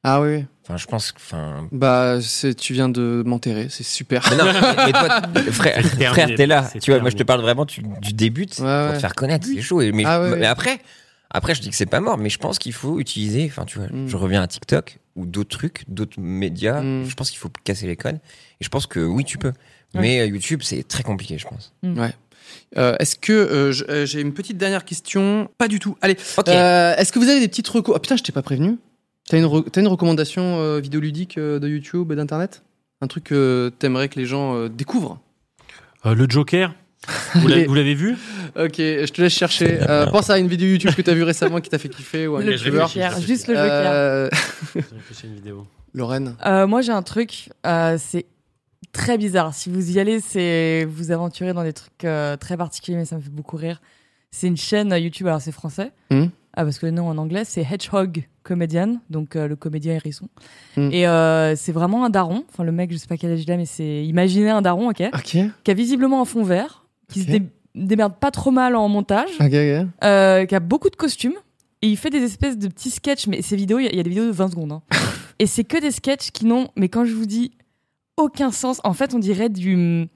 Ah oui, Enfin, je pense que. Enfin... bah, c'est- tu viens de m'enterrer, c'est super. Mais non, mais- mais toi, frère, terminé, frère, t'es là. c'est Tu vois, moi, je te terminé. parle vraiment du, du début, tu- Ouais, pour ouais. te faire connaître, c'est chaud. Et- Mais, Ah, ouais, mais ouais. après, après, je dis que c'est pas mort, mais je pense qu'il faut utiliser. Enfin, tu vois, Mm. je reviens à TikTok ou d'autres trucs, d'autres médias. Mm. Je pense qu'il faut casser les codes. Et je pense que oui, tu peux. Ouais. Mais euh, YouTube, c'est très compliqué, je pense. Euh, Est-ce que euh, je- euh, j'ai une petite dernière question Pas du tout. Allez. Ok. Euh, Est-ce que vous avez des petites recos Ah putain, je t'ai pas prévenu. T'as une, re- t'as une recommandation euh, vidéoludique euh, de YouTube et d'internet Un truc que t'aimerais que les gens euh, découvrent Euh, le Joker, vous l'avez- vous l'avez vu Ok, je te laisse chercher. Euh, pense à une vidéo YouTube que t'as vue récemment qui t'a fait kiffer ou à un Le je vais YouTuber. réfléchis, Joker, je juste le Joker. Euh, une vidéo. Lorraine. Euh, moi, j'ai un truc, euh, c'est très bizarre. Si vous y allez, c'est vous aventurez dans des trucs euh, très particuliers, mais ça me fait beaucoup rire. C'est une chaîne euh, YouTube, alors c'est français, Mhm. ah, parce que le nom en anglais, c'est Hedgehog Comedian, donc euh, le comédien hérisson. Mhm. Et euh, c'est vraiment un daron, enfin le mec, je sais pas quel âge il a, mais c'est imaginez un daron, ok, Ok. qui a visiblement un fond vert, qui se Ok. dé- démerde pas trop mal en montage, Ok, ok. euh, qui a beaucoup de costumes et il fait des espèces de petits sketchs. Mais ces vidéos, il y, a- il y a des vidéos de 20 secondes. hein. et c'est que des sketchs qui n'ont, mais quand je vous dis, aucun sens. En fait, on dirait du.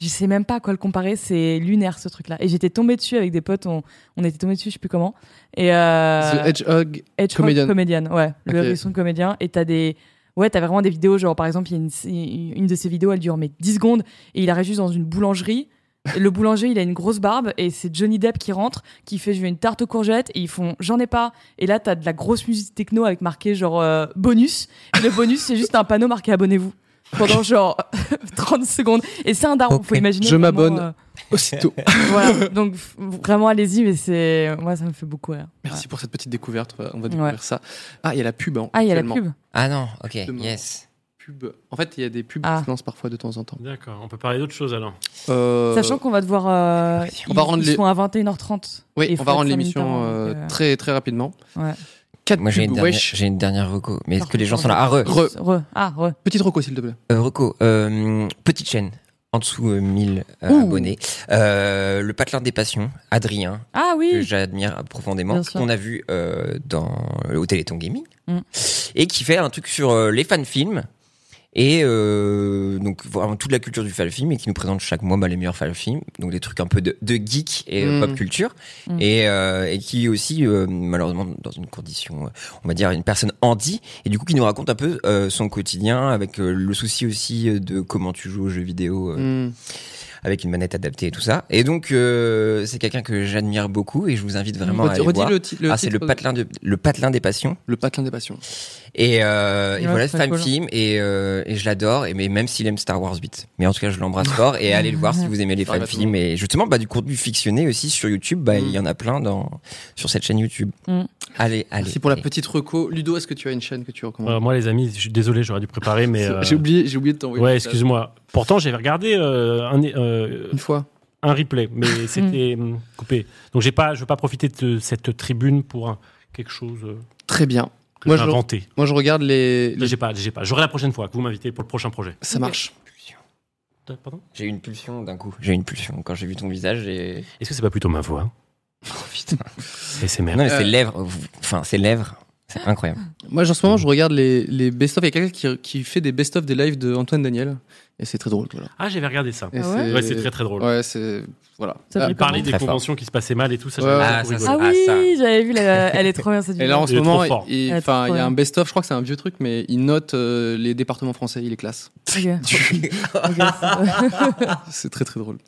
Je sais même pas à quoi le comparer, c'est lunaire ce truc-là. Et j'étais tombé dessus avec des potes, on, on était tombé dessus, je sais plus comment. Et euh, The Hedgehog. Hedgehog Comedian. comédienne. ouais, le Ok. hérisson comédien. Et t'as des. Ouais, t'as vraiment des vidéos, genre par exemple, il y a une, une de ces vidéos, elle dure mais 10 secondes, et il arrive juste dans une boulangerie. Et Le boulanger, il a une grosse barbe, et c'est Johnny Depp qui rentre, qui fait Je veux une tarte aux courgettes, et ils font J'en ai pas. Et là, t'as de la grosse musique techno avec marqué genre euh, bonus. Et le bonus, c'est juste un panneau marqué Abonnez-vous. Pendant genre 30 secondes. Et c'est un daron, faut Ok. imaginer. Je vraiment, m'abonne. euh, Aussitôt. voilà, donc f- vraiment allez-y, mais c'est. Moi, ça me fait beaucoup rire. Merci pour cette petite découverte. euh, On va Ouais. découvrir ça. Ah, il y a la pub. hein, Ah, il y a la actuellement. pub. Ah non, ok, Demain. yes. Pub. En fait, il y a des pubs Ah. qui se lancent parfois de temps en temps. D'accord, on peut parler d'autre chose alors. Euh, Sachant qu'on va devoir. euh, On ils, va rendre ils les- sont à 21h30. Et Oui, il on faut va être rendre cinq minutes l'émission avant, euh, donc, euh, très très rapidement. Ouais. Quatre Moi, j'ai une, pubs, dernière- wesh. j'ai une dernière reco. Mais est-ce que les gens sont là Ah, re, Re. Re. Ah, re. Petite reco, s'il te plaît. euh, reco. euh, petite chaîne, en dessous euh, 1000 euh, Ouh. abonnés. Euh, le patelin des passions, Adrien, Ah que oui j'admire profondément, Bien sûr. qu'on a vu euh, dans au Téléthon Gaming, Mm. et qui fait un truc sur euh, les fan films et euh, donc vraiment toute la culture du fan film et qui nous présente chaque mois bah, les meilleurs fan films, donc des trucs un peu de, de geek et euh, Mm. pop culture, Mm. et, euh, et qui est aussi euh, malheureusement dans une condition, euh, on va dire une personne handy, et du coup qui nous raconte un peu euh, son quotidien avec euh, le souci aussi euh, de comment tu joues aux jeux vidéo. euh, Hmm. avec une manette adaptée et tout ça. Et donc, euh, c'est quelqu'un que j'admire beaucoup et je vous invite vraiment à Redis, aller redis voir. le, ti- le ah, c'est le titre. patelin, de, le patelin des passions. Le patelin des passions. Et, euh, et Ouais, voilà, c'est c'est un cool. film et, euh, et je l'adore. Et mais même s'il aime Star Wars 8, mais en tout cas, je l'embrasse fort et allez le voir si vous aimez les Ah, bah, fan tout films et justement bah, du contenu fictionné aussi sur YouTube. Bah, il Mm. y en a plein dans sur cette chaîne YouTube. Mm. Allez, allez. Merci pour la allez. petite reco. Ludo, est-ce que tu as une chaîne que tu recommandes Euh, moi, les amis, je suis désolé, j'aurais dû préparer, mais. euh, Mm. J'ai oublié, j'ai oublié de t'envoyer. ouais, le message. excuse-moi. Pourtant, j'avais regardé euh, un, euh, Une fois. un replay, mais c'était hum, coupé. Donc, j'ai pas, je veux pas profiter de cette tribune pour un- quelque chose euh, Très bien. que Moi, j'ai je- inventé. Moi, je regarde les. les- J'ai pas, j'ai pas. J'aurai la prochaine fois que vous m'invitez pour le prochain projet. Ça marche. Euh, Pardon J'ai eu une pulsion d'un coup. J'ai eu une pulsion quand j'ai vu ton visage. Et... Est-ce que c'est pas plutôt ma voix Oh, putain. Et c'est non, mais Euh. ses lèvres. Enfin, ses lèvres. C'est incroyable. Moi, en ce moment, je regarde les, les best-of. Il y a quelqu'un qui, qui fait des best-of des lives de Antoine Daniel. Et c'est très drôle. Voilà. Ah, j'avais regardé ça. Et Ah ouais Ouais, c'est très très drôle. Ouais, c'est. Voilà. Ça s'appelle Ah, Il parlait des Très fort. conventions qui se passaient mal et tout ça. Ouais, j'avais ouais. beaucoup Ah, ça, rigolé. Ah Ah, oui, ça. j'avais vu, la- elle est trop bien cette Et vidéo. là, en ce Il est moment, trop fort. il, Ah, enfin, trop il y a bien. un best-of, je crois que c'est un vieux truc, mais il note euh, les départements français, il les classe. Ok. Ok, C'est très très drôle.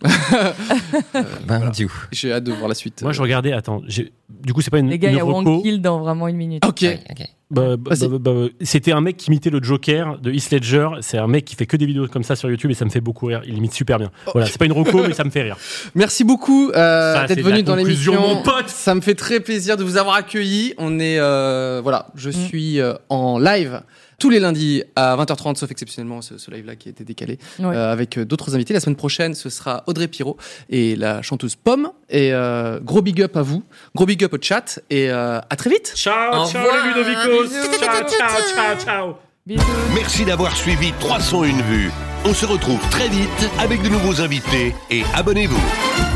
Ben, Voilà. du J'ai hâte de voir la suite. Moi, je regardais. Attends, j'ai- du coup, c'est pas une. Les gars, il une y a Wang reco. Kill dans vraiment une minute. Ok. Ouais, ok. Bah, bah, Vas-y. bah, bah, bah, c'était un mec qui imitait le Joker de Heath Ledger. C'est un mec qui fait que des vidéos comme ça sur YouTube et ça me fait beaucoup rire. Il imite super bien. Oh. Voilà, c'est pas une reco, mais ça me fait rire. Merci beaucoup euh, Ça, c'est d'être de la venu dans conclusion, l'émission. mon pote. Ça me fait très plaisir de vous avoir accueillis. On est euh, voilà, je suis euh, en live tous les lundis à 20h30, sauf exceptionnellement ce, ce live-là qui a été décalé Ouais. euh, avec euh, d'autres invités. La semaine prochaine, ce sera Audrey Pirot et la chanteuse Pomme. Et euh, gros big up à vous, gros big up au chat et euh, à très vite. Ciao, Au ciao revoir. les Ludovicos. Ciao, ciao, ciao, ciao. Bisous. Merci d'avoir suivi 301 vues. On se retrouve très vite avec de nouveaux invités et abonnez-vous.